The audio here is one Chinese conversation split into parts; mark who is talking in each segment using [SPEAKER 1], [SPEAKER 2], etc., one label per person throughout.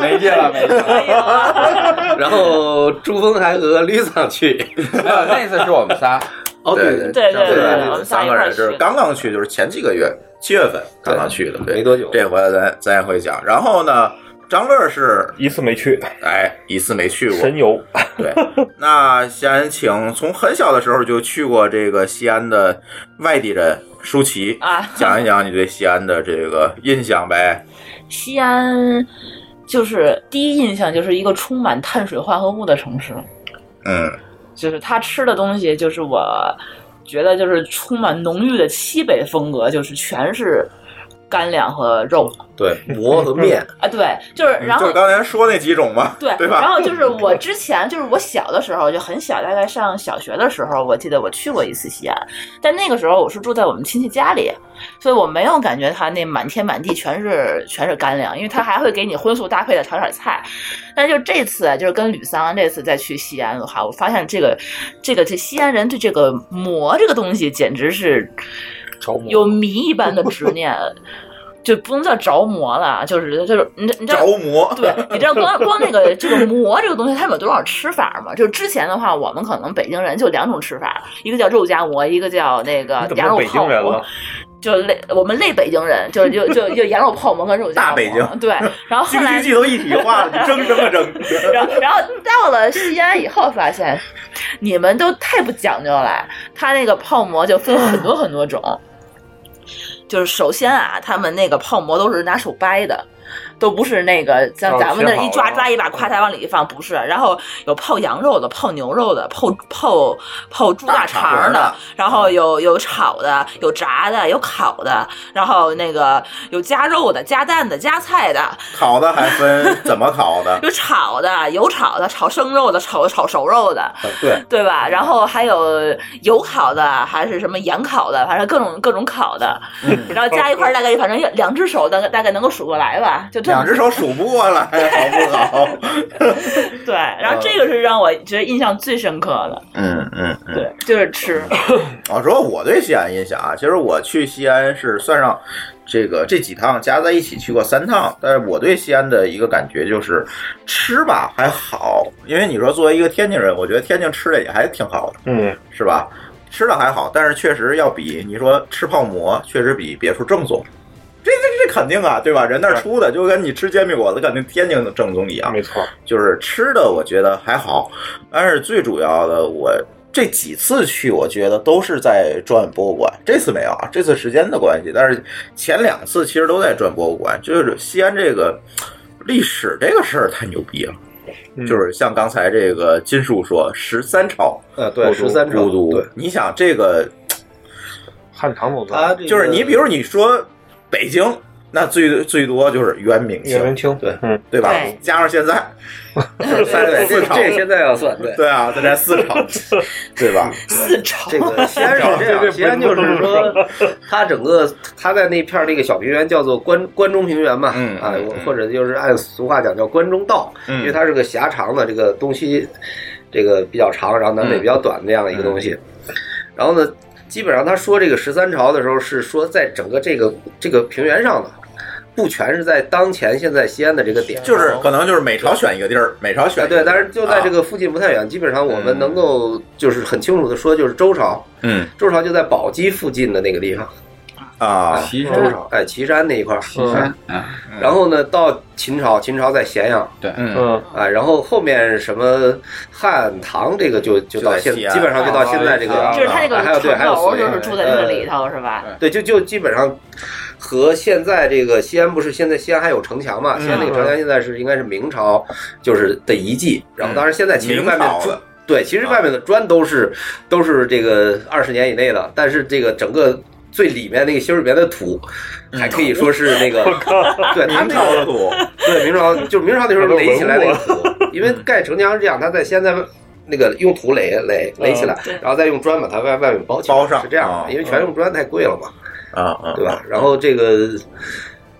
[SPEAKER 1] 没劲了，没劲了。
[SPEAKER 2] 哎呀
[SPEAKER 3] 然后朱峰还和吕桑去，
[SPEAKER 1] 没有，那次是我们仨，
[SPEAKER 3] 哦
[SPEAKER 4] 对
[SPEAKER 2] 对对
[SPEAKER 4] 对
[SPEAKER 2] 我们仨
[SPEAKER 4] 三
[SPEAKER 2] 一
[SPEAKER 4] 个
[SPEAKER 2] 块儿
[SPEAKER 4] 人就是
[SPEAKER 2] 去的。
[SPEAKER 4] 刚刚去，就是前几个月七月份刚刚去的，对，
[SPEAKER 3] 没多久
[SPEAKER 4] 这回咱咱也会讲。然后呢，张乐是
[SPEAKER 5] 一次没去，
[SPEAKER 4] 哎一次没去过
[SPEAKER 5] 神，游。
[SPEAKER 4] 对。 那先请从很小的时候就去过这个西安的外地人舒淇
[SPEAKER 2] 啊
[SPEAKER 4] 讲一讲你对西安的这个印象呗。
[SPEAKER 2] 西安，就是第一印象就是一个充满碳水化合物的城市，
[SPEAKER 4] 嗯，
[SPEAKER 2] 就是他吃的东西，就是我觉得就是充满浓郁的西北风格，就是全是干粮和肉
[SPEAKER 3] 对，馍和面，
[SPEAKER 2] 啊，对，就是然
[SPEAKER 4] 嗯
[SPEAKER 2] 后
[SPEAKER 4] 就刚才说那几种嘛，
[SPEAKER 2] 对，
[SPEAKER 4] 对
[SPEAKER 2] 然
[SPEAKER 4] 吧？
[SPEAKER 2] 后就是我之前，就是我小的时候，就很小，大概上小学的时候，我记得我去过一次西安，但那个时候我是住在我们亲戚家里，所以我没有感觉他那满天满地全是全是干粮，因为他还会给你荤素搭配的炒点菜。但就这次，啊就是跟吕桑这次再去西安的话，我发现这个这个这西安人对这个馍这个东西简直是
[SPEAKER 1] 着魔
[SPEAKER 2] 有迷一般的执 念。就不能叫着魔了，就是就是你你知道
[SPEAKER 4] 着魔，
[SPEAKER 2] 对，你知道光光那个这个馍这个东西，它们有多少吃法吗？就之前的话，我们可能北京人就两种吃法，一个叫肉夹馍，一个叫那个
[SPEAKER 5] 你怎么
[SPEAKER 2] 羊
[SPEAKER 5] 到
[SPEAKER 2] 肉
[SPEAKER 5] 北
[SPEAKER 2] 泡
[SPEAKER 5] 京来
[SPEAKER 2] 馍
[SPEAKER 5] 了。？
[SPEAKER 2] 就类我们类北京人，就就就就羊肉泡馍跟肉夹馍。
[SPEAKER 4] 大北京
[SPEAKER 2] 对，然后
[SPEAKER 4] 京
[SPEAKER 2] 后来
[SPEAKER 4] 剧都一体化了，你争什么争？
[SPEAKER 2] 然后然后到了西安以后，发现你们都太不讲究了。它那个泡馍就分很多很多种，就是首先啊，他们那个泡馍都是拿手掰的。都不是那个像
[SPEAKER 5] 哦
[SPEAKER 2] 咱们那
[SPEAKER 5] 切好
[SPEAKER 2] 一抓
[SPEAKER 5] 了嗯
[SPEAKER 2] 抓一把，夸嚓往里一放，不是。然后有泡羊肉的，泡牛肉的，泡泡泡猪大肠
[SPEAKER 4] 大肠
[SPEAKER 2] 儿的
[SPEAKER 4] 的，
[SPEAKER 2] 然后有有炒的，有炸的，有烤的，然后那个有加肉的、加蛋的、加菜的，
[SPEAKER 4] 烤的还分怎么烤的？
[SPEAKER 2] 有炒的，有炒的，炒生肉的，炒炒熟肉的，
[SPEAKER 3] 啊对，
[SPEAKER 2] 对吧？然后还有油烤的，还是什么盐烤的，反正各种各种烤的，然后加一块儿大概反正有两只手大概大概能够数过来吧， 就这么
[SPEAKER 4] 两只手数不过来，好不好？
[SPEAKER 2] 对。然后这个是让我觉得印象最深刻的，
[SPEAKER 4] 嗯嗯嗯。
[SPEAKER 2] 对，就是吃，
[SPEAKER 4] 我啊说我对西安印象啊，其实我去西安是算上这个这几趟加在一起去过三趟，但是我对西安的一个感觉就是吃吧还好，因为你说作为一个天津人，我觉得天津吃的也还挺好的，
[SPEAKER 5] 嗯，
[SPEAKER 4] 是吧？吃的还好，但是确实要比你说吃泡馍，确实比别处正宗。这这这肯定啊，对吧？人那儿出的就跟你吃煎饼果子肯定天津的正宗一样，
[SPEAKER 5] 没错，
[SPEAKER 4] 就是吃的我觉得还好，但是最主要的我。这几次去，我觉得都是在转博物馆。这次没有啊，这次时间的关系。但是前两次其实都在转博物馆。就是西安这个历史这个事儿太牛逼了，
[SPEAKER 5] 嗯
[SPEAKER 4] 就是像刚才这个金叔说，十三朝
[SPEAKER 3] 呃对，
[SPEAKER 5] 古
[SPEAKER 3] 十
[SPEAKER 5] 都
[SPEAKER 3] 三
[SPEAKER 4] 古
[SPEAKER 3] 城，
[SPEAKER 4] 都
[SPEAKER 3] 对，，
[SPEAKER 4] 你想这个
[SPEAKER 5] 汉唐走
[SPEAKER 3] 它
[SPEAKER 5] 的
[SPEAKER 3] 这个
[SPEAKER 4] 就是你比如你说北京，那最最多就是元明
[SPEAKER 5] 叶文
[SPEAKER 4] 清，
[SPEAKER 5] 清，
[SPEAKER 3] 对
[SPEAKER 5] 嗯，
[SPEAKER 4] 对吧？
[SPEAKER 2] 对
[SPEAKER 4] 加上现在，
[SPEAKER 3] 对 对，这
[SPEAKER 4] 四
[SPEAKER 3] 个
[SPEAKER 4] 朝
[SPEAKER 3] 这个现在要算对。
[SPEAKER 4] 对啊，这才四朝， 对吧？
[SPEAKER 2] 四 朝
[SPEAKER 3] 这个西安是这样，西安就是说，它整个它在那片儿那个小平原叫做关关中平原嘛，
[SPEAKER 4] 嗯
[SPEAKER 3] 啊
[SPEAKER 4] 嗯，
[SPEAKER 3] 我
[SPEAKER 4] 嗯
[SPEAKER 3] 或者就是按俗话讲叫关中道，
[SPEAKER 4] 嗯
[SPEAKER 3] 因为它是个狭长的，这个东西这个比较长，然后南
[SPEAKER 4] 嗯
[SPEAKER 3] 北比较短的这样的一个东西。然后呢，基本上他说这个十三朝的时候，是说在整个这个这个平原上的，不全是在当前现在西安的这个点，
[SPEAKER 4] 就是可能就是每朝选一个地儿，每朝选
[SPEAKER 3] 啊
[SPEAKER 4] 一个地
[SPEAKER 3] 对，
[SPEAKER 4] 儿
[SPEAKER 3] 但是就在这个附近不太远，基本上我们能够就是很清楚的说，就是周朝。
[SPEAKER 4] 嗯
[SPEAKER 3] 周朝就在宝鸡附近的那个地方，
[SPEAKER 4] 啊，
[SPEAKER 1] 其实
[SPEAKER 3] 周朝哎岐山那一块儿。
[SPEAKER 1] 嗯
[SPEAKER 3] 然后呢，到秦朝，秦朝在咸阳，
[SPEAKER 4] 嗯
[SPEAKER 5] 嗯，
[SPEAKER 3] 哎，然后后面什么汉唐这个就就到现，
[SPEAKER 4] 就在西安
[SPEAKER 3] 基本上就到现在这个
[SPEAKER 5] 啊，
[SPEAKER 2] 就是他那
[SPEAKER 3] 还有
[SPEAKER 2] 个
[SPEAKER 3] 对还
[SPEAKER 2] 城
[SPEAKER 3] 有
[SPEAKER 2] 楼
[SPEAKER 3] 锁
[SPEAKER 2] 就
[SPEAKER 3] 阳
[SPEAKER 2] 是住在这里头是吧？
[SPEAKER 3] 对，就就基本上和现在这个西安不是现在西安还有城墙嘛？西安那
[SPEAKER 4] 嗯
[SPEAKER 3] 个城墙现在是应该是明朝就是的遗迹，然后当然现在其实外
[SPEAKER 4] 嗯
[SPEAKER 3] 面
[SPEAKER 4] 明朝
[SPEAKER 3] 的
[SPEAKER 4] 的
[SPEAKER 3] 砖。对，其实外面的砖都是都是这个二十年以内的，但是这个整个最里面那个芯儿里面的土，还可以说是那个，对，它
[SPEAKER 4] 嗯明
[SPEAKER 3] 那
[SPEAKER 4] 朝
[SPEAKER 3] 个
[SPEAKER 4] 的 啊土，
[SPEAKER 3] 对，明朝就是明朝那时候垒起来那个
[SPEAKER 4] 啊
[SPEAKER 3] 土，因
[SPEAKER 4] 嗯
[SPEAKER 3] 为盖城墙是这样，它在现在那个用土垒垒垒起来
[SPEAKER 2] 嗯对，
[SPEAKER 3] 然后再用砖把它外外面包起来，
[SPEAKER 4] 包上
[SPEAKER 3] 是这样
[SPEAKER 4] 啊
[SPEAKER 3] 的，因为全用砖太贵了嘛，
[SPEAKER 4] 啊啊，
[SPEAKER 3] 对吧？然后这个，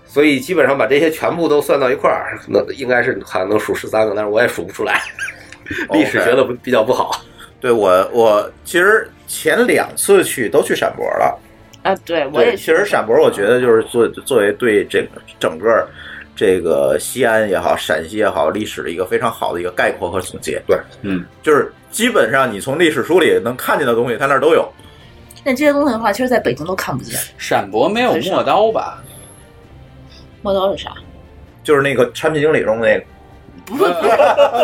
[SPEAKER 3] 所以基本上把这些全部都算到一块儿，能应该是好像能数十三个，但是我也数不出来，历
[SPEAKER 4] 哦
[SPEAKER 3] 史学的不比较不好。
[SPEAKER 4] 对我我其实前两次去都去陕博了，
[SPEAKER 2] 啊，对，我
[SPEAKER 4] 对，
[SPEAKER 2] 也
[SPEAKER 4] 其实陕博我觉得就是作作为对这个整个这个西安也好，陕西也好，历史的一个非常好的一个概括和总结。
[SPEAKER 3] 对，
[SPEAKER 1] 嗯，
[SPEAKER 4] 就是基本上你从历史书里能看见的东西，它那儿都有。
[SPEAKER 2] 那这些东西的话，其实在北京都看不见。
[SPEAKER 1] 陕博没有磨刀吧？
[SPEAKER 2] 磨刀是啥？
[SPEAKER 4] 就是那个产品经理中的那个，
[SPEAKER 2] 不是不是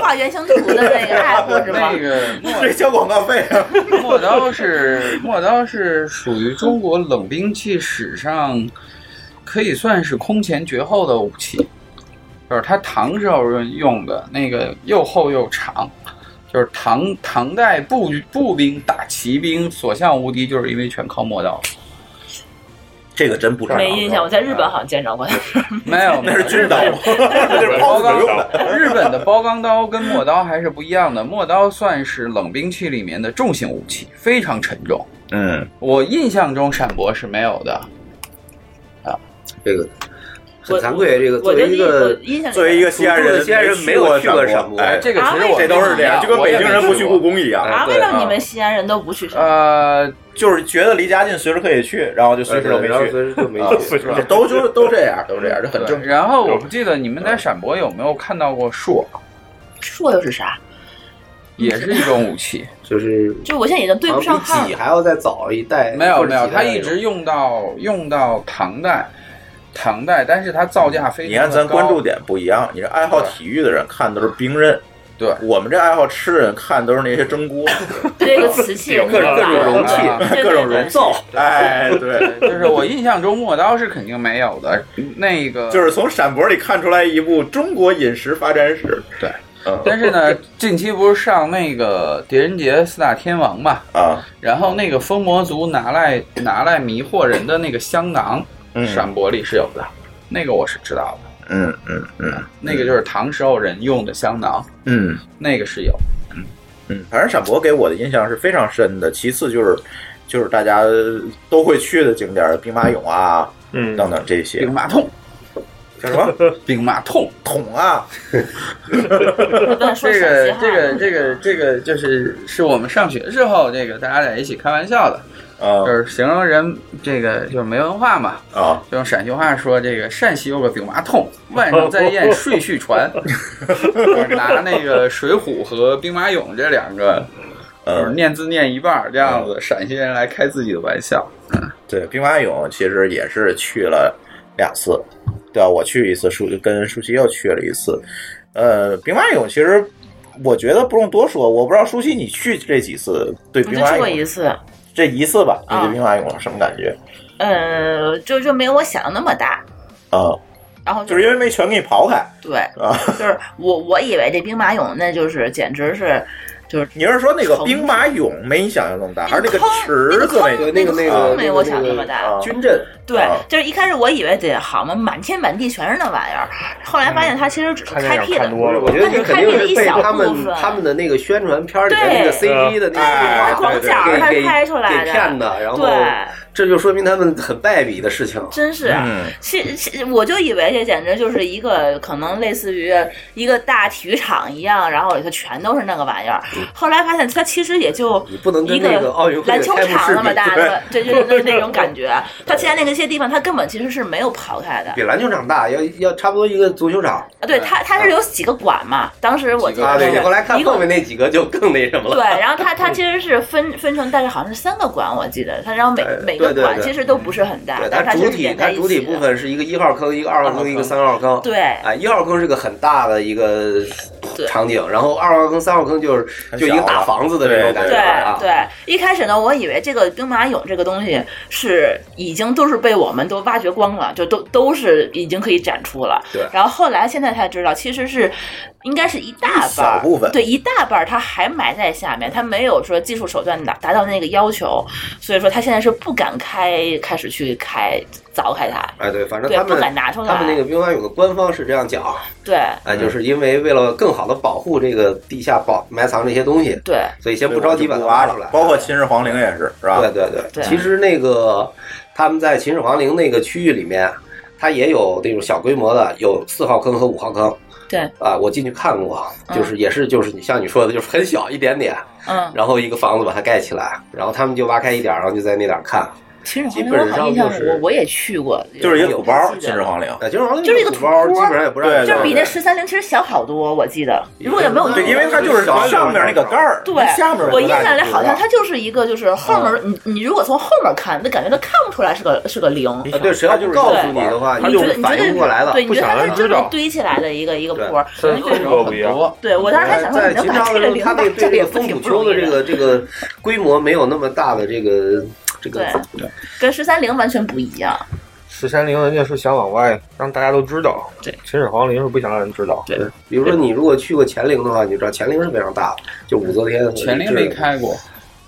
[SPEAKER 2] 画原型图的那个 app 是吗
[SPEAKER 1] 那？ 个
[SPEAKER 4] 这交广告费啊！
[SPEAKER 1] 磨磨刀是磨刀是属于中国冷兵器史上可以算是空前绝后的武器。就是它唐时候用的那个又厚又长，就是唐唐代步步兵打骑兵所向无敌，就是因为全靠磨 刀。
[SPEAKER 4] 这个真不知道。
[SPEAKER 2] 没印象，我在日本好像见着过。
[SPEAKER 1] 没有，
[SPEAKER 4] 那是军刀， 那是
[SPEAKER 1] 包
[SPEAKER 4] 包子
[SPEAKER 1] 钢
[SPEAKER 4] 用的。
[SPEAKER 1] 刀，日本的包钢刀跟陌刀还是不一样的。陌刀算是冷兵器里面的重型武器，非常沉重。
[SPEAKER 4] 嗯，
[SPEAKER 1] 我印象中闪博是没有的。
[SPEAKER 3] 这个很
[SPEAKER 2] 我
[SPEAKER 3] 惭愧，这个作
[SPEAKER 2] 我
[SPEAKER 3] 为
[SPEAKER 2] 的
[SPEAKER 3] 一
[SPEAKER 2] 印
[SPEAKER 3] 个
[SPEAKER 2] 我印象里
[SPEAKER 4] 作为一个西安
[SPEAKER 3] 土著
[SPEAKER 4] 人，
[SPEAKER 3] 的西安人没有去过陕博
[SPEAKER 4] 哎，
[SPEAKER 1] 这个其实
[SPEAKER 2] 啊
[SPEAKER 1] 我
[SPEAKER 4] 这都是这样，就跟北京人不去故
[SPEAKER 1] 宫。
[SPEAKER 4] 宫一样，
[SPEAKER 2] 啊，
[SPEAKER 3] 哎对
[SPEAKER 2] 为什么你们西安人都不去？
[SPEAKER 1] 呃，
[SPEAKER 4] 就是觉得离家近，随时可以去，然后就随时都没
[SPEAKER 3] 然后
[SPEAKER 4] 去，
[SPEAKER 3] 呃随时就没
[SPEAKER 4] 啊
[SPEAKER 3] 去，是吧？
[SPEAKER 4] 都就都这样，都这样，这很正
[SPEAKER 1] 对。然后我不记得你们在陕博有没有看到过槊，
[SPEAKER 2] 说又是啥？
[SPEAKER 1] 也是一种武器。
[SPEAKER 3] 就是
[SPEAKER 2] 就我现在已经对不上
[SPEAKER 3] 好像
[SPEAKER 2] 号
[SPEAKER 3] 比戟
[SPEAKER 2] 了。
[SPEAKER 3] 还要再早一代，
[SPEAKER 4] 哎
[SPEAKER 1] 没有没有，
[SPEAKER 3] 或者几
[SPEAKER 1] 它
[SPEAKER 3] 代
[SPEAKER 1] 一直用到用到唐代，唐代，但是它造价非常
[SPEAKER 4] 你看，咱
[SPEAKER 1] 地高啊
[SPEAKER 4] 关注点不一样。你这爱好体育的人看的都是兵刃，
[SPEAKER 1] 对
[SPEAKER 4] 我们这爱好吃的人看都是那些蒸锅、
[SPEAKER 2] 这个瓷器人
[SPEAKER 4] 各种
[SPEAKER 2] 家都
[SPEAKER 4] 各
[SPEAKER 2] 来
[SPEAKER 4] 种
[SPEAKER 2] 了，
[SPEAKER 4] 容器
[SPEAKER 1] 啊、
[SPEAKER 2] 对
[SPEAKER 4] 各种
[SPEAKER 2] 对对
[SPEAKER 4] 容造。哎，对，
[SPEAKER 1] 就是我印象中陌刀是肯定没有 的，那个
[SPEAKER 4] 就是从陕博里看出来一部中国饮食发展史。
[SPEAKER 1] 对，
[SPEAKER 4] 嗯
[SPEAKER 1] 但是呢，近期不是上那个《狄仁杰四大天王》嘛，
[SPEAKER 4] 啊，
[SPEAKER 1] 然后那个风魔族拿来拿来迷惑人的那个香囊，
[SPEAKER 4] 嗯
[SPEAKER 1] 陕博里是有的，那个我是知道的，
[SPEAKER 4] 嗯嗯嗯
[SPEAKER 1] 那个就是唐时候人用的香囊，
[SPEAKER 4] 嗯
[SPEAKER 1] 那个是有。
[SPEAKER 4] 嗯，反正陕博给我的印象是非常深的。其次就是就是大家都会去的景点儿，兵马俑啊
[SPEAKER 5] 嗯，
[SPEAKER 4] 等等这些
[SPEAKER 1] 兵。马痛，
[SPEAKER 4] 叫什么
[SPEAKER 1] 兵马痛，
[SPEAKER 4] 桶啊？
[SPEAKER 2] 不断 说陕
[SPEAKER 1] 这
[SPEAKER 2] 西
[SPEAKER 1] 个
[SPEAKER 2] 话
[SPEAKER 1] 这个这个这个就是是我们上学时候这个大家在一起开玩笑的，
[SPEAKER 4] 啊
[SPEAKER 1] 就是形容人这个就是没文化嘛，
[SPEAKER 4] 啊！
[SPEAKER 1] 就用陕西话说，这个陕西有个兵马俑，晚上在演水浒 传，就是拿那个《水浒》和《兵马俑》这两个，就是
[SPEAKER 4] 嗯，
[SPEAKER 1] 念字念一半儿这样子，陕西人来开自己的玩笑。
[SPEAKER 4] 对，兵马俑其实也是去了两次，对啊吧？我去一次，舒跟舒淇又去了一次。呃，兵马俑其实我觉得不用多说，我不知道舒淇你去这几次对
[SPEAKER 2] 我
[SPEAKER 4] 兵
[SPEAKER 2] 就
[SPEAKER 4] 马
[SPEAKER 2] 去过一
[SPEAKER 4] 俑
[SPEAKER 2] 次，
[SPEAKER 4] 这一次吧，你
[SPEAKER 2] 啊
[SPEAKER 4] 对兵马俑什么感觉？
[SPEAKER 2] 呃，就就没有我想的那么大。
[SPEAKER 4] 啊，
[SPEAKER 2] 然后
[SPEAKER 4] 就是因为没全给你刨开
[SPEAKER 2] 对，
[SPEAKER 4] 啊。
[SPEAKER 2] 就是我我以为这兵马俑那就是简直是就是
[SPEAKER 4] 你是说那个
[SPEAKER 2] 成
[SPEAKER 4] 兵马俑没你想象中大，还是那个
[SPEAKER 2] 坑
[SPEAKER 4] 池子
[SPEAKER 2] 那个
[SPEAKER 4] 没？
[SPEAKER 2] 坑那
[SPEAKER 3] 对那个那
[SPEAKER 2] 个
[SPEAKER 3] 个
[SPEAKER 2] 坑没我想那么大
[SPEAKER 4] 啊
[SPEAKER 3] 军阵，
[SPEAKER 2] 对
[SPEAKER 4] 啊，
[SPEAKER 2] 就是一开始我以为得好嘛，满天满地全是那玩意儿，后来发
[SPEAKER 3] 嗯
[SPEAKER 2] 现它其实只是
[SPEAKER 5] 看电
[SPEAKER 2] 开
[SPEAKER 5] 影
[SPEAKER 2] 辟了
[SPEAKER 5] 看多了，
[SPEAKER 3] 我觉得
[SPEAKER 2] 那
[SPEAKER 3] 这
[SPEAKER 2] 是
[SPEAKER 3] 肯
[SPEAKER 2] 开辟了
[SPEAKER 3] 定是
[SPEAKER 2] 一
[SPEAKER 3] 被
[SPEAKER 2] 小
[SPEAKER 3] 他
[SPEAKER 2] 部
[SPEAKER 3] 们
[SPEAKER 2] 分，
[SPEAKER 3] 他们的那个宣传片儿里面那个 CG 的那
[SPEAKER 4] 哎
[SPEAKER 3] 个
[SPEAKER 2] 广角儿它
[SPEAKER 3] 给
[SPEAKER 2] 拍出来
[SPEAKER 3] 给
[SPEAKER 2] 的，
[SPEAKER 3] 给骗的，然后
[SPEAKER 2] 对，
[SPEAKER 3] 这就说明他们很败笔的事情。
[SPEAKER 2] 真是。
[SPEAKER 4] 嗯
[SPEAKER 2] 其其我就以为这简直就是一个可能类似于一个大体育场一样，然后里头全都是那个玩意儿。后来发现它其实也就
[SPEAKER 3] 嗯你不能跟
[SPEAKER 2] 一
[SPEAKER 3] 那个奥运会
[SPEAKER 2] 篮
[SPEAKER 3] 的
[SPEAKER 2] 球
[SPEAKER 3] 开幕
[SPEAKER 2] 场
[SPEAKER 3] 式
[SPEAKER 2] 那么
[SPEAKER 3] 比，
[SPEAKER 2] 大的，对，就是那那 种感觉。它其他那个些地方，它根本其实是没有刨开的。
[SPEAKER 3] 比篮球场大，要要差不多一个足球场。
[SPEAKER 2] 啊，对，它它是有几个馆嘛？当时我记
[SPEAKER 3] 啊，
[SPEAKER 2] 得
[SPEAKER 3] 对，
[SPEAKER 2] 是
[SPEAKER 3] 你后来看
[SPEAKER 2] 一
[SPEAKER 3] 后
[SPEAKER 2] 共
[SPEAKER 3] 面那几个就更那什么
[SPEAKER 2] 对，
[SPEAKER 3] 了。
[SPEAKER 2] 然后 它它其实是分分成大概好像是三个馆，我记得它，然后每
[SPEAKER 3] 哎
[SPEAKER 2] 每个
[SPEAKER 3] 对对
[SPEAKER 2] 馆
[SPEAKER 3] 对
[SPEAKER 2] 其实都不是很大，但它
[SPEAKER 3] 它主
[SPEAKER 2] 就是
[SPEAKER 3] 体
[SPEAKER 2] 连在
[SPEAKER 3] 它
[SPEAKER 2] 一
[SPEAKER 3] 主体
[SPEAKER 2] 起
[SPEAKER 3] 部
[SPEAKER 2] 的。
[SPEAKER 3] 分是一个一号坑、一个二号坑、一个三号坑。
[SPEAKER 2] 对
[SPEAKER 3] 啊，一号坑是个很大的一个
[SPEAKER 2] 哎对
[SPEAKER 3] 场景，然后二号坑、三号坑就是
[SPEAKER 4] 很
[SPEAKER 3] 就一个
[SPEAKER 4] 小
[SPEAKER 3] 大
[SPEAKER 4] 了
[SPEAKER 3] 房子的这种
[SPEAKER 4] 对
[SPEAKER 3] 感觉啊
[SPEAKER 2] 对。对，一开始呢，我以为这个兵马俑这个东西是已经都是被我们都挖掘光了，就都都是已经可以展出了。
[SPEAKER 3] 对
[SPEAKER 2] 然后后来现在才知道，其实是应该是一大半儿
[SPEAKER 4] 一小部分
[SPEAKER 2] 对，一大半儿它还埋在下面，它没有说技术手段达达到那个要求，所以说它现在是不敢开开始去开凿开它，
[SPEAKER 3] 哎，对，反正
[SPEAKER 2] 对
[SPEAKER 3] 他
[SPEAKER 2] 不
[SPEAKER 3] 们
[SPEAKER 2] 敢拿出来
[SPEAKER 3] 他们那个兵马俑的官方是这样讲，
[SPEAKER 2] 对
[SPEAKER 3] 哎，
[SPEAKER 4] 嗯
[SPEAKER 3] 就是因为为了更好的保护这个地下保埋藏这些东西，
[SPEAKER 2] 对。
[SPEAKER 3] 所以先不着急把它挖出来。
[SPEAKER 4] 包括秦始皇陵也是，是吧？
[SPEAKER 3] 对对对，
[SPEAKER 2] 对
[SPEAKER 3] 其实那个他们在秦始皇陵那个区域里面，它也有那种小规模的，有四号坑和五号坑。
[SPEAKER 2] 对
[SPEAKER 3] 啊，我进去看过，就是也是就是你像你说的，就是很小一点点，
[SPEAKER 2] 嗯，
[SPEAKER 3] 然后一个房子把它盖起来，然后他们就挖开一点儿，然后就在那点儿看。
[SPEAKER 2] 秦始
[SPEAKER 3] 基
[SPEAKER 2] 皇陵
[SPEAKER 3] 本
[SPEAKER 2] 我好印
[SPEAKER 3] 上
[SPEAKER 2] 象
[SPEAKER 3] 就是
[SPEAKER 2] 我我也去过，
[SPEAKER 4] 就是一个土包，
[SPEAKER 2] 记得
[SPEAKER 4] 秦始皇陵。
[SPEAKER 3] 啊，秦始皇陵
[SPEAKER 2] 就是一个
[SPEAKER 3] 土包，
[SPEAKER 2] 土
[SPEAKER 3] 基
[SPEAKER 2] 坡
[SPEAKER 3] 本上也不让
[SPEAKER 4] 对
[SPEAKER 3] 你
[SPEAKER 2] 就
[SPEAKER 3] 上
[SPEAKER 2] 是
[SPEAKER 3] 去，
[SPEAKER 2] 比那十三陵其实小好多，我记得。如果有没有
[SPEAKER 3] 对
[SPEAKER 4] 对，因为它就是上面那个杆儿，
[SPEAKER 2] 嗯对
[SPEAKER 4] 下面
[SPEAKER 2] 我印象里好像它就是一个，就是后面
[SPEAKER 3] 嗯
[SPEAKER 2] 你你如果从后面看，那感觉都看不出来是个是个零。
[SPEAKER 3] 啊，对，谁要不告诉你的话，
[SPEAKER 2] 你
[SPEAKER 3] 啊就
[SPEAKER 2] 觉得
[SPEAKER 3] 是
[SPEAKER 2] 你觉
[SPEAKER 3] 反应
[SPEAKER 2] 得
[SPEAKER 3] 不过来了。
[SPEAKER 2] 对，你觉得
[SPEAKER 5] 不想
[SPEAKER 2] 它
[SPEAKER 5] 让
[SPEAKER 2] 是
[SPEAKER 5] 人
[SPEAKER 2] 真
[SPEAKER 5] 知
[SPEAKER 2] 的
[SPEAKER 5] 道
[SPEAKER 2] 堆起来的一个一个
[SPEAKER 3] 对
[SPEAKER 2] 坡儿。
[SPEAKER 5] 跟
[SPEAKER 2] 对
[SPEAKER 5] 中国不一样。
[SPEAKER 2] 对我当时还想说，
[SPEAKER 3] 在
[SPEAKER 2] 你能
[SPEAKER 3] 秦
[SPEAKER 2] 把
[SPEAKER 3] 朝
[SPEAKER 2] 这
[SPEAKER 3] 的时
[SPEAKER 2] 个
[SPEAKER 3] 候，
[SPEAKER 2] 零
[SPEAKER 3] 他对
[SPEAKER 2] 这
[SPEAKER 3] 对
[SPEAKER 2] 个
[SPEAKER 3] 这
[SPEAKER 2] 也
[SPEAKER 3] 个
[SPEAKER 2] 不
[SPEAKER 3] 风
[SPEAKER 2] 挺
[SPEAKER 3] 土
[SPEAKER 2] 不容
[SPEAKER 3] 丘
[SPEAKER 2] 易
[SPEAKER 3] 的这
[SPEAKER 2] 的。
[SPEAKER 3] 个这个规模没有那么大的这个这个
[SPEAKER 2] 对跟十三陵完全不一样。
[SPEAKER 5] 十三陵的越是想往外让大家都知道，
[SPEAKER 2] 对
[SPEAKER 5] 秦始皇陵是不想让人知道，
[SPEAKER 2] 对
[SPEAKER 3] 比如说你如果去过乾陵的话，你就知道乾陵是非常大的，就武则天和
[SPEAKER 1] 乾陵
[SPEAKER 3] 之类
[SPEAKER 1] 没
[SPEAKER 3] 的。
[SPEAKER 1] 开过，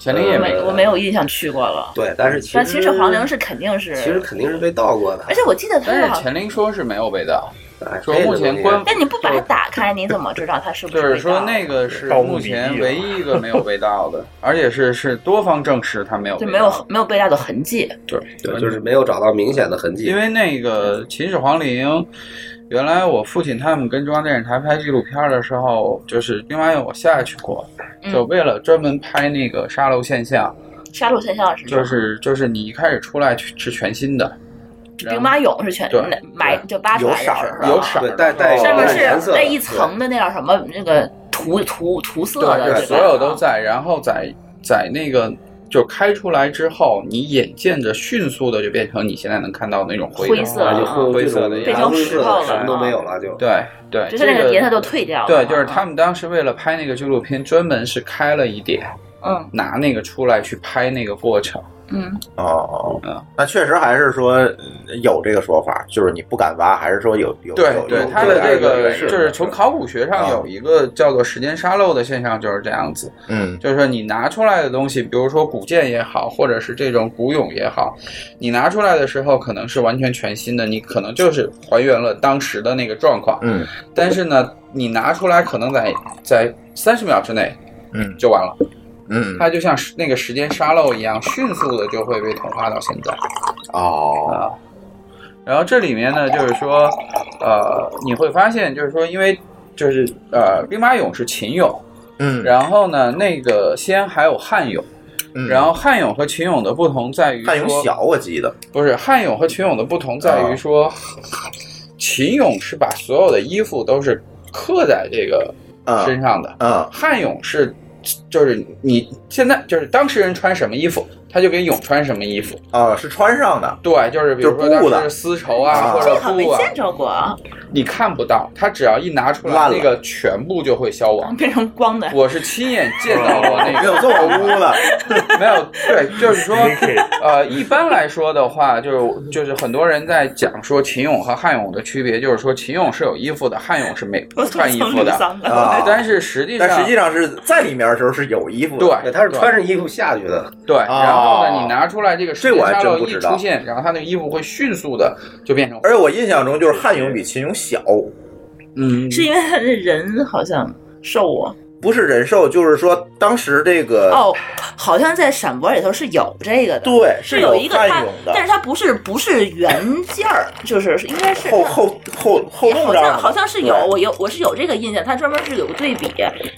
[SPEAKER 1] 乾陵
[SPEAKER 2] 我
[SPEAKER 1] 也
[SPEAKER 2] 嗯没
[SPEAKER 1] 没
[SPEAKER 2] 我没有印象去过了。
[SPEAKER 3] 对，但是其
[SPEAKER 2] 但
[SPEAKER 3] 实
[SPEAKER 2] 秦始皇陵是肯定是，
[SPEAKER 3] 其实肯定是被盗过的
[SPEAKER 2] 而。且我记得它是
[SPEAKER 1] 但
[SPEAKER 2] 好
[SPEAKER 1] 是，乾陵说是没有被盗，
[SPEAKER 3] 哎
[SPEAKER 1] 说
[SPEAKER 3] 这个
[SPEAKER 1] 目前
[SPEAKER 3] 东西
[SPEAKER 1] 官
[SPEAKER 2] 但你不把它打开，你怎么知道它是不
[SPEAKER 1] 就是是
[SPEAKER 2] 被盗
[SPEAKER 1] 说那个是
[SPEAKER 5] 盗墓
[SPEAKER 1] 目
[SPEAKER 5] 笔
[SPEAKER 1] 前
[SPEAKER 5] 记啊
[SPEAKER 1] 唯一一个没有被盗的，而且是是多方证实他没有
[SPEAKER 2] 就
[SPEAKER 1] 被
[SPEAKER 2] 没
[SPEAKER 1] 盗
[SPEAKER 2] 有没有被盗的痕迹？
[SPEAKER 1] 嗯
[SPEAKER 3] 对，就是没有找到明显的痕迹。
[SPEAKER 1] 因为那个秦始皇陵，原来我父亲他们跟中央电视台拍纪录片的时候，就是另外我下去过，
[SPEAKER 2] 嗯
[SPEAKER 1] 就为了专门拍那个沙漏现象，
[SPEAKER 2] 杀戮现象是什
[SPEAKER 1] 就
[SPEAKER 2] 么？
[SPEAKER 1] 是就是你一开始出来去是全新的，然后
[SPEAKER 2] 兵马俑是全
[SPEAKER 1] 对
[SPEAKER 2] 埋就扒出
[SPEAKER 4] 有
[SPEAKER 2] 来的
[SPEAKER 4] 色
[SPEAKER 2] 是
[SPEAKER 4] 儿
[SPEAKER 2] 吧
[SPEAKER 1] 有色儿哦
[SPEAKER 3] 对，带带
[SPEAKER 2] 上面
[SPEAKER 3] 带颜
[SPEAKER 2] 是
[SPEAKER 3] 色
[SPEAKER 2] 那
[SPEAKER 3] 的
[SPEAKER 2] 一层的那叫什么那个涂涂涂色的，对吧
[SPEAKER 1] 所有都在，然后在在那个就开出来之后，你眼见着迅速的就变成你现在能看到的那种灰
[SPEAKER 2] 灰
[SPEAKER 1] 的
[SPEAKER 2] 色
[SPEAKER 3] 对啊，就会有
[SPEAKER 1] 灰
[SPEAKER 3] 这
[SPEAKER 1] 色
[SPEAKER 3] 种
[SPEAKER 1] 的样子
[SPEAKER 2] 变成
[SPEAKER 3] 灰色
[SPEAKER 2] 石头了
[SPEAKER 3] 的，什么都没有了，就
[SPEAKER 1] 对对，
[SPEAKER 2] 就是那
[SPEAKER 1] 这
[SPEAKER 2] 个颜色都褪掉了。
[SPEAKER 1] 对，就是他们当时为了拍那个纪录片，专门是开了一点，
[SPEAKER 2] 嗯
[SPEAKER 1] 拿那个出来去拍那个过程。
[SPEAKER 2] 嗯，
[SPEAKER 4] 哦
[SPEAKER 1] 嗯，
[SPEAKER 4] 那确实还是说嗯有这个说法，就是你不敢挖，还是说有有有
[SPEAKER 1] 对，
[SPEAKER 4] 有
[SPEAKER 1] 它的这
[SPEAKER 4] 有
[SPEAKER 1] 个
[SPEAKER 4] 原因
[SPEAKER 1] 就是从考古学
[SPEAKER 4] 啊
[SPEAKER 1] 上有一个叫做时间沙漏的现象，就是这样子，
[SPEAKER 4] 嗯
[SPEAKER 1] 就是说你拿出来的东西，比如说古剑也好，或者是这种古俑也好，你拿出来的时候可能是完全全新的，你可能就是还原了当时的那个状况，
[SPEAKER 4] 嗯
[SPEAKER 1] 但是呢，你拿出来可能在在三十秒之内
[SPEAKER 4] 嗯
[SPEAKER 1] 就完了。
[SPEAKER 4] 嗯
[SPEAKER 1] 它就像是那个时间沙漏一样，迅速的就会被同化到现在。啊
[SPEAKER 4] 哦
[SPEAKER 1] 然后这里面呢，就是说，呃，你会发现，就是说，因为就是呃，兵马俑是秦俑，
[SPEAKER 4] 嗯，
[SPEAKER 1] 然后呢，那个西安还有汉俑，
[SPEAKER 4] 嗯
[SPEAKER 1] 然后汉俑和秦俑的不同在于
[SPEAKER 4] 汉俑
[SPEAKER 1] 说，
[SPEAKER 4] 小，啊我记得
[SPEAKER 1] 不是汉俑和秦俑的不同在于说，秦俑是把所有的衣服都是刻在这个
[SPEAKER 4] 啊
[SPEAKER 1] 身上的，
[SPEAKER 4] 嗯
[SPEAKER 1] 汉俑是，就是你现在就是当事人穿什么衣服，他就给俑穿什么衣服。
[SPEAKER 4] 啊是穿上的
[SPEAKER 1] 对，就是比如
[SPEAKER 4] 就
[SPEAKER 1] 说
[SPEAKER 4] 是
[SPEAKER 1] 当
[SPEAKER 4] 布的
[SPEAKER 1] 时是丝绸啊
[SPEAKER 4] 啊
[SPEAKER 1] 或
[SPEAKER 2] 这
[SPEAKER 1] 者
[SPEAKER 2] 个没
[SPEAKER 1] 布啊，
[SPEAKER 2] 见着过，
[SPEAKER 1] 你看不到，他只要一拿出来，
[SPEAKER 4] 烂了
[SPEAKER 1] 那个全部就会消亡。
[SPEAKER 2] 变成光的。
[SPEAKER 1] 我是亲眼见到过哦 那
[SPEAKER 4] 没
[SPEAKER 1] 个
[SPEAKER 4] 有这么污 了，
[SPEAKER 1] 没有，对，就 是说
[SPEAKER 5] 你可以，
[SPEAKER 1] 呃，一般来说的话，就是就是很多人在讲说秦俑和汉俑的区别，就是说秦俑是有衣服的，汉俑是没不
[SPEAKER 2] 我
[SPEAKER 1] 穿衣服的。
[SPEAKER 2] 的
[SPEAKER 4] 啊
[SPEAKER 1] 但是哎实际上，
[SPEAKER 4] 但实际上是在里面的时候是有衣服的，
[SPEAKER 1] 对，
[SPEAKER 3] 他是
[SPEAKER 1] 对
[SPEAKER 3] 穿上衣服下去的。
[SPEAKER 1] 对，然后呢，
[SPEAKER 4] 哦
[SPEAKER 1] 你拿出来这个时
[SPEAKER 4] 这我
[SPEAKER 1] 间
[SPEAKER 4] 还
[SPEAKER 1] 沙
[SPEAKER 4] 真
[SPEAKER 1] 漏
[SPEAKER 4] 不
[SPEAKER 1] 一
[SPEAKER 4] 知道
[SPEAKER 1] 出现，然后他那个衣服会迅速的就变成，
[SPEAKER 4] 而且我印象中就是汉俑比秦俑小，
[SPEAKER 1] 嗯，
[SPEAKER 2] 是因为他这人好像瘦啊。
[SPEAKER 4] 不是人兽，就是说当时这个
[SPEAKER 2] 哦，好像在陕博里头是有这个的，
[SPEAKER 4] 对
[SPEAKER 2] 是
[SPEAKER 4] 有
[SPEAKER 2] 一个
[SPEAKER 4] 汉
[SPEAKER 2] 它
[SPEAKER 4] 俑，的
[SPEAKER 2] 但是它不是不是原件儿，就是是应该是
[SPEAKER 4] 后
[SPEAKER 2] 它
[SPEAKER 4] 后后后
[SPEAKER 2] 哎好
[SPEAKER 4] 弄上
[SPEAKER 2] 像
[SPEAKER 4] 的
[SPEAKER 2] 好像是有，
[SPEAKER 4] 对
[SPEAKER 2] 我有我是有这个印象，它专门是有个对比，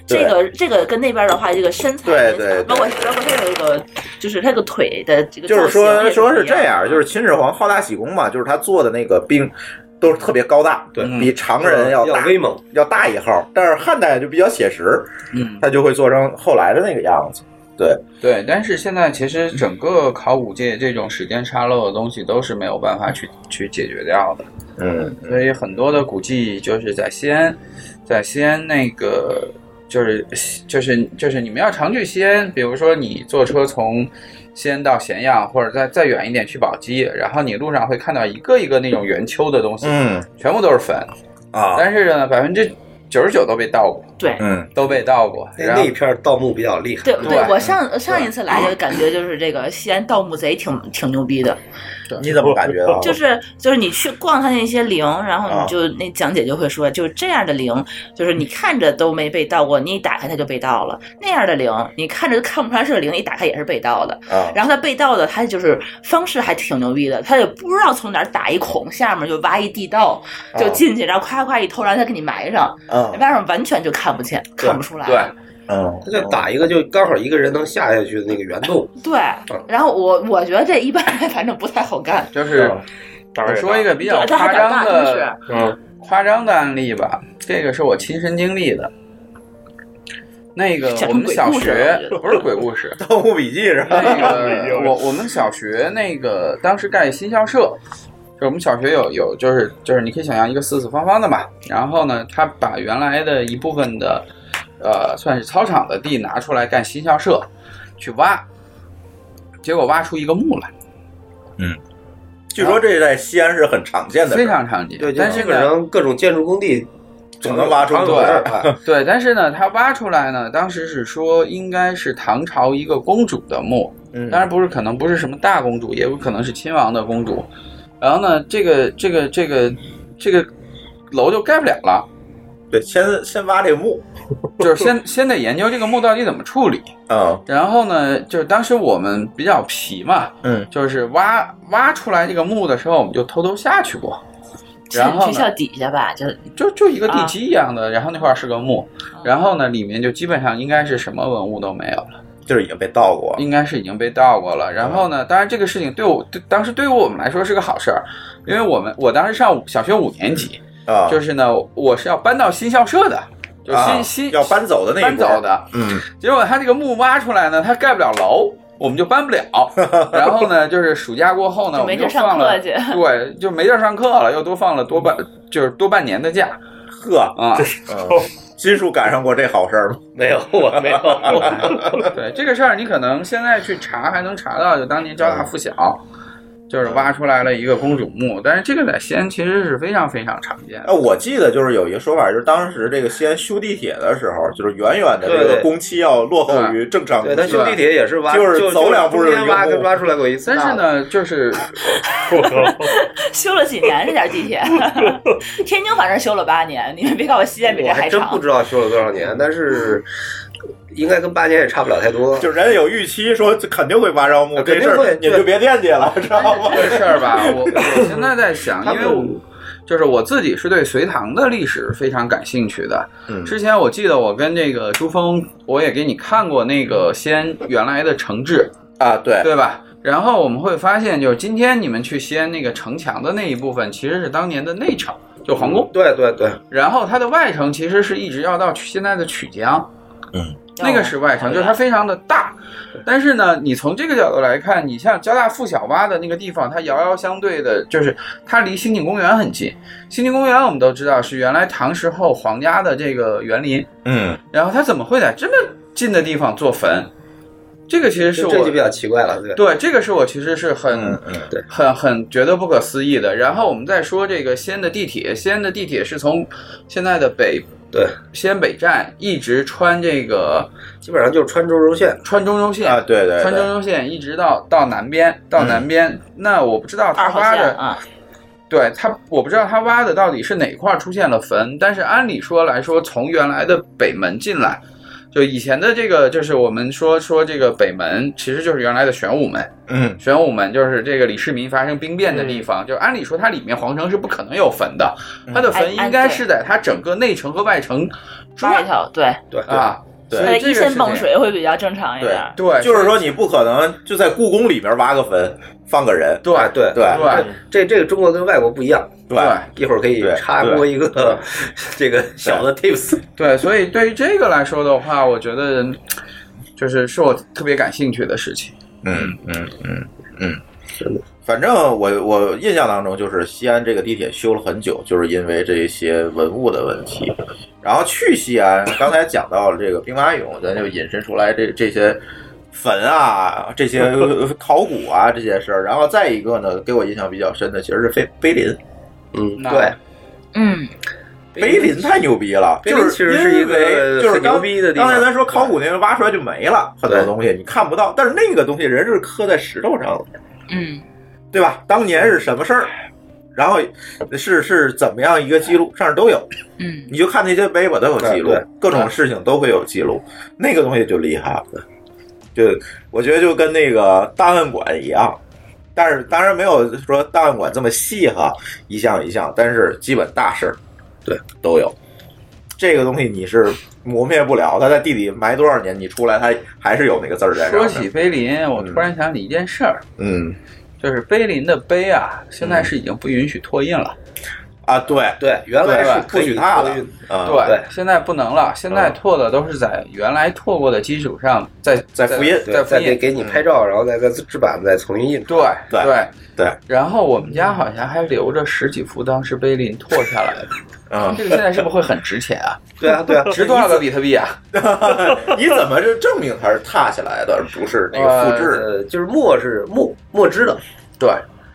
[SPEAKER 2] 这个这个跟那边的话，这个身材
[SPEAKER 4] 对
[SPEAKER 2] 跟
[SPEAKER 4] 对
[SPEAKER 2] 包括包括这个就是它个腿的这个
[SPEAKER 4] 就是
[SPEAKER 2] 造型
[SPEAKER 4] 说
[SPEAKER 2] 也
[SPEAKER 4] 说
[SPEAKER 2] 不
[SPEAKER 4] 是
[SPEAKER 2] 一
[SPEAKER 4] 这样，就是秦始皇好大喜功嘛，就是他做的那个兵都是特别高大，
[SPEAKER 3] 对
[SPEAKER 4] 比常人嗯要
[SPEAKER 3] 要
[SPEAKER 4] 大
[SPEAKER 3] 威猛，
[SPEAKER 4] 要大一号。但是汉代就比较写实，
[SPEAKER 1] 嗯，
[SPEAKER 4] 他就会做成后来的那个样子。对，
[SPEAKER 1] 对，但是现在其实整个考古界这种时间沙漏的东西都是没有办法去去解决掉的，
[SPEAKER 4] 嗯
[SPEAKER 1] 所以很多的古迹就是在西安，在西安那个就是就是就是你们要常去西安，比如说你坐车从西安到咸阳，或者再再远一点去宝鸡，然后你路上会看到一个一个那种圆丘的东西，
[SPEAKER 4] 嗯
[SPEAKER 1] 全部都是坟，
[SPEAKER 4] 啊
[SPEAKER 1] 但是呢，百分之九十九都被盗过，
[SPEAKER 2] 对。
[SPEAKER 4] 嗯
[SPEAKER 1] 都被盗过，
[SPEAKER 3] 那
[SPEAKER 1] 然
[SPEAKER 3] 那
[SPEAKER 1] 后
[SPEAKER 3] 一片儿盗墓比较厉害。
[SPEAKER 2] 对
[SPEAKER 1] 对
[SPEAKER 2] 我上上一次来就感觉就是这个西安盗墓贼挺挺牛逼的，
[SPEAKER 4] 你怎么感觉到？
[SPEAKER 2] 就是就是你去逛他那些陵，然后
[SPEAKER 4] 啊
[SPEAKER 2] 你就那讲解就会说，就是这样的陵，就是你看着都没被盗过，你一打开它就被盗了；那样的陵，你看着都看不出来是个陵，一打开也是被盗的。
[SPEAKER 4] 啊，
[SPEAKER 2] 然后他被盗的，他就是方式还挺牛逼的，他也不知道从哪儿打一孔，下面就挖一地道
[SPEAKER 1] 哦
[SPEAKER 2] 就进去，然后夸夸一偷，然后再给你埋上，
[SPEAKER 4] 嗯
[SPEAKER 2] 外面完全就看不见，看不出来。
[SPEAKER 1] 对。
[SPEAKER 4] 嗯，，
[SPEAKER 3] 他就打一个，就刚好一个人能下下去的那个圆洞，
[SPEAKER 2] 对
[SPEAKER 1] 嗯
[SPEAKER 2] 然后我我觉得这一般人反正不太好干。
[SPEAKER 1] 就是
[SPEAKER 5] 胆
[SPEAKER 1] 我
[SPEAKER 5] 儿也
[SPEAKER 1] 说
[SPEAKER 5] 嗯大
[SPEAKER 1] 一个比较
[SPEAKER 2] 对他还
[SPEAKER 1] 夸
[SPEAKER 2] 胆
[SPEAKER 1] 张
[SPEAKER 2] 大真
[SPEAKER 1] 的
[SPEAKER 2] 是，
[SPEAKER 5] 嗯，
[SPEAKER 1] 夸张的案例吧，这个是我亲身经历的。那个
[SPEAKER 2] 讲成
[SPEAKER 1] 我们小学
[SPEAKER 2] 鬼故事了我觉得啊
[SPEAKER 1] 不是鬼 故事
[SPEAKER 4] 《盗墓笔记》是吧？
[SPEAKER 1] 那个我我们小学那个当时盖新校舍，就我们小学有有就是就是你可以想象一个四四方方的嘛，然后呢，他把原来的一部分的呃算是操场的地拿出来盖新校舍去挖，结果挖出一个墓来。
[SPEAKER 4] 嗯，据说这在西安是很常见的事儿，
[SPEAKER 1] 非常常见。
[SPEAKER 3] 对，就
[SPEAKER 1] 但
[SPEAKER 3] 基
[SPEAKER 1] 是
[SPEAKER 3] 本
[SPEAKER 1] 呢，
[SPEAKER 3] 上各种建筑工地
[SPEAKER 4] 总能挖出
[SPEAKER 3] 常有
[SPEAKER 4] 对
[SPEAKER 3] 事儿哎
[SPEAKER 1] 对，但是呢，他挖出来呢，当时是说应该是唐朝一个公主的墓，
[SPEAKER 4] 嗯
[SPEAKER 1] 当然不是，可能不是什么大公主，也有可能是亲王的公主。然后呢，这个这个这个这个楼就盖不了了，
[SPEAKER 4] 对，先先挖这墓，
[SPEAKER 1] 就是先先得研究这个墓到底怎么处理。
[SPEAKER 4] 嗯
[SPEAKER 1] 然后呢，就是当时我们比较皮嘛，
[SPEAKER 4] 嗯，
[SPEAKER 1] 就是挖挖出来这个墓的时候，我们就偷偷下去过。 然后
[SPEAKER 2] 学
[SPEAKER 1] 呢
[SPEAKER 2] 校底下吧，就
[SPEAKER 1] 就就一个地基一样的，然后那块儿是个墓，然后呢，里面就基本上应该是什么文物都没有了，
[SPEAKER 4] 就是已经被盗过，
[SPEAKER 1] 应该是已经被盗过了。然后呢，当然这个事情对我对当时对于我们来说是个好事儿，因为我们我当时上五小学五年级，
[SPEAKER 4] 啊，
[SPEAKER 1] 就是是呢，我是要搬到新校舍的，就
[SPEAKER 4] 啊
[SPEAKER 1] 新新
[SPEAKER 4] 要搬走的那一
[SPEAKER 1] 搬
[SPEAKER 4] 波
[SPEAKER 1] 走，的。
[SPEAKER 4] 嗯，
[SPEAKER 1] 结果他这个墓挖出来呢，他盖不了楼。我们就 搬不了，然后呢，就是暑假过后呢，
[SPEAKER 2] 就
[SPEAKER 1] 我
[SPEAKER 2] 没
[SPEAKER 1] 们
[SPEAKER 2] 地
[SPEAKER 1] 就
[SPEAKER 2] 儿
[SPEAKER 1] 放
[SPEAKER 2] 上
[SPEAKER 1] 了，
[SPEAKER 2] 课去。
[SPEAKER 1] 对，就没地儿上课了，又多放了多半，就是多半年的假
[SPEAKER 4] 呵，
[SPEAKER 1] 啊。
[SPEAKER 4] 嗯
[SPEAKER 3] 哦
[SPEAKER 4] 金叔赶上过这好事儿吗？
[SPEAKER 3] 没有，我没有，
[SPEAKER 1] 对这个事儿，你可能现在去查还能查到，就当年交大附小，就是挖出来了一个公主墓，但是这个在西安其实是非常非常常见
[SPEAKER 4] 哎，
[SPEAKER 1] 的。
[SPEAKER 4] 我记得就是有一个说法，就是当时这个西安修地铁的时候，就是远远的这
[SPEAKER 3] 对
[SPEAKER 4] 个
[SPEAKER 3] 对
[SPEAKER 4] 工期要落后于正常
[SPEAKER 3] 对
[SPEAKER 4] 工
[SPEAKER 3] 他
[SPEAKER 4] 期
[SPEAKER 3] 修地铁也是挖，
[SPEAKER 4] 就是
[SPEAKER 3] 就
[SPEAKER 4] 走两步
[SPEAKER 3] 就中
[SPEAKER 4] 有一
[SPEAKER 3] 间
[SPEAKER 4] 个
[SPEAKER 3] 挖
[SPEAKER 4] 墓
[SPEAKER 3] 挖出来过一次，
[SPEAKER 1] 但是，呢，就是
[SPEAKER 2] 修了几年这点地铁？ 天津反正修了八年，你们别看我西安比这
[SPEAKER 3] 我还真
[SPEAKER 2] 长
[SPEAKER 3] 不。知道修了多少年，但是应该跟八年也差不了太多。
[SPEAKER 4] 就是人有预期，说这肯定会挖着墓，
[SPEAKER 3] 啊肯
[SPEAKER 4] 这
[SPEAKER 3] 定
[SPEAKER 4] 事
[SPEAKER 3] 会
[SPEAKER 4] 儿你
[SPEAKER 3] 对
[SPEAKER 4] 就别惦记了，知道吗？
[SPEAKER 1] 这事儿吧，我我现在在想，因为我就是我自己是对隋唐的历史非常感兴趣的。
[SPEAKER 4] 嗯
[SPEAKER 1] 之前我记得我跟这个朱峰，我也给你看过那个西安原来的城制，
[SPEAKER 4] 啊，对，
[SPEAKER 1] 对吧？然后我们会发现，就是今天你们去西安那个城墙的那一部分，其实是当年的内城，就皇宫。
[SPEAKER 3] 对对对，
[SPEAKER 1] 然后它的外城其实是一直要到曲现在的曲江，那个是外城，
[SPEAKER 2] 哦
[SPEAKER 1] 就是它非常的大。但是呢，你从这个角度来看，你像交大附小挖的那个地方，它遥遥相对的，就是它离兴庆公园很近。兴庆公园我们都知道是原来唐时候皇家的这个园林，
[SPEAKER 4] 嗯，
[SPEAKER 1] 然后它怎么会在这么近的地方做坟？这个其实是
[SPEAKER 3] 这
[SPEAKER 1] 我
[SPEAKER 3] 这就比较奇怪了，对。
[SPEAKER 1] 对，这个是我其实是很、
[SPEAKER 3] 嗯
[SPEAKER 4] 嗯
[SPEAKER 3] 对
[SPEAKER 1] 很很觉得不可思议的。然后我们再说这个西安的地铁，西安的地铁是从现在的北
[SPEAKER 3] 对，
[SPEAKER 1] 西安北站一直穿这个
[SPEAKER 3] 基本上就是穿中轴线，
[SPEAKER 1] 穿中轴线
[SPEAKER 4] 啊，对对嗯
[SPEAKER 1] 穿中
[SPEAKER 4] 对，
[SPEAKER 1] 轴线一直到到南边，到南边。那我不知道他
[SPEAKER 2] 二号
[SPEAKER 1] 挖
[SPEAKER 2] 线
[SPEAKER 1] 的，
[SPEAKER 2] 啊，
[SPEAKER 1] 对他，我不知道他挖的到底是哪块儿出现了坟，但是按理说来说，从原来的北门进来，就以前的这个，就是我们说说这个北门，其实就是原来的玄武门。
[SPEAKER 4] 嗯，
[SPEAKER 1] 玄武门就是这个李世民发生兵变的地方，就按理说它里面皇城是不可能有坟的，
[SPEAKER 4] 嗯
[SPEAKER 1] 它的坟应该是在它整个内城和外城之
[SPEAKER 2] 哎外
[SPEAKER 1] 外
[SPEAKER 2] 头对，
[SPEAKER 3] 对，
[SPEAKER 1] 啊，
[SPEAKER 4] 对
[SPEAKER 2] 它
[SPEAKER 1] 所
[SPEAKER 2] 的
[SPEAKER 1] 以这
[SPEAKER 2] 一
[SPEAKER 1] 个
[SPEAKER 2] 线
[SPEAKER 1] 是
[SPEAKER 2] 傍水会比较正常一点儿。
[SPEAKER 1] 对，
[SPEAKER 4] 就是说你不可能就在故宫里边挖个坟放个人，
[SPEAKER 1] 对
[SPEAKER 3] 对
[SPEAKER 4] 对
[SPEAKER 1] 对
[SPEAKER 3] 这这个中国跟外国不一样，啊
[SPEAKER 4] 对
[SPEAKER 3] 一会儿可以
[SPEAKER 4] 对
[SPEAKER 3] 插
[SPEAKER 4] 对
[SPEAKER 3] 播一个这个小的 tips，
[SPEAKER 1] 对，所以对于这个来说的话，我觉得就是是我特别感兴趣的事情。
[SPEAKER 4] 嗯嗯嗯嗯
[SPEAKER 3] 真的。
[SPEAKER 4] 反正我我印象当中，就是西安这个地铁修了很久，就是因为这些文物的问题。然后去西安，刚才讲到了这个兵马俑，咱就引申出来这这些坟啊、这些考古啊这些事儿。然后再一个呢，给我印象比较深的其实是碑碑林，
[SPEAKER 3] 嗯，
[SPEAKER 1] 那
[SPEAKER 3] 对，
[SPEAKER 2] 嗯，
[SPEAKER 4] 碑林太牛逼了，
[SPEAKER 3] 碑林
[SPEAKER 4] 就
[SPEAKER 3] 其实是一个
[SPEAKER 4] 因为就是
[SPEAKER 3] 很
[SPEAKER 4] 刚
[SPEAKER 3] 牛逼的地方
[SPEAKER 4] 刚才咱说考古那个挖出来就没了，很多
[SPEAKER 3] 对
[SPEAKER 4] 东西你看不到，但是那个东西人是刻在石头上的。
[SPEAKER 2] 嗯，
[SPEAKER 4] 对吧？当年是什么事儿，然后是是怎么样一个记录，上面都有。
[SPEAKER 2] 嗯，
[SPEAKER 4] 你就看那些碑吧，都有记录
[SPEAKER 3] 对对，
[SPEAKER 4] 各种事情都会有记录。那个东西就厉害了，就我觉得就跟那个档案馆一样，但是当然没有说档案馆这么细哈，一项一项，但是基本大事儿
[SPEAKER 3] 对
[SPEAKER 4] 都有。这个东西你是磨灭不了，它在地里埋多少年，你出来它还是有那个字儿在上
[SPEAKER 1] 说
[SPEAKER 4] 面。
[SPEAKER 1] 起碑林，我突然想起一件事儿，
[SPEAKER 4] 嗯
[SPEAKER 1] 就是碑林的碑啊，现在是已经不允许拓印了。
[SPEAKER 4] 啊，对
[SPEAKER 3] 对，原来
[SPEAKER 4] 对
[SPEAKER 3] 是
[SPEAKER 4] 不
[SPEAKER 3] 可以
[SPEAKER 4] 许踏的
[SPEAKER 3] 托运的
[SPEAKER 4] 啊，嗯
[SPEAKER 1] 对
[SPEAKER 3] 对，
[SPEAKER 1] 现在不能了，现在拓的都是在原来拓过的基础上再
[SPEAKER 4] 再复印
[SPEAKER 1] 再
[SPEAKER 3] 对，
[SPEAKER 1] 复
[SPEAKER 3] 再给
[SPEAKER 1] 印。
[SPEAKER 3] 给你拍照，然后再再制版，再重新印出
[SPEAKER 1] 对
[SPEAKER 4] 对对，
[SPEAKER 1] 然后我们家好像还留着十几幅当时碑林拓下 来的，
[SPEAKER 4] 嗯，
[SPEAKER 1] 这个现在是不是会很值钱啊？
[SPEAKER 3] 对啊，对啊，
[SPEAKER 1] 值多少个比特币啊？
[SPEAKER 4] 你怎么是证明它
[SPEAKER 3] 哎呃
[SPEAKER 4] 是踏下来的，而不是那个复制？
[SPEAKER 3] 呃，就是墨是墨墨汁的，
[SPEAKER 1] 对，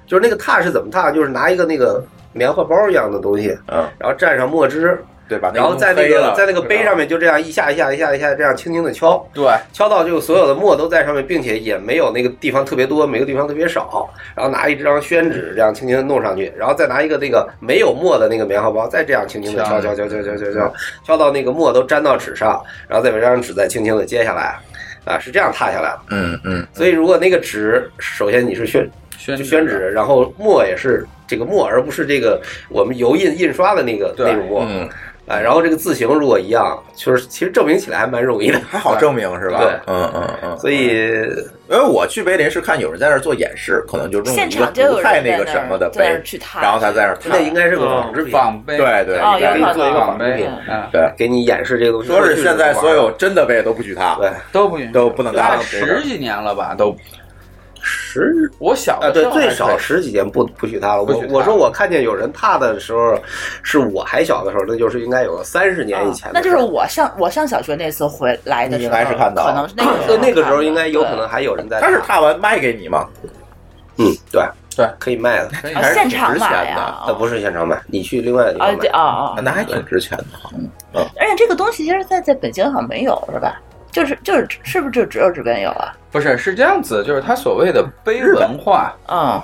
[SPEAKER 3] 就是那个踏是怎么踏？就是拿一个那个棉花包一样的东西，
[SPEAKER 4] 嗯，
[SPEAKER 3] 然后蘸上墨汁，
[SPEAKER 4] 对吧？
[SPEAKER 3] 然后在
[SPEAKER 4] 弄
[SPEAKER 3] 那
[SPEAKER 4] 黑
[SPEAKER 3] 个
[SPEAKER 4] 了
[SPEAKER 3] 在那个杯上面就这样一下一下一下一下这样轻轻的敲，
[SPEAKER 4] 对，
[SPEAKER 3] 敲到就所有的墨都在上面，并且也没有那个地方特别多，每个地方特别少。然后拿一张宣纸这样轻轻的弄上去，然后再拿一个那个没有墨的那个棉花包，再这样轻轻的敲敲敲敲敲敲敲，敲到那个墨都粘到纸上，然后再把这张纸再轻轻的揭下来，啊，是这样踏下来的。
[SPEAKER 4] 嗯嗯，
[SPEAKER 3] 所以如果那个纸，首先你是宣
[SPEAKER 1] 宣
[SPEAKER 3] 就宣纸，然后墨也是这个墨，而不是这个我们油印印刷的那个
[SPEAKER 1] 对
[SPEAKER 3] 那种墨。
[SPEAKER 4] 嗯，
[SPEAKER 3] 啊，然后这个字形如果一样，就是其实证明起来还蛮容易的，
[SPEAKER 4] 还好证明是吧？
[SPEAKER 3] 嗯对
[SPEAKER 4] 嗯嗯嗯。
[SPEAKER 3] 所以
[SPEAKER 4] 因为我去碑林是看有人在那儿做演示，可能就用
[SPEAKER 2] 现
[SPEAKER 4] 一个
[SPEAKER 2] 场就有
[SPEAKER 4] 不
[SPEAKER 2] 人
[SPEAKER 4] 太
[SPEAKER 2] 在
[SPEAKER 4] 那
[SPEAKER 2] 那
[SPEAKER 4] 个什么的
[SPEAKER 2] 儿在那儿
[SPEAKER 4] 碑，
[SPEAKER 2] 去踏，
[SPEAKER 4] 然后他在那儿踏
[SPEAKER 3] 那应该是
[SPEAKER 5] 啊
[SPEAKER 3] 个纺织品。
[SPEAKER 1] 仿杯，
[SPEAKER 4] 对对
[SPEAKER 2] 哦
[SPEAKER 4] 应该是
[SPEAKER 2] 有可能
[SPEAKER 3] 做一个
[SPEAKER 1] 仿
[SPEAKER 3] 仿制
[SPEAKER 1] 杯
[SPEAKER 3] 品，
[SPEAKER 1] 嗯，
[SPEAKER 4] 对。
[SPEAKER 3] 给你演示这个东西。
[SPEAKER 4] 说是现在所有真的碑都不许踏，
[SPEAKER 3] 对
[SPEAKER 1] 都不允许，
[SPEAKER 4] 都不能
[SPEAKER 1] 大
[SPEAKER 4] 干
[SPEAKER 1] 概十几年了吧，都。
[SPEAKER 3] 十
[SPEAKER 1] 我小
[SPEAKER 3] 啊，
[SPEAKER 1] 的
[SPEAKER 3] 对
[SPEAKER 1] 时候，
[SPEAKER 3] 最少十几年不不许踏了。
[SPEAKER 1] 不
[SPEAKER 3] 我
[SPEAKER 1] 许踏
[SPEAKER 3] 我说我看见有人踏的时候，是我还小的时候，那就是应该有三十年以前
[SPEAKER 2] 啊那
[SPEAKER 3] 的
[SPEAKER 2] 就
[SPEAKER 3] 事儿。
[SPEAKER 2] 是我上我上小学那次回来的时候，
[SPEAKER 4] 你还是看到
[SPEAKER 2] 可能是那个时
[SPEAKER 3] 就
[SPEAKER 2] 候
[SPEAKER 3] 那个时
[SPEAKER 2] 看
[SPEAKER 3] 候
[SPEAKER 2] 的
[SPEAKER 3] 应该有可能还有人在踏。
[SPEAKER 4] 他是踏完卖给你嘛？
[SPEAKER 3] 嗯，对
[SPEAKER 1] 对
[SPEAKER 3] 可以卖的，
[SPEAKER 1] 可以
[SPEAKER 2] 啊
[SPEAKER 4] 还是挺
[SPEAKER 2] 现场
[SPEAKER 4] 值钱
[SPEAKER 2] 买啊
[SPEAKER 4] 的
[SPEAKER 2] 呀，
[SPEAKER 3] 那不是现场买，你去另外的地
[SPEAKER 2] 啊
[SPEAKER 3] 方
[SPEAKER 2] 对
[SPEAKER 3] 买。
[SPEAKER 2] 啊啊，
[SPEAKER 4] 那还挺值钱的哈。
[SPEAKER 2] 而且这个东西其实在在北京好像没有是吧？就是就是是不是就只有这边有啊？
[SPEAKER 1] 不是是这样子，就是他所谓的碑文化，
[SPEAKER 2] 嗯，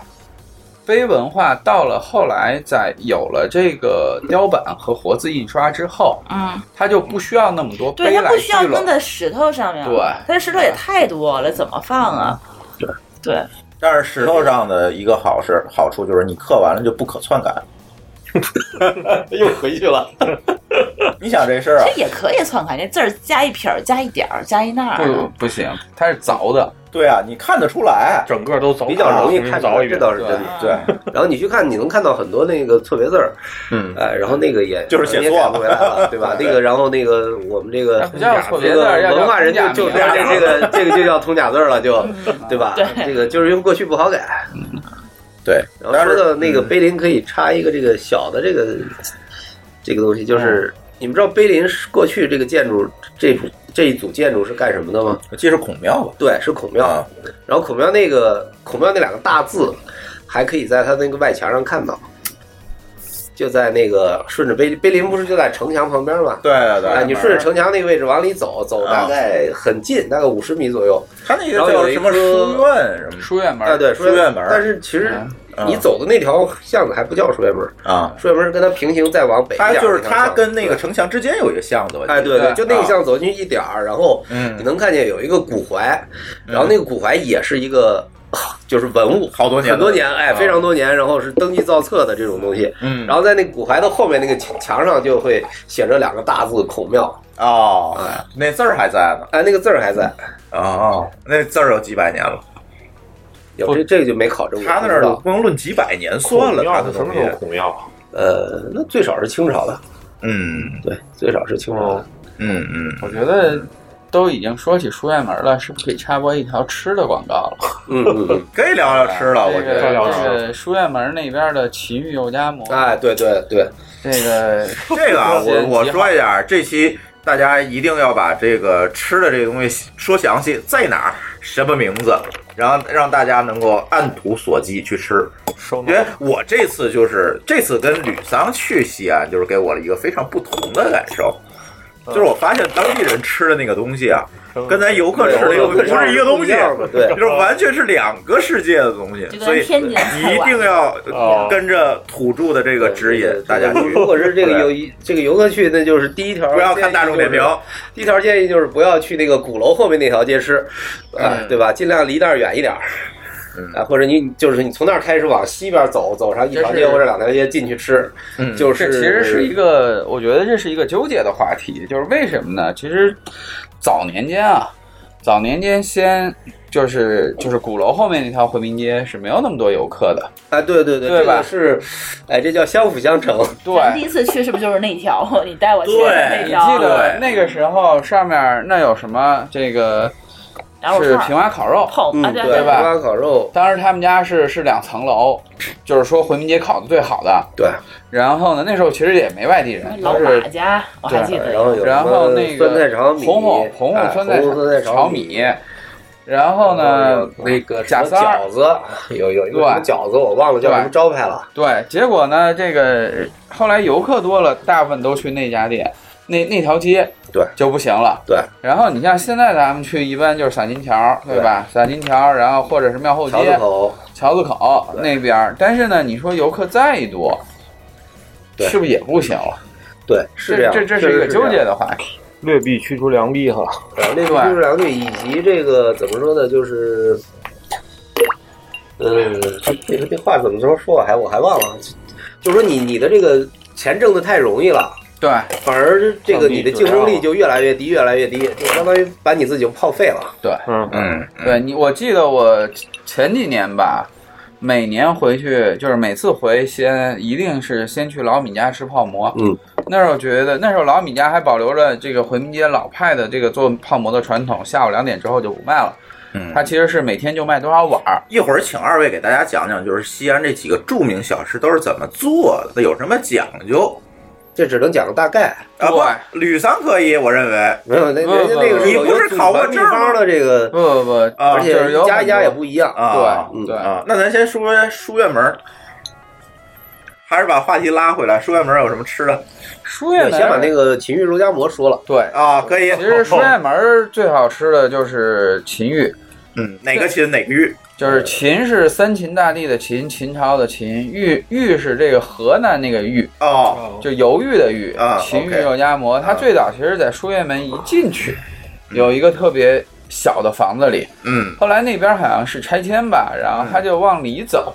[SPEAKER 1] 碑文化到了后来，在有了这个雕版和活字印刷之后，
[SPEAKER 2] 嗯，
[SPEAKER 1] 它就不需要那么多
[SPEAKER 2] 对，
[SPEAKER 1] 碑
[SPEAKER 2] 它
[SPEAKER 1] 来
[SPEAKER 2] 不需
[SPEAKER 1] 记
[SPEAKER 2] 要
[SPEAKER 1] 录
[SPEAKER 2] 扔。在石头上面，
[SPEAKER 1] 对
[SPEAKER 2] 它石头也太多了，怎么放啊？对对，
[SPEAKER 4] 但是石头上的一个好是好处就是你刻完了就不可篡改。
[SPEAKER 3] 又回去了。
[SPEAKER 4] 你想这事儿啊
[SPEAKER 2] 其？实也可以篡改，那字儿加一撇儿，加一点儿，加一那
[SPEAKER 1] 不
[SPEAKER 2] 儿，啊
[SPEAKER 1] 不行，它是凿的，
[SPEAKER 4] 对啊，你看得出来。
[SPEAKER 5] 整个都走啊
[SPEAKER 3] 比较容易看出
[SPEAKER 5] 早
[SPEAKER 3] 来，
[SPEAKER 5] 一
[SPEAKER 3] 这
[SPEAKER 5] 遍。
[SPEAKER 3] 倒是真的。
[SPEAKER 2] 嗯
[SPEAKER 4] 对，
[SPEAKER 3] 然后你去看，你能看到很多那个错别字儿，
[SPEAKER 4] 嗯，
[SPEAKER 3] 哎，然后那个也
[SPEAKER 4] 就是写错了
[SPEAKER 3] 也改不回来 了，对吧？那个，然后那个我们这个
[SPEAKER 1] 哎它不叫错别字
[SPEAKER 3] 这
[SPEAKER 1] 儿，
[SPEAKER 3] 个
[SPEAKER 1] 要叫
[SPEAKER 3] 文化人
[SPEAKER 1] 通假
[SPEAKER 3] 就就
[SPEAKER 1] 名啊嗯
[SPEAKER 3] 这样，这个这个就叫通假字儿了，就对吧？
[SPEAKER 2] 对
[SPEAKER 3] 这个就是因为过去不好改。
[SPEAKER 4] 对。
[SPEAKER 3] 然后
[SPEAKER 4] 但
[SPEAKER 3] 说
[SPEAKER 4] 是嗯
[SPEAKER 3] 到那个碑林，可以插一个这个小的这个这个东西，
[SPEAKER 1] 嗯
[SPEAKER 3] 就是你们知道碑林是过去这个建筑这这一组建筑是干什么的吗？
[SPEAKER 4] 我记得是孔庙吧？
[SPEAKER 3] 对，是孔庙
[SPEAKER 4] 啊。
[SPEAKER 3] 然后孔庙那个孔庙那两个大字，还可以在它那个外墙上看到，就在那个顺着碑碑林不是就在城墙旁边吗？
[SPEAKER 4] 对对
[SPEAKER 3] 哎，
[SPEAKER 4] 对，
[SPEAKER 3] 你顺着城墙那个位置往里走，走大
[SPEAKER 4] 啊
[SPEAKER 3] 概很近，大概五十米左右。
[SPEAKER 4] 他那个
[SPEAKER 3] 然后
[SPEAKER 4] 叫
[SPEAKER 3] 有一
[SPEAKER 4] 什么
[SPEAKER 3] 棵
[SPEAKER 4] 书院什么
[SPEAKER 1] 书院门
[SPEAKER 3] 哎，
[SPEAKER 1] 儿。
[SPEAKER 3] 对，
[SPEAKER 4] 书院门
[SPEAKER 3] 但是其实
[SPEAKER 4] 嗯
[SPEAKER 3] 你走的那条巷子还不叫书院门，
[SPEAKER 4] 啊？
[SPEAKER 3] 书院门是跟它平行再往北一
[SPEAKER 4] 它
[SPEAKER 3] 点儿那条
[SPEAKER 4] 就是
[SPEAKER 3] 巷子。
[SPEAKER 4] 它跟那个城墙之间有一个巷子，我记得
[SPEAKER 3] 哎，对对，就那个
[SPEAKER 4] 啊
[SPEAKER 3] 巷走进去一点儿，然后
[SPEAKER 4] 嗯
[SPEAKER 3] 你能看见有一个古槐，然后那个古槐也是一个就是文物，
[SPEAKER 4] 好多年了
[SPEAKER 3] 很多年，哎，
[SPEAKER 4] 啊
[SPEAKER 3] 非常多年，然后是登记造册的这种东西。
[SPEAKER 4] 嗯
[SPEAKER 3] 然后在那个古槐的后面那个墙墙上就会写着两个大字“孔庙
[SPEAKER 4] 哦，那字儿还在呢”，。
[SPEAKER 3] 哎，那个字儿还在。
[SPEAKER 4] 哦，那字儿有几百年了。
[SPEAKER 3] 有这这个就没考证过，
[SPEAKER 4] 他那
[SPEAKER 3] 不知
[SPEAKER 4] 儿
[SPEAKER 3] 道
[SPEAKER 4] 不能论几百年算
[SPEAKER 5] 孔
[SPEAKER 4] 了，他
[SPEAKER 5] 庙
[SPEAKER 4] 的
[SPEAKER 5] 是什
[SPEAKER 4] 东
[SPEAKER 5] 么
[SPEAKER 4] 西
[SPEAKER 5] 时。候孔庙？
[SPEAKER 3] 呃，那最少是清朝的，
[SPEAKER 4] 嗯
[SPEAKER 3] 对，最少是清朝的。
[SPEAKER 4] 嗯嗯，
[SPEAKER 1] 我觉得都已经说起书院门了，是不是可以插播一条吃的广告了？
[SPEAKER 3] 嗯嗯嗯，
[SPEAKER 4] 可以聊聊吃了，我觉
[SPEAKER 1] 这
[SPEAKER 4] 得
[SPEAKER 5] 聊
[SPEAKER 1] 个
[SPEAKER 5] 聊
[SPEAKER 1] 这个书院门那边的奇遇肉夹馍，
[SPEAKER 3] 哎，对对 对，
[SPEAKER 1] 这个
[SPEAKER 4] 这个啊，我
[SPEAKER 1] 先
[SPEAKER 4] 我
[SPEAKER 1] 极好
[SPEAKER 4] 说一下，这期大家一定要把这个吃的这个东西说详细，在哪儿，什么名字，然后让大家能够按图索骥去吃。
[SPEAKER 5] 收
[SPEAKER 4] 因为我这次就是这次跟吕桑去西安，就是给我了一个非常不同的感受，就是我发现当地人吃的那个东西啊，
[SPEAKER 5] 嗯
[SPEAKER 4] 跟咱游客吃的又不是一个东西，
[SPEAKER 3] 对
[SPEAKER 4] 就是完全是两个世界的东西，
[SPEAKER 2] 就
[SPEAKER 4] 所以
[SPEAKER 2] 跟天津
[SPEAKER 4] 一
[SPEAKER 2] 菜
[SPEAKER 4] 定
[SPEAKER 2] 馆
[SPEAKER 4] 要
[SPEAKER 5] 哦
[SPEAKER 4] 跟着土著的这个指
[SPEAKER 3] 对
[SPEAKER 4] 引，
[SPEAKER 3] 对
[SPEAKER 4] 大家去。
[SPEAKER 3] 如果是这个游这个游客去，那就是第一条，
[SPEAKER 4] 不要看大众点评，
[SPEAKER 3] 第一条建议就是不要去那个鼓楼后面那条街吃，啊、对吧？尽量离那儿远一点儿。啊，或者你就是你从那儿开始往西边走，走上一条
[SPEAKER 1] 就
[SPEAKER 3] 街
[SPEAKER 1] 是
[SPEAKER 3] 或者两条街进去吃，
[SPEAKER 4] 嗯
[SPEAKER 3] 就
[SPEAKER 1] 这
[SPEAKER 3] 是
[SPEAKER 1] 其实是一个，我觉得这是一个纠结的话题，就是为什么呢？其实早年间啊，早年间先就是就是鼓楼后面那条回民街是没有那么多游客的，
[SPEAKER 3] 啊，对对对，
[SPEAKER 1] 对吧
[SPEAKER 3] 这个是，哎，这叫相辅相成，
[SPEAKER 2] 咱第
[SPEAKER 1] 对。
[SPEAKER 2] 一次去是不是就是那条？ 你带我去
[SPEAKER 4] 对
[SPEAKER 2] 的那
[SPEAKER 1] 你
[SPEAKER 2] 条，
[SPEAKER 1] 记得
[SPEAKER 4] 对
[SPEAKER 1] 那个时候上面那有什么？这个
[SPEAKER 2] 然后我
[SPEAKER 1] 是
[SPEAKER 2] 说
[SPEAKER 1] 平娃烤肉，
[SPEAKER 2] 碰啊，
[SPEAKER 3] 嗯，
[SPEAKER 2] 对
[SPEAKER 1] 对吧
[SPEAKER 3] 麻辣烤肉，
[SPEAKER 1] 当时他们家是是两层楼，就是说回民街烤的最好的。
[SPEAKER 3] 对，
[SPEAKER 1] 然后呢，那时候其实也没外地人，
[SPEAKER 2] 老
[SPEAKER 1] 都
[SPEAKER 2] 马
[SPEAKER 1] 是
[SPEAKER 2] 家，我还
[SPEAKER 1] 对
[SPEAKER 2] 记得，
[SPEAKER 3] 然后有
[SPEAKER 1] 然后那个
[SPEAKER 3] 酸菜炒米，
[SPEAKER 1] 红红红
[SPEAKER 3] 哎
[SPEAKER 1] 红酸菜
[SPEAKER 3] 红红酸菜
[SPEAKER 1] 炒
[SPEAKER 3] 炒
[SPEAKER 1] 米，然后呢，
[SPEAKER 3] 那个什
[SPEAKER 1] 贾
[SPEAKER 3] 么
[SPEAKER 1] 三儿
[SPEAKER 3] 饺子，有有一个什么饺子，我忘了叫什么招牌了。
[SPEAKER 1] 对，结果呢，这个后来游客多了，大部分都去那家店，那那条街，
[SPEAKER 3] 对，
[SPEAKER 1] 就不行了。
[SPEAKER 3] 对，
[SPEAKER 1] 然后你像现在咱们去，一般就是洒金桥，对吧？洒金桥，然后或者是庙后
[SPEAKER 3] 桥子
[SPEAKER 1] 街、
[SPEAKER 3] 口，
[SPEAKER 1] 桥子口
[SPEAKER 3] 对
[SPEAKER 1] 那边儿。但是呢，你说游客再多，
[SPEAKER 3] 对
[SPEAKER 1] 是不是也不行了？
[SPEAKER 3] 对，是这样。
[SPEAKER 1] 这这
[SPEAKER 3] 确
[SPEAKER 1] 是
[SPEAKER 3] 实
[SPEAKER 1] 一个
[SPEAKER 3] 是
[SPEAKER 1] 纠
[SPEAKER 3] 这样
[SPEAKER 1] 结的话题。
[SPEAKER 5] 劣币驱逐良币哈，
[SPEAKER 3] 呃，那个
[SPEAKER 1] 对
[SPEAKER 3] 就是两句，以及这个怎么说呢，就是，嗯，这这这话怎么说说我还我还忘了，就说你你的这个钱挣的太容易了，
[SPEAKER 1] 对，
[SPEAKER 3] 反而这个
[SPEAKER 5] 降低
[SPEAKER 3] 你的
[SPEAKER 5] 质
[SPEAKER 3] 竞争
[SPEAKER 5] 量
[SPEAKER 3] 力
[SPEAKER 5] 了
[SPEAKER 3] 就越来越低，越来越低，就相当于把你自己泡废了。
[SPEAKER 4] 嗯嗯
[SPEAKER 1] 对你，我记得我前几年吧，每年回去就是每次回西安，一定是先去老米家吃泡馍。
[SPEAKER 3] 嗯，
[SPEAKER 1] 那时候觉得那时候老米家还保留着这个回民街老派的这个做泡馍的传统，下午两点之后就不卖了。
[SPEAKER 4] 嗯
[SPEAKER 1] 它其实是每天就卖多少碗儿。
[SPEAKER 4] 一会儿请二位给大家讲讲，就是西安这几个著名小吃都是怎么做的，有什么讲究
[SPEAKER 3] 这只能讲个大概，
[SPEAKER 4] 啊？不，
[SPEAKER 1] 对
[SPEAKER 4] 吕桑可以，我认为
[SPEAKER 3] 没有那
[SPEAKER 1] 不
[SPEAKER 3] 人家那个
[SPEAKER 1] 不
[SPEAKER 3] 是有
[SPEAKER 4] 你不是
[SPEAKER 3] 有
[SPEAKER 4] 考过
[SPEAKER 3] 地
[SPEAKER 4] 证吗
[SPEAKER 3] 方的这个，
[SPEAKER 1] 不不不，
[SPEAKER 4] 啊
[SPEAKER 3] 而且
[SPEAKER 1] 就是有
[SPEAKER 3] 一家一家也
[SPEAKER 1] 很多
[SPEAKER 3] 不一样。
[SPEAKER 4] 啊，
[SPEAKER 3] 嗯
[SPEAKER 1] 对
[SPEAKER 4] 啊，那咱先说书院门儿，还是把话题拉回来，书院门儿有什么吃的
[SPEAKER 1] 书院
[SPEAKER 3] 我
[SPEAKER 1] 门
[SPEAKER 3] 先把那个秦玉肉夹馍说了，
[SPEAKER 1] 对。
[SPEAKER 4] 啊？可以，
[SPEAKER 1] 其 实书院门儿最好吃的就是秦玉，
[SPEAKER 4] 嗯，哪个秦哪个玉？
[SPEAKER 1] 就是秦是三秦大地的秦，秦朝的秦，玉玉是这个河南那个玉，
[SPEAKER 4] 哦，
[SPEAKER 1] 就犹豫的豫
[SPEAKER 4] 啊
[SPEAKER 1] 秦玉
[SPEAKER 4] OK
[SPEAKER 1] 肉夹馍，它
[SPEAKER 4] 啊
[SPEAKER 1] 最早其实，在书院门一进去，有一个特别小的房子里，
[SPEAKER 4] 嗯
[SPEAKER 1] 后来那边好像是拆迁吧，然后他
[SPEAKER 3] 嗯
[SPEAKER 1] 就往里走，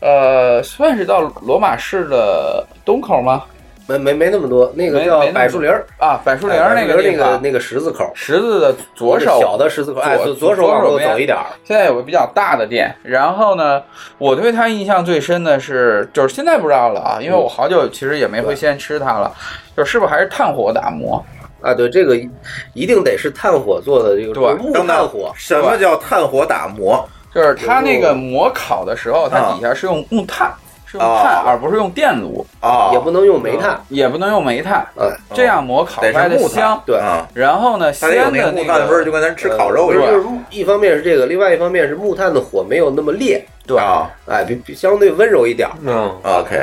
[SPEAKER 1] 呃，算是到罗马市的东口吗？
[SPEAKER 3] 没没没那么多，那个
[SPEAKER 1] 没
[SPEAKER 3] 叫
[SPEAKER 1] 没那么
[SPEAKER 3] 柏树林儿，
[SPEAKER 1] 啊，柏树林
[SPEAKER 3] 哎
[SPEAKER 1] 儿
[SPEAKER 3] 柏
[SPEAKER 1] 那
[SPEAKER 3] 树
[SPEAKER 1] 个
[SPEAKER 3] 林儿那
[SPEAKER 1] 地
[SPEAKER 3] 个
[SPEAKER 1] 方，
[SPEAKER 3] 那个十字口，
[SPEAKER 1] 十字的左
[SPEAKER 3] 那个
[SPEAKER 1] 手
[SPEAKER 3] 小的十字口，哎，
[SPEAKER 1] 左
[SPEAKER 3] 左左手
[SPEAKER 1] 左
[SPEAKER 3] 往
[SPEAKER 1] 手
[SPEAKER 3] 后
[SPEAKER 1] 边
[SPEAKER 3] 走一点儿，
[SPEAKER 1] 现在有个比较大的店，然后呢，我对它印象最深的是，就是现在不知道了啊，
[SPEAKER 4] 嗯
[SPEAKER 1] 因为我好久其实也没回西安吃它了，就是不是还是炭火打磨？
[SPEAKER 3] 啊，对，这个一一定得是炭火做的，这
[SPEAKER 1] 对
[SPEAKER 3] 个木
[SPEAKER 4] 等
[SPEAKER 3] 炭
[SPEAKER 4] 等
[SPEAKER 1] 哦
[SPEAKER 3] 火，
[SPEAKER 4] 什么叫炭火打磨？
[SPEAKER 1] 就是它那个磨烤的时
[SPEAKER 4] 啊
[SPEAKER 1] 候，它底下是用木炭，是用炭
[SPEAKER 4] 哦，
[SPEAKER 1] 而不是用电炉，
[SPEAKER 4] 哦，
[SPEAKER 3] 也不能用煤炭，
[SPEAKER 1] 也不能用煤炭，
[SPEAKER 3] 哎，
[SPEAKER 1] 这样磨烤出来
[SPEAKER 4] 得
[SPEAKER 1] 的
[SPEAKER 4] 是木炭
[SPEAKER 1] 香。
[SPEAKER 3] 对，
[SPEAKER 4] 啊，
[SPEAKER 1] 然后呢，西
[SPEAKER 4] 它得有
[SPEAKER 1] 安
[SPEAKER 4] 那个
[SPEAKER 1] 的那
[SPEAKER 4] 木炭的味儿，就
[SPEAKER 1] 个
[SPEAKER 4] 跟咱吃烤肉
[SPEAKER 3] 呃
[SPEAKER 4] 一
[SPEAKER 3] 就
[SPEAKER 4] 样。
[SPEAKER 3] 是一方面是这个，另外一方面是木炭的火没有那么烈，
[SPEAKER 4] 对啊
[SPEAKER 3] 哎，比比相对温柔一点儿，
[SPEAKER 5] 嗯，
[SPEAKER 4] ，OK，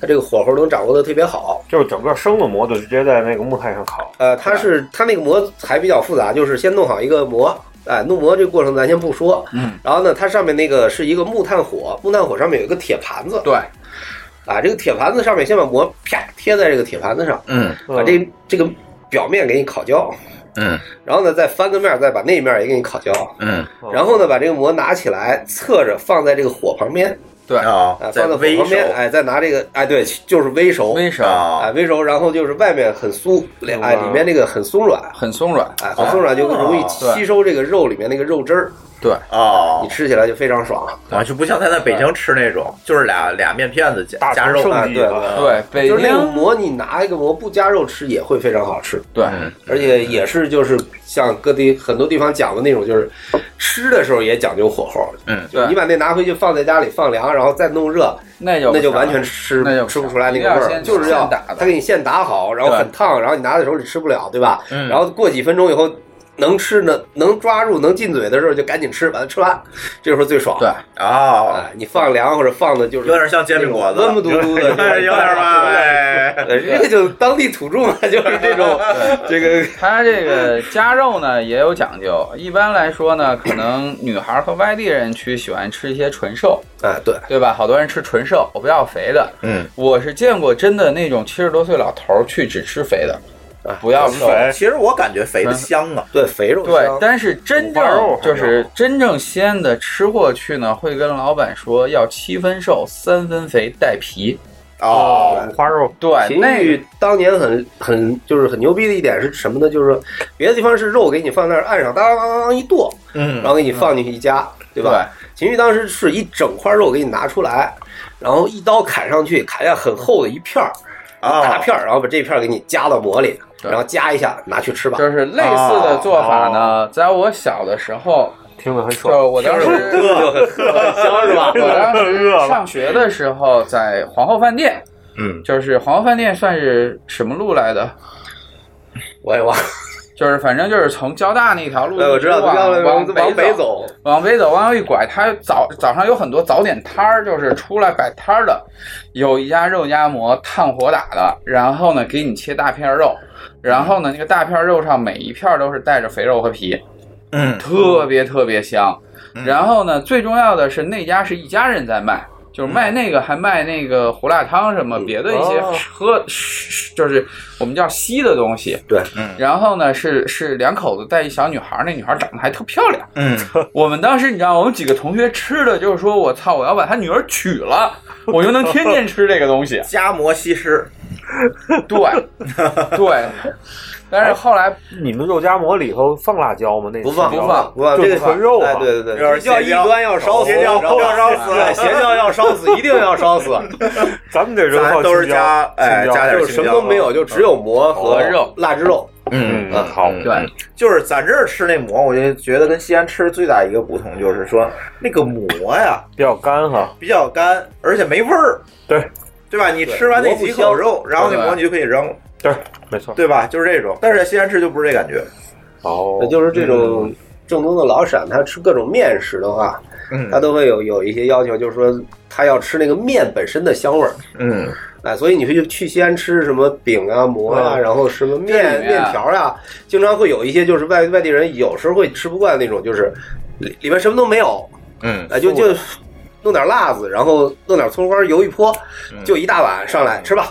[SPEAKER 3] 它这个火候能掌握的特别好。
[SPEAKER 5] 就是整个生的馍就直接在那个木炭上烤，
[SPEAKER 3] 呃，它是它那个膜还比较复杂，就是先弄好一个膜，哎，弄膜这个过程咱先不说，
[SPEAKER 1] 嗯，
[SPEAKER 3] 然后呢，它上面那个是一个木炭火，木炭火上面有一个铁盘子，
[SPEAKER 1] 对，
[SPEAKER 3] 啊，这个铁盘子上面先把膜啪贴在这个铁盘子上，
[SPEAKER 4] 嗯
[SPEAKER 3] 把啊这这个表面给你烤焦，
[SPEAKER 4] 嗯
[SPEAKER 3] 然后呢再翻个面儿，再把那一面儿也给你烤焦，
[SPEAKER 4] 嗯，
[SPEAKER 5] 嗯
[SPEAKER 3] 然后呢把这个膜拿起来侧着放在这个火旁边，
[SPEAKER 4] 啊
[SPEAKER 3] 啊，，
[SPEAKER 4] 在
[SPEAKER 3] 放在火
[SPEAKER 4] 微
[SPEAKER 3] 旁
[SPEAKER 4] 手
[SPEAKER 3] 边，哎，再拿这个，哎，对，就是微熟，
[SPEAKER 1] 为什么？
[SPEAKER 4] 啊
[SPEAKER 3] 哎，微熟，然后就是外面很酥，哎，里面那个很松软，
[SPEAKER 1] 很松软，
[SPEAKER 3] 哎，很松软就容易
[SPEAKER 1] 哦对
[SPEAKER 3] 吸收这个肉里面那个肉汁儿，
[SPEAKER 4] 啊
[SPEAKER 3] 你，吃起来就非常爽。
[SPEAKER 4] 啊，就不像咱在北京吃那种，就是俩俩面片子加
[SPEAKER 5] 大
[SPEAKER 4] 加
[SPEAKER 5] 肠
[SPEAKER 4] 肉
[SPEAKER 5] 盛
[SPEAKER 3] 啊
[SPEAKER 5] 极
[SPEAKER 3] 对
[SPEAKER 5] 啊
[SPEAKER 1] 对，北
[SPEAKER 3] 就是那个
[SPEAKER 1] 京
[SPEAKER 3] 馍，你拿一个馍不加肉吃也会非常好吃，
[SPEAKER 1] 对
[SPEAKER 4] 嗯
[SPEAKER 3] 而且也是就是像各地很多地方讲的那种，就是吃的时候也讲究火候，
[SPEAKER 4] 嗯
[SPEAKER 3] 就你把那拿回去放在家里放凉，然后再弄热，
[SPEAKER 1] 那就
[SPEAKER 3] 那就
[SPEAKER 1] 不行
[SPEAKER 3] 完全吃
[SPEAKER 1] 那就不
[SPEAKER 3] 吃不
[SPEAKER 1] 行
[SPEAKER 3] 出来那个味
[SPEAKER 1] 一定要
[SPEAKER 3] 儿，
[SPEAKER 1] 先
[SPEAKER 3] 就是要
[SPEAKER 1] 现打的
[SPEAKER 3] 他给你现打好，然后
[SPEAKER 1] 对
[SPEAKER 3] 很烫，然后你拿在手里吃不了，对吧？
[SPEAKER 4] 嗯
[SPEAKER 3] 然后过几分钟以后能吃呢，能抓住能进嘴的时候就赶紧吃，把它吃完，这时候最爽。
[SPEAKER 1] 对。
[SPEAKER 4] 啊
[SPEAKER 3] 啊，，你放凉或者放的就是
[SPEAKER 4] 有点像煎饼果子，
[SPEAKER 3] 温不嘟嘟 的，
[SPEAKER 4] 有点有点吧，哎
[SPEAKER 3] 对。这个就当地土著嘛，就是这种这个
[SPEAKER 1] 它这个夹肉呢也有讲究， 一般来说呢，可能女孩和外地人去喜欢吃一些纯瘦，
[SPEAKER 3] 啊，对，
[SPEAKER 1] 对吧？好多人吃纯瘦，我不要肥的。
[SPEAKER 4] 嗯，
[SPEAKER 1] 我是见过真的那种七十多岁老头儿去只吃肥的，
[SPEAKER 3] 哎
[SPEAKER 1] 不要瘦。
[SPEAKER 5] 肥
[SPEAKER 4] 其实我感觉肥的香啊，
[SPEAKER 3] 对肥肉
[SPEAKER 1] 对
[SPEAKER 3] 香，
[SPEAKER 1] 但是真
[SPEAKER 5] 五花肉
[SPEAKER 1] 正
[SPEAKER 5] 还
[SPEAKER 1] 就是真正西安的吃货去呢，会跟老板说要七分瘦，三分肥带皮。
[SPEAKER 4] 哦，
[SPEAKER 5] 五花肉，
[SPEAKER 1] 对，
[SPEAKER 3] 秦
[SPEAKER 1] 那个
[SPEAKER 3] 玉当年很很就是很牛逼的一点是什么呢？就是说别的地方是肉给你放那儿按上，当当当当一剁，
[SPEAKER 4] 嗯
[SPEAKER 3] 然后给你放进去一夹，嗯对吧？秦玉当时是一整块肉给你拿出来，然后一刀砍上去，砍下很厚的一片儿，
[SPEAKER 4] 啊
[SPEAKER 3] 大片儿，然后把这片儿给你夹到馍里，
[SPEAKER 1] 对
[SPEAKER 3] 然后夹一下拿去吃吧。
[SPEAKER 1] 就是类似的做法
[SPEAKER 5] 哦
[SPEAKER 1] 呢，在我小的时候，
[SPEAKER 5] 听着很
[SPEAKER 1] 就
[SPEAKER 5] 爽
[SPEAKER 1] 是。我当时
[SPEAKER 3] 很香是吧？
[SPEAKER 1] 我当时上学的时候在皇后饭店，
[SPEAKER 4] 嗯
[SPEAKER 1] 就是皇后饭店算是什么路来的？
[SPEAKER 3] 哎我也忘了，
[SPEAKER 1] 就是反正就是从交大那条路
[SPEAKER 3] 哎
[SPEAKER 1] 啊
[SPEAKER 3] 对，我知道，
[SPEAKER 1] 往
[SPEAKER 3] 要
[SPEAKER 1] 往
[SPEAKER 3] 往
[SPEAKER 1] 北
[SPEAKER 3] 北，走，
[SPEAKER 1] 往北走，往右一拐，它早早上有很多早点摊儿，就是出来摆摊儿的，有一家肉夹馍炭火打的，然后呢给你切大片儿肉，然后呢那个大片儿肉上每一片儿都是带着肥肉和皮，
[SPEAKER 4] 嗯，
[SPEAKER 1] 特别特别香。
[SPEAKER 4] 嗯
[SPEAKER 1] 然后呢，最重要的是那家是一家人在卖，就是卖那个，还卖那个胡辣汤什么别的一些
[SPEAKER 3] 嗯哦
[SPEAKER 1] 喝，就是我们叫稀的东西。
[SPEAKER 3] 对，
[SPEAKER 4] 嗯
[SPEAKER 1] 然后呢，是是两口子带一小女孩，那女孩长得还特漂 亮。
[SPEAKER 4] 嗯，
[SPEAKER 1] 我们当时你知道，我们几个同学吃的就是说我操，我要把他女儿娶了，我就能天天吃这个东 西。
[SPEAKER 4] 夹馍西施，
[SPEAKER 1] 对，对。但是后来
[SPEAKER 5] 你们肉夹馍里头放辣椒吗？那
[SPEAKER 3] 不放
[SPEAKER 1] 不放
[SPEAKER 3] 不放，
[SPEAKER 5] 就
[SPEAKER 3] 这个
[SPEAKER 5] 纯肉啊
[SPEAKER 3] 哎，对对
[SPEAKER 4] 有点
[SPEAKER 3] 对，要异
[SPEAKER 4] 邪教
[SPEAKER 3] 端哦要烧死，
[SPEAKER 4] 邪教
[SPEAKER 3] 然后
[SPEAKER 4] 都要烧死
[SPEAKER 3] 对邪教要烧死，一定要烧死，
[SPEAKER 5] 咱们这人
[SPEAKER 4] 咱
[SPEAKER 5] 放
[SPEAKER 4] 都是
[SPEAKER 5] 青椒
[SPEAKER 4] 加哎
[SPEAKER 5] 青椒
[SPEAKER 4] 加点
[SPEAKER 3] 就是什么都没有，就只有馍和
[SPEAKER 1] 哦肉
[SPEAKER 3] 腊汁肉。
[SPEAKER 4] 嗯
[SPEAKER 5] 嗯，好，
[SPEAKER 4] 嗯
[SPEAKER 1] 对，
[SPEAKER 4] 就是咱这儿吃那馍，我就觉得跟西安吃最大一个不同就是说那个馍呀
[SPEAKER 5] 比较干哈。
[SPEAKER 4] 比较干，而且没味儿，
[SPEAKER 5] 对
[SPEAKER 4] 对吧？你吃完那几口肉，然后那馍你就可以扔，
[SPEAKER 5] 对，没错。
[SPEAKER 4] 对吧？就是这种。但是西安吃就不是这感觉，
[SPEAKER 5] 哦
[SPEAKER 3] 那，就是这种正宗的老陕，他吃各种面食的话，
[SPEAKER 4] 嗯
[SPEAKER 3] 他都会有有一些要求，就是说他要吃那个面本身的香味儿。
[SPEAKER 4] 嗯，
[SPEAKER 3] 哎，所以你去去西安吃什么饼啊、馍啊，
[SPEAKER 5] 嗯
[SPEAKER 3] 然后什么面
[SPEAKER 1] 这里面
[SPEAKER 3] 面条啊，经常会有一些就是外外地人有时候会吃不惯那种，就是里里面什么都没有，
[SPEAKER 4] 嗯
[SPEAKER 3] 哎，就就弄点辣子，然后弄点葱花油一泼，就一大碗上来吃吧。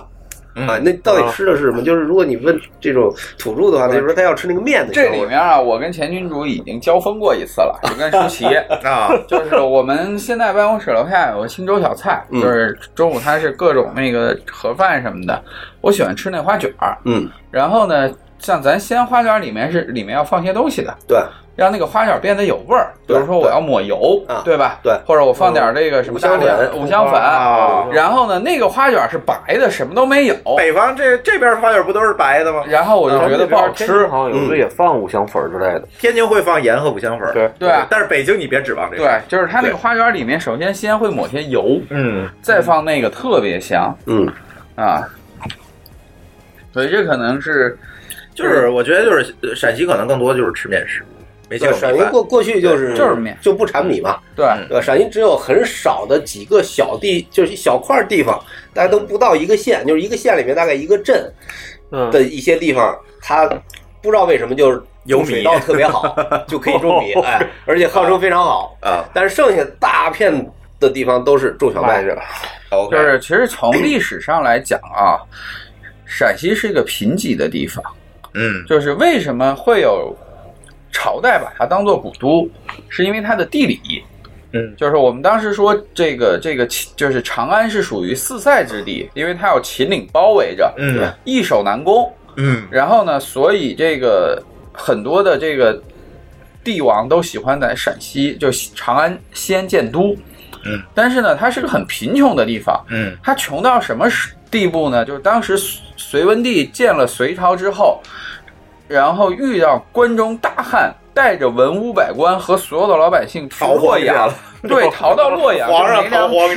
[SPEAKER 4] 嗯
[SPEAKER 3] 啊，那到底吃的是什么？就是如果你问这种土著的话，他就说他要吃那个面的香
[SPEAKER 1] 这
[SPEAKER 3] 味儿。
[SPEAKER 1] 里面啊，我跟前君主已经交锋过一次了，就跟舒淇。
[SPEAKER 4] 啊，
[SPEAKER 1] 就是我们现在办公室楼下有个青州小菜，
[SPEAKER 3] 嗯
[SPEAKER 1] 就是中午它是各种那个盒饭什么的。我喜欢吃那花卷儿，
[SPEAKER 3] 嗯，
[SPEAKER 1] 然后呢，像咱西安花卷儿里面是里面要放些东西的，
[SPEAKER 3] 对，
[SPEAKER 1] 让那个花卷儿变得有味儿。比如说我要抹油
[SPEAKER 3] 对啊，
[SPEAKER 1] 对吧？
[SPEAKER 3] 对嗯
[SPEAKER 1] 或者我放点这个什么
[SPEAKER 3] 五香
[SPEAKER 1] 大料
[SPEAKER 3] 粉
[SPEAKER 1] 五香粉。
[SPEAKER 4] 啊
[SPEAKER 1] 然后呢，那个花卷儿是白的，什么都没有。
[SPEAKER 4] 北方这这边花卷不都是白的吗？
[SPEAKER 1] 然后我就
[SPEAKER 4] 啊
[SPEAKER 1] 觉得不好
[SPEAKER 5] 咱们这边
[SPEAKER 1] 吃
[SPEAKER 5] 天津。好像有的也放五香粉儿之类的。
[SPEAKER 4] 天津会放盐和五香粉，
[SPEAKER 5] 对，
[SPEAKER 1] 对啊
[SPEAKER 4] 但是北京你别指望这个，
[SPEAKER 1] 对，就是它那个花卷儿里面，首先先会抹些油，
[SPEAKER 4] 嗯，
[SPEAKER 1] 再放那个特别香。
[SPEAKER 3] 嗯，
[SPEAKER 1] 啊，所以这可能是
[SPEAKER 4] 就是我觉得就是呃陕西可能更多就是吃面食，没见过
[SPEAKER 3] 对，陕
[SPEAKER 4] 米
[SPEAKER 3] 西
[SPEAKER 4] 饭
[SPEAKER 3] 过过去就是
[SPEAKER 1] 对就是面
[SPEAKER 3] 就不产米嘛，
[SPEAKER 1] 对
[SPEAKER 4] 嗯
[SPEAKER 3] 对吧？陕西只有很少的几个小地，就是一小块地方，大家都不到一个县，就是一个县里面大概一个镇
[SPEAKER 5] 嗯，
[SPEAKER 3] 的一些地方，它不知道为什么就是
[SPEAKER 4] 有米哦
[SPEAKER 3] 水稻特别好，就可以种米，哎，而且号称非常好。
[SPEAKER 4] 啊，
[SPEAKER 3] 但是剩下大片的地方都是种小麦
[SPEAKER 5] 卖，着。
[SPEAKER 3] OK，
[SPEAKER 1] 就是其实从历史上来讲啊，陕西是一个贫瘠的地方，
[SPEAKER 4] 嗯
[SPEAKER 1] 就是为什么会有朝代把它当做古都，是因为它的地理。
[SPEAKER 4] 嗯，
[SPEAKER 1] 就是我们当时说这个这个秦就是长安是属于四塞之地，因为它有秦岭包围着，
[SPEAKER 4] 嗯
[SPEAKER 1] 易守难攻。
[SPEAKER 4] 嗯
[SPEAKER 1] 然后呢，所以这个很多的这个帝王都喜欢在陕西，就长安西安建都。
[SPEAKER 4] 嗯，
[SPEAKER 1] 但是呢，它是个很贫穷的地方，
[SPEAKER 4] 嗯
[SPEAKER 1] 它穷到什么时地步呢？就是当时隋隋文帝建了隋朝之后，然后遇到关中大旱，带着文武百官和所有的老百姓逃
[SPEAKER 4] 逃荒
[SPEAKER 1] 洛
[SPEAKER 4] 去
[SPEAKER 1] 阳
[SPEAKER 4] 了，
[SPEAKER 1] 对，逃到洛阳，
[SPEAKER 4] 皇上
[SPEAKER 1] 就没粮
[SPEAKER 4] 逃荒去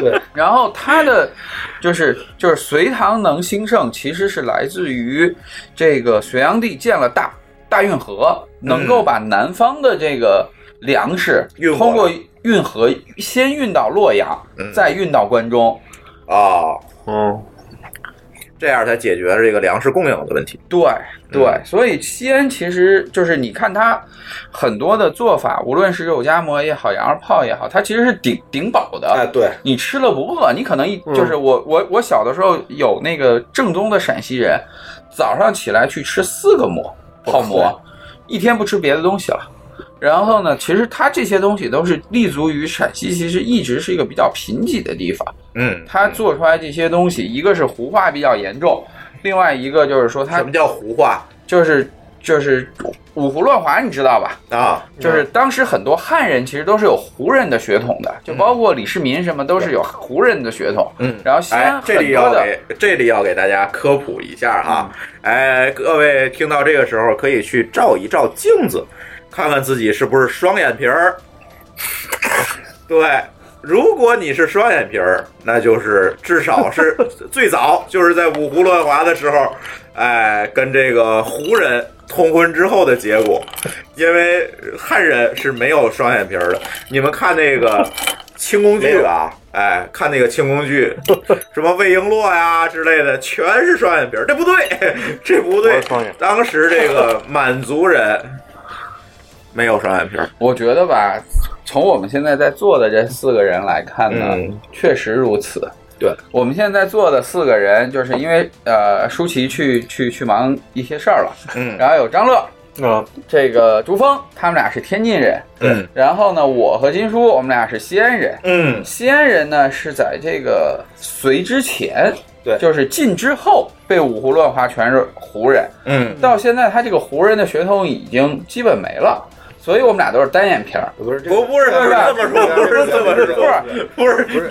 [SPEAKER 1] 吃
[SPEAKER 4] 了
[SPEAKER 1] 然后它的就是就是隋唐能兴盛，其实是来自于这个隋炀帝建了大大运河，能够把南方的这个粮食
[SPEAKER 4] 嗯运过来
[SPEAKER 1] 通过运河先运到洛阳，
[SPEAKER 4] 嗯
[SPEAKER 1] 再运到关中。
[SPEAKER 4] 啊，
[SPEAKER 5] 嗯，
[SPEAKER 4] 这样才解决了这个粮食供应的问题，
[SPEAKER 1] 对对，
[SPEAKER 4] 嗯
[SPEAKER 1] 所以西安其实就是你看它很多的做法，无论是肉夹馍也好，羊肉泡也好，它其实是顶顶饱的。
[SPEAKER 3] 哎，对，
[SPEAKER 1] 你吃了不饿，你可能一
[SPEAKER 5] 嗯
[SPEAKER 1] 就是我我我小的时候有那个正宗的陕西人，早上起来去吃四个馍泡馍，一天不吃别的东西了。然后呢，其实它这些东西都是立足于陕西，其实一直是一个比较贫瘠的地方。
[SPEAKER 4] 嗯，
[SPEAKER 1] 它做出来这些东西，一个是胡化比较严重，另外一个就是说它
[SPEAKER 4] 什么叫胡话
[SPEAKER 1] 就是就是五胡乱华，你知道吧？
[SPEAKER 4] 啊？
[SPEAKER 1] 就是当时很多汉人其实都是有胡人的血统的，就包括李世民什么都是有胡人的血统。
[SPEAKER 4] 嗯
[SPEAKER 1] 然后西
[SPEAKER 4] 哎
[SPEAKER 1] 安，
[SPEAKER 4] 这
[SPEAKER 1] 很
[SPEAKER 4] 里
[SPEAKER 1] 多
[SPEAKER 4] 要
[SPEAKER 1] 的嗯
[SPEAKER 4] 给这里要给大家科普一下啊！哎，各位听到这个时候，可以去照一照 镜子，看看自己是不是双眼皮儿。对，如果你是双眼皮儿，那就是至少 是最早就是在五胡乱华的时候，哎，跟这个胡人通婚之后的结果，因为汉人是没有双眼皮儿的。你们看那个清宫剧啊，哎，看那个清宫 剧，什么魏璎珞呀之类的，全是双眼皮儿，这不对， 这不对
[SPEAKER 5] 我是双眼。
[SPEAKER 4] 当时这个满族人没有双眼皮儿，
[SPEAKER 1] 我觉得吧，从我们现在在座的这四个人来看呢，
[SPEAKER 4] 嗯
[SPEAKER 1] 确实如此。
[SPEAKER 3] 对，
[SPEAKER 1] 我们现在座的四个人，就是因为呃，舒淇去去去忙一些事儿了，
[SPEAKER 4] 嗯
[SPEAKER 1] 然后有张乐，
[SPEAKER 5] 啊，
[SPEAKER 1] 这个朱峰，他们俩是天津人，
[SPEAKER 4] 嗯
[SPEAKER 1] 然后呢，我和金叔，我们俩是西安人。
[SPEAKER 4] 嗯
[SPEAKER 1] 西安人呢是在这个隋之前，
[SPEAKER 3] 对
[SPEAKER 1] 就是晋之后被五胡乱华全是胡人，
[SPEAKER 4] 嗯
[SPEAKER 1] 到现在他这个胡人的血统已经基本没了，所以我们俩都是单眼皮儿。
[SPEAKER 3] 不是这个
[SPEAKER 4] 不不是不是这么说，不是这么
[SPEAKER 3] 不
[SPEAKER 4] 说，
[SPEAKER 3] 是
[SPEAKER 4] 不是
[SPEAKER 3] 不是
[SPEAKER 4] 你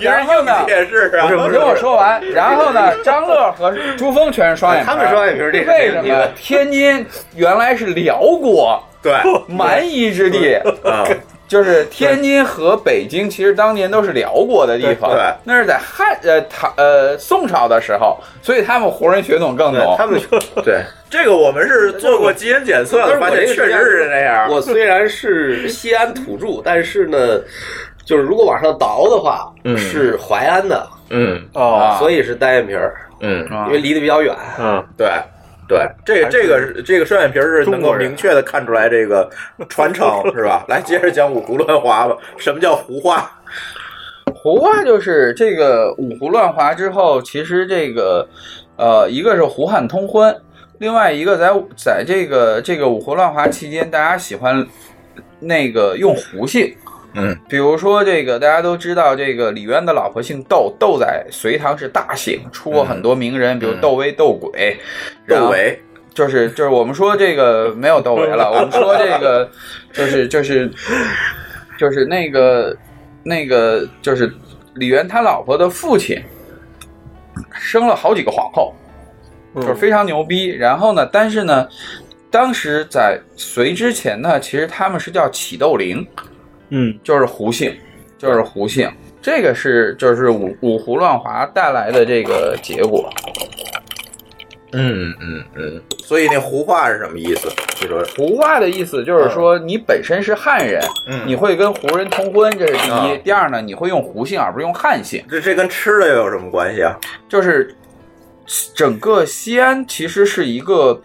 [SPEAKER 4] 是硬解释啊，
[SPEAKER 1] 你听我说完，然后呢，张乐和朱峰全是双眼皮儿，
[SPEAKER 3] 哎他们双眼皮儿这是
[SPEAKER 1] 为什
[SPEAKER 3] 这
[SPEAKER 1] 么
[SPEAKER 3] 个
[SPEAKER 1] 天津原来是辽国
[SPEAKER 4] 对
[SPEAKER 1] 蛮夷之地？
[SPEAKER 4] 啊，
[SPEAKER 1] 就是天津和北京，其实当年都是辽国的地方，
[SPEAKER 4] 对对
[SPEAKER 1] 那是在汉呃唐呃宋朝的时候，所以他们胡人血统更浓。
[SPEAKER 3] 他们
[SPEAKER 4] 对这个我们是做过基因检测的，发现确实是这样。
[SPEAKER 3] 我虽然是西安土著，但是呢，就是如果往上倒的话，
[SPEAKER 4] 嗯
[SPEAKER 3] 是淮安的，
[SPEAKER 4] 嗯
[SPEAKER 5] 哦，
[SPEAKER 3] 所以是单眼皮儿，
[SPEAKER 4] 嗯，
[SPEAKER 1] 啊
[SPEAKER 3] 因为离得比较远。
[SPEAKER 5] 嗯，
[SPEAKER 4] 对。对，这个这个这个双眼皮儿是能够明确的看出来这个传 承是吧？来，接着讲五胡乱华吧。什么叫胡话？
[SPEAKER 1] 胡话就是这个五胡乱华之后，其实这个呃，一个是胡汉通婚，另外一个在在这个这个五胡乱华期间，大家喜欢那个用胡姓。
[SPEAKER 4] 嗯，
[SPEAKER 1] 比如说这个，大家都知道，这个李渊的老婆姓窦，窦在隋唐是大姓，出过很多名人，比如窦唯、窦轨、然
[SPEAKER 4] 窦
[SPEAKER 1] 后
[SPEAKER 4] 唯，
[SPEAKER 1] 就是就是我们说这个没有窦唯了，我们说这个就是就是就是那个那个就是李渊他老婆的父亲生了好几个皇后，
[SPEAKER 5] 嗯
[SPEAKER 1] 就是非常牛逼。然后呢，但是呢，当时在隋之前呢，其实他们是叫启窦陵，
[SPEAKER 5] 嗯，
[SPEAKER 1] 就是胡姓，就是胡姓。这个是就是五五胡乱华带来的这个结果，
[SPEAKER 4] 嗯嗯嗯。所以那胡话是什么意思？你说，
[SPEAKER 1] 胡话的意思就是说，你本身是汉人，
[SPEAKER 4] 嗯
[SPEAKER 1] 你会跟胡人通婚，这是第一。
[SPEAKER 4] 啊
[SPEAKER 1] 第二呢，你会用胡姓而不是用汉姓，
[SPEAKER 4] 这这跟吃的又有什么关系啊？
[SPEAKER 1] 就是整个西安其实是一个，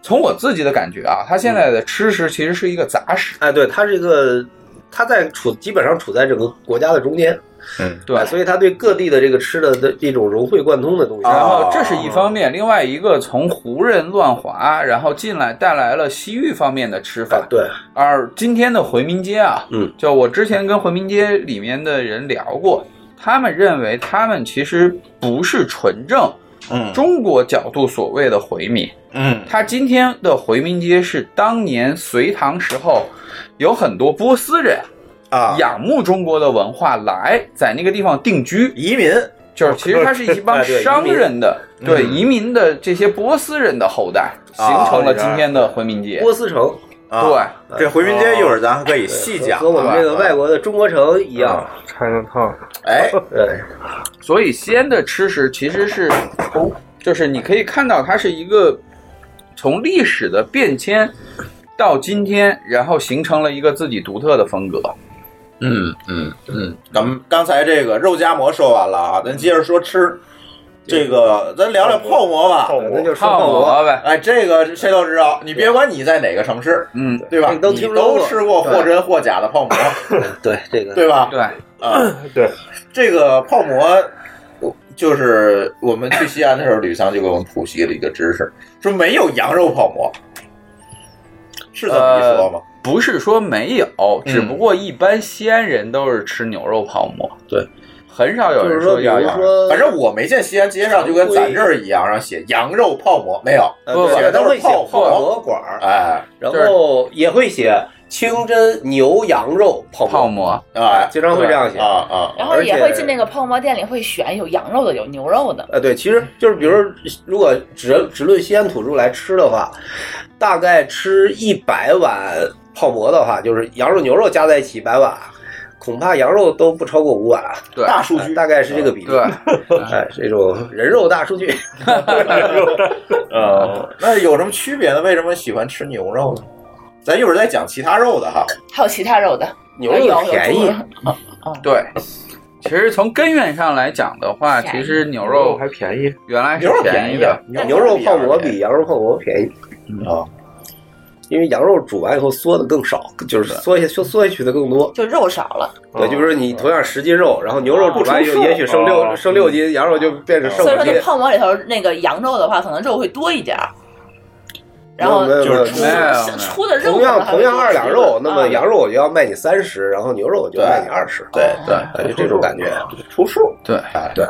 [SPEAKER 1] 从我自己的感觉啊，它现在的吃食其实是一个杂食。
[SPEAKER 3] 哎，对，它是一个，它在处基本上处在整个国家的中间，
[SPEAKER 4] 嗯，
[SPEAKER 1] 对
[SPEAKER 3] 哎所以它对各地的这个吃的的一种融会贯通的东西。
[SPEAKER 4] 啊
[SPEAKER 1] 然后这是一方面，另外一个从胡人乱华，然后进来带来了西域方面的吃
[SPEAKER 3] 啊
[SPEAKER 1] 法，。
[SPEAKER 3] 对，
[SPEAKER 1] 而今天的回民街啊，
[SPEAKER 3] 嗯，
[SPEAKER 1] 就我之前跟回民街里面的人聊过，他们认为他们其实不是纯正
[SPEAKER 4] 嗯
[SPEAKER 1] 中国角度所谓的回民，
[SPEAKER 4] 嗯
[SPEAKER 1] 他今天的回民街是当年隋唐时候有很多波斯人
[SPEAKER 4] 啊，
[SPEAKER 1] 仰慕中国的文化来在那个地方定居，
[SPEAKER 4] 移民，
[SPEAKER 1] 就是
[SPEAKER 3] 哦
[SPEAKER 1] 其实它是一帮
[SPEAKER 3] 哎对移民
[SPEAKER 1] 商人的对
[SPEAKER 4] 嗯
[SPEAKER 1] 移民的这些波斯人的后代，形
[SPEAKER 4] 啊
[SPEAKER 1] 成了今天的回民街。
[SPEAKER 3] 哦波斯城
[SPEAKER 4] 啊
[SPEAKER 1] 对。
[SPEAKER 4] 这回民街一会儿咱可以细讲，啊
[SPEAKER 3] 和我们这个外国的中国城一样，
[SPEAKER 5] ，China Town，
[SPEAKER 4] 哎，
[SPEAKER 3] 对，
[SPEAKER 1] 所以西安的吃食其实是，就是你可以看到它是一个从历史的变迁到今天，然后形成了一个自己独特的风格。
[SPEAKER 4] 嗯嗯嗯，咱刚才这个肉夹馍说完了啊，咱接着说吃，这个咱聊聊泡馍
[SPEAKER 5] 啊
[SPEAKER 4] 吧。
[SPEAKER 3] 那就说
[SPEAKER 1] 泡
[SPEAKER 3] 泡馍。
[SPEAKER 1] 馍呗，
[SPEAKER 4] 哎，这个谁都知道，你别管你在哪个城市，
[SPEAKER 1] 嗯，
[SPEAKER 4] 对吧？
[SPEAKER 3] 这个都
[SPEAKER 4] 你
[SPEAKER 3] 听说过
[SPEAKER 4] 都吃过或真或假的泡馍，
[SPEAKER 3] 对，这个
[SPEAKER 4] 对吧？
[SPEAKER 1] 对，
[SPEAKER 4] 啊，
[SPEAKER 5] 对，
[SPEAKER 4] 这个泡馍，我就是我们去西安的时候，吕桑就给我们普及了一个知识，说没有羊肉泡馍，是这么一说吗？
[SPEAKER 1] 不是说没有，只不过一般西安人都是吃牛肉泡馍，
[SPEAKER 3] 对，
[SPEAKER 1] 很少有
[SPEAKER 3] 就是
[SPEAKER 1] 人
[SPEAKER 3] 说，
[SPEAKER 1] 说
[SPEAKER 3] 比
[SPEAKER 1] 要
[SPEAKER 3] 如
[SPEAKER 1] 羊肉。
[SPEAKER 3] 呃说，
[SPEAKER 4] 反正我没见西安街上就跟咱这儿一样，让写羊肉泡馍，没有，
[SPEAKER 3] 呃
[SPEAKER 1] 不不
[SPEAKER 4] 写
[SPEAKER 3] 对，
[SPEAKER 4] 的
[SPEAKER 3] 他
[SPEAKER 4] 都
[SPEAKER 3] 会
[SPEAKER 4] 是
[SPEAKER 3] 写
[SPEAKER 4] 泡
[SPEAKER 3] 泡
[SPEAKER 4] 馍。
[SPEAKER 3] 馍馆儿，
[SPEAKER 4] 哎
[SPEAKER 3] 然后也会写清真牛羊肉泡
[SPEAKER 1] 泡
[SPEAKER 3] 馍，
[SPEAKER 1] 馍，
[SPEAKER 4] 哎，
[SPEAKER 3] 经常会这样写
[SPEAKER 4] 啊。啊
[SPEAKER 2] 然后也
[SPEAKER 3] 而且
[SPEAKER 2] 会进那个泡馍店里会选有羊肉的，有牛肉的。
[SPEAKER 3] 呃，对，其实就是比如说，如果只只论西安土著来吃的话，大概吃一百碗泡馍的话，就是羊肉牛肉加在一起一百碗，恐怕羊肉都不超过五碗，
[SPEAKER 1] 对
[SPEAKER 3] 大数据、大概是这个比例。
[SPEAKER 1] 对，
[SPEAKER 3] 哎，这种人肉 大数据，
[SPEAKER 5] 啊
[SPEAKER 4] 呃，那有什么区别呢？为什么喜欢吃牛肉呢？咱一会儿再讲其他肉的哈。
[SPEAKER 2] 还有其他肉的，
[SPEAKER 3] 牛
[SPEAKER 1] 哎
[SPEAKER 3] 肉
[SPEAKER 1] 啊
[SPEAKER 3] 便宜，
[SPEAKER 1] 对，其实从根源上来讲的话，
[SPEAKER 2] 便宜
[SPEAKER 1] 其实牛肉
[SPEAKER 5] 还便宜，
[SPEAKER 1] 原来是
[SPEAKER 4] 牛肉
[SPEAKER 1] 便
[SPEAKER 4] 便
[SPEAKER 1] 宜
[SPEAKER 4] 宜
[SPEAKER 1] 的
[SPEAKER 4] 的，，
[SPEAKER 3] 牛肉泡馍
[SPEAKER 4] 便
[SPEAKER 3] 比
[SPEAKER 4] 宜
[SPEAKER 3] 羊肉泡馍便宜
[SPEAKER 4] 啊。
[SPEAKER 3] 因为羊肉煮完以后缩的更少，就是缩下缩缩下去的更 多。
[SPEAKER 2] 就肉少了，
[SPEAKER 4] 啊
[SPEAKER 3] 对，就比如说你同样十斤肉，然后牛肉煮完以
[SPEAKER 2] 不
[SPEAKER 3] 后
[SPEAKER 2] 出
[SPEAKER 3] 也许剩六、
[SPEAKER 4] 啊
[SPEAKER 5] 哦
[SPEAKER 3] 剩六斤，羊肉就变成剩
[SPEAKER 2] 所以说
[SPEAKER 3] 五
[SPEAKER 2] 那
[SPEAKER 3] 斤。
[SPEAKER 2] 泡馍里头那个羊肉的话，可能肉会多一点儿，然后
[SPEAKER 3] 没有没
[SPEAKER 4] 就
[SPEAKER 3] 有
[SPEAKER 4] 是出
[SPEAKER 3] 没有
[SPEAKER 1] 没有
[SPEAKER 2] 是出的肉
[SPEAKER 3] 同
[SPEAKER 2] 可能
[SPEAKER 3] 样
[SPEAKER 2] 还
[SPEAKER 3] 同
[SPEAKER 2] 会
[SPEAKER 3] 样
[SPEAKER 2] 多
[SPEAKER 3] 二两肉，
[SPEAKER 2] 一点
[SPEAKER 3] 那么
[SPEAKER 2] 嗯
[SPEAKER 3] 羊肉我就要卖你三十，然后牛肉我就卖你二十，
[SPEAKER 4] 对对，
[SPEAKER 3] 哎就这种感觉。
[SPEAKER 4] 出数。
[SPEAKER 1] 对。
[SPEAKER 4] 哎，对，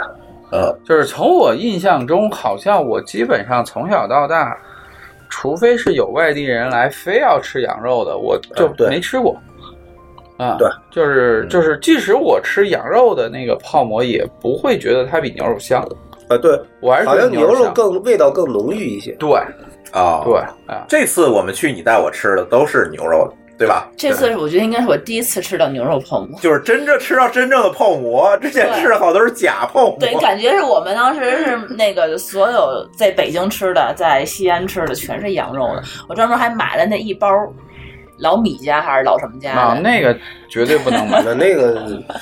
[SPEAKER 4] 呃，
[SPEAKER 1] 就是从我印象中，好像我基本上从小到大，除非是有外地人来非要吃羊肉的，我就
[SPEAKER 4] 对
[SPEAKER 1] 没吃过。啊，
[SPEAKER 3] 对，嗯
[SPEAKER 1] 就是就是，即使我吃羊肉的那个泡馍，也不会觉得它比牛肉香，
[SPEAKER 3] 啊，对，
[SPEAKER 1] 我还是觉
[SPEAKER 3] 好
[SPEAKER 1] 得
[SPEAKER 3] 像牛肉
[SPEAKER 1] 香。
[SPEAKER 3] 更味道更浓郁一些。
[SPEAKER 1] 对
[SPEAKER 4] 啊，
[SPEAKER 1] 对，啊，
[SPEAKER 4] 这次我们去你带我吃的都是牛肉，对吧？
[SPEAKER 2] 这次是我觉得应该是我第一次吃到牛肉泡馍。
[SPEAKER 4] 就是真正吃到真正的泡馍，之前
[SPEAKER 2] 对
[SPEAKER 4] 吃的好都是假泡馍。
[SPEAKER 2] 对，感觉是我们当时是那个所有在北京吃的，在西安吃的全是羊肉的。我专门还买了那一包，老米家还是老什么家
[SPEAKER 1] 啊，
[SPEAKER 3] 哦
[SPEAKER 2] 的？
[SPEAKER 1] 那个绝对不能 买。
[SPEAKER 3] 那那个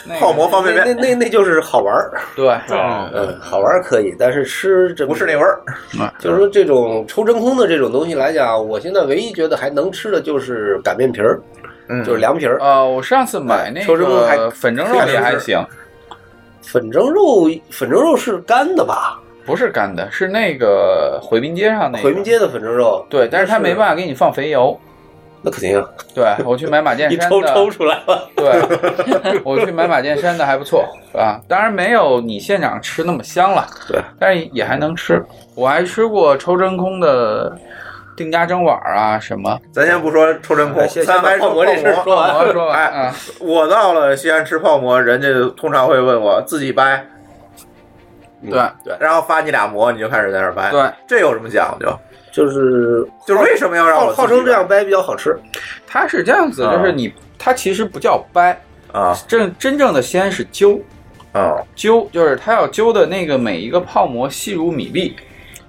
[SPEAKER 1] 那个
[SPEAKER 4] 泡馍方便
[SPEAKER 3] 那
[SPEAKER 4] 面
[SPEAKER 3] 那那就是好玩儿，
[SPEAKER 1] 对，啊
[SPEAKER 3] 嗯，好玩儿可以，但是吃这
[SPEAKER 4] 不是那味儿，
[SPEAKER 3] 就是说这种抽真空的这种东西来讲，我现在唯一觉得还能吃的就是擀面皮儿，
[SPEAKER 4] 嗯
[SPEAKER 3] 就是凉皮儿。
[SPEAKER 1] 呃，我上次买那
[SPEAKER 3] 抽脂功能还
[SPEAKER 1] 个粉蒸肉也还行，
[SPEAKER 3] 粉蒸肉，粉蒸肉是干的吧？
[SPEAKER 1] 不是干的，是那个回民街上那个
[SPEAKER 3] 回民街的粉蒸肉，
[SPEAKER 1] 对，但是它没办法给你放肥油。
[SPEAKER 3] 那肯定啊，
[SPEAKER 1] 对我去买马涧
[SPEAKER 3] 一
[SPEAKER 1] 山
[SPEAKER 3] 抽抽
[SPEAKER 1] 的，
[SPEAKER 3] 出来了。
[SPEAKER 1] 对，我去买马涧山的还不错啊，当然没有你现场吃那么香了，
[SPEAKER 3] 对，
[SPEAKER 1] 但是也还能吃。我还吃过抽真空的定家蒸碗啊什么。
[SPEAKER 4] 咱先不说抽真空，
[SPEAKER 3] 哎先
[SPEAKER 4] 咱
[SPEAKER 3] 先把
[SPEAKER 4] 来
[SPEAKER 3] 泡馍这事儿
[SPEAKER 4] 说泡
[SPEAKER 3] 说完嗯
[SPEAKER 1] 我说完
[SPEAKER 4] 哎
[SPEAKER 1] 啊，
[SPEAKER 4] 我到了西安吃泡馍，人家通常会问我自己掰，
[SPEAKER 1] 对
[SPEAKER 3] 对，
[SPEAKER 4] 然后发你俩馍，你就开始在那儿掰。
[SPEAKER 1] 对，
[SPEAKER 4] 这有什么讲究？
[SPEAKER 3] 就是
[SPEAKER 4] 就是为什么要让
[SPEAKER 3] 号
[SPEAKER 4] 我
[SPEAKER 3] 号称这样掰比较好吃。
[SPEAKER 1] 它是这样子，
[SPEAKER 4] 啊
[SPEAKER 1] 就是你它其实不叫掰，
[SPEAKER 4] 啊
[SPEAKER 1] 正真正的西安是揪。
[SPEAKER 4] 啊？
[SPEAKER 1] 揪就是它要揪的那个每一个泡馍细如米粒，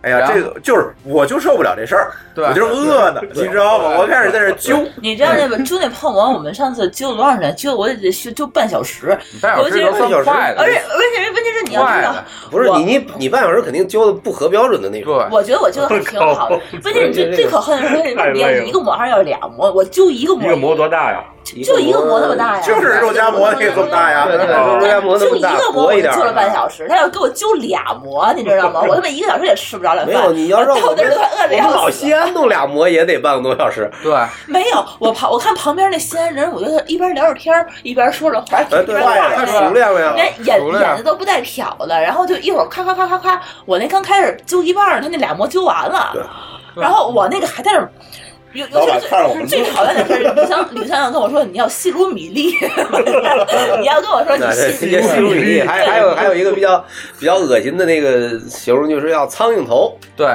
[SPEAKER 4] 哎呀
[SPEAKER 1] 然，后
[SPEAKER 4] 这个就是我就受不了这事儿，
[SPEAKER 1] 对
[SPEAKER 4] 我就是饿呢，你知道吗？我开始在这儿揪，
[SPEAKER 2] 你知道那个揪那泡馍，我们上次揪了多长时间？揪我得揪揪半小时，
[SPEAKER 1] 你半小时都
[SPEAKER 3] 尤其
[SPEAKER 1] 算
[SPEAKER 3] 是
[SPEAKER 1] 快的
[SPEAKER 2] 而，且问题是问题是哎你要
[SPEAKER 1] 快
[SPEAKER 2] 知
[SPEAKER 1] 的
[SPEAKER 2] 道，，
[SPEAKER 3] 不是
[SPEAKER 2] 我
[SPEAKER 3] 你你你半小时肯定揪的不合标准的那种。
[SPEAKER 1] 对，
[SPEAKER 2] 我觉得我揪的还挺好的。问题是最最可恨的是
[SPEAKER 5] 太
[SPEAKER 2] 你
[SPEAKER 5] 累了
[SPEAKER 2] 一个馍还是要俩馍？我揪一个馍，
[SPEAKER 5] 一个馍多大呀？
[SPEAKER 2] 就一个馍那么大呀，
[SPEAKER 4] 就是肉夹馍那个这么大呀啊
[SPEAKER 3] 对，对对，肉夹馍那
[SPEAKER 2] 就
[SPEAKER 3] 么
[SPEAKER 2] 一个
[SPEAKER 3] 大，
[SPEAKER 2] 馍
[SPEAKER 3] 薄
[SPEAKER 2] 我
[SPEAKER 3] 一
[SPEAKER 2] 就
[SPEAKER 3] 点儿。
[SPEAKER 2] 揪了半小时，他要给我揪俩馍，你知道吗？我他妈一个小时也吃不着了饭。
[SPEAKER 3] 没有，你要让
[SPEAKER 2] 到
[SPEAKER 3] 我
[SPEAKER 2] 那
[SPEAKER 3] 们
[SPEAKER 2] 儿都快饿
[SPEAKER 3] 我
[SPEAKER 2] 得
[SPEAKER 3] 们老
[SPEAKER 2] 要死
[SPEAKER 3] 西。安弄俩馍也得半个多小时。
[SPEAKER 1] 对，
[SPEAKER 2] 没有，我旁我看旁边那西安人，我就一边聊着天儿一边说着话，
[SPEAKER 3] 哎，
[SPEAKER 2] 一
[SPEAKER 3] 对，
[SPEAKER 2] 边
[SPEAKER 3] 太熟
[SPEAKER 2] 话。
[SPEAKER 3] 练了呀。
[SPEAKER 2] 连眼
[SPEAKER 1] 熟了呀
[SPEAKER 2] 眼睛都不带瞟的，然后就一会儿咔咔咔咔咔，我那刚开始揪一半儿，他那俩馍揪完了，然后我那个还在那儿，尤尤
[SPEAKER 4] 老板
[SPEAKER 2] 其
[SPEAKER 4] 看着我们
[SPEAKER 2] 是最讨厌的是女香女香要跟我说你要细如米粒， 你要跟我说
[SPEAKER 3] 那
[SPEAKER 2] 你
[SPEAKER 3] 这
[SPEAKER 2] 细
[SPEAKER 3] 这
[SPEAKER 2] 如米粒
[SPEAKER 3] 西路比例，还还有还有一个比较比较恶心的那个形容，就是要苍蝇头，
[SPEAKER 1] 对，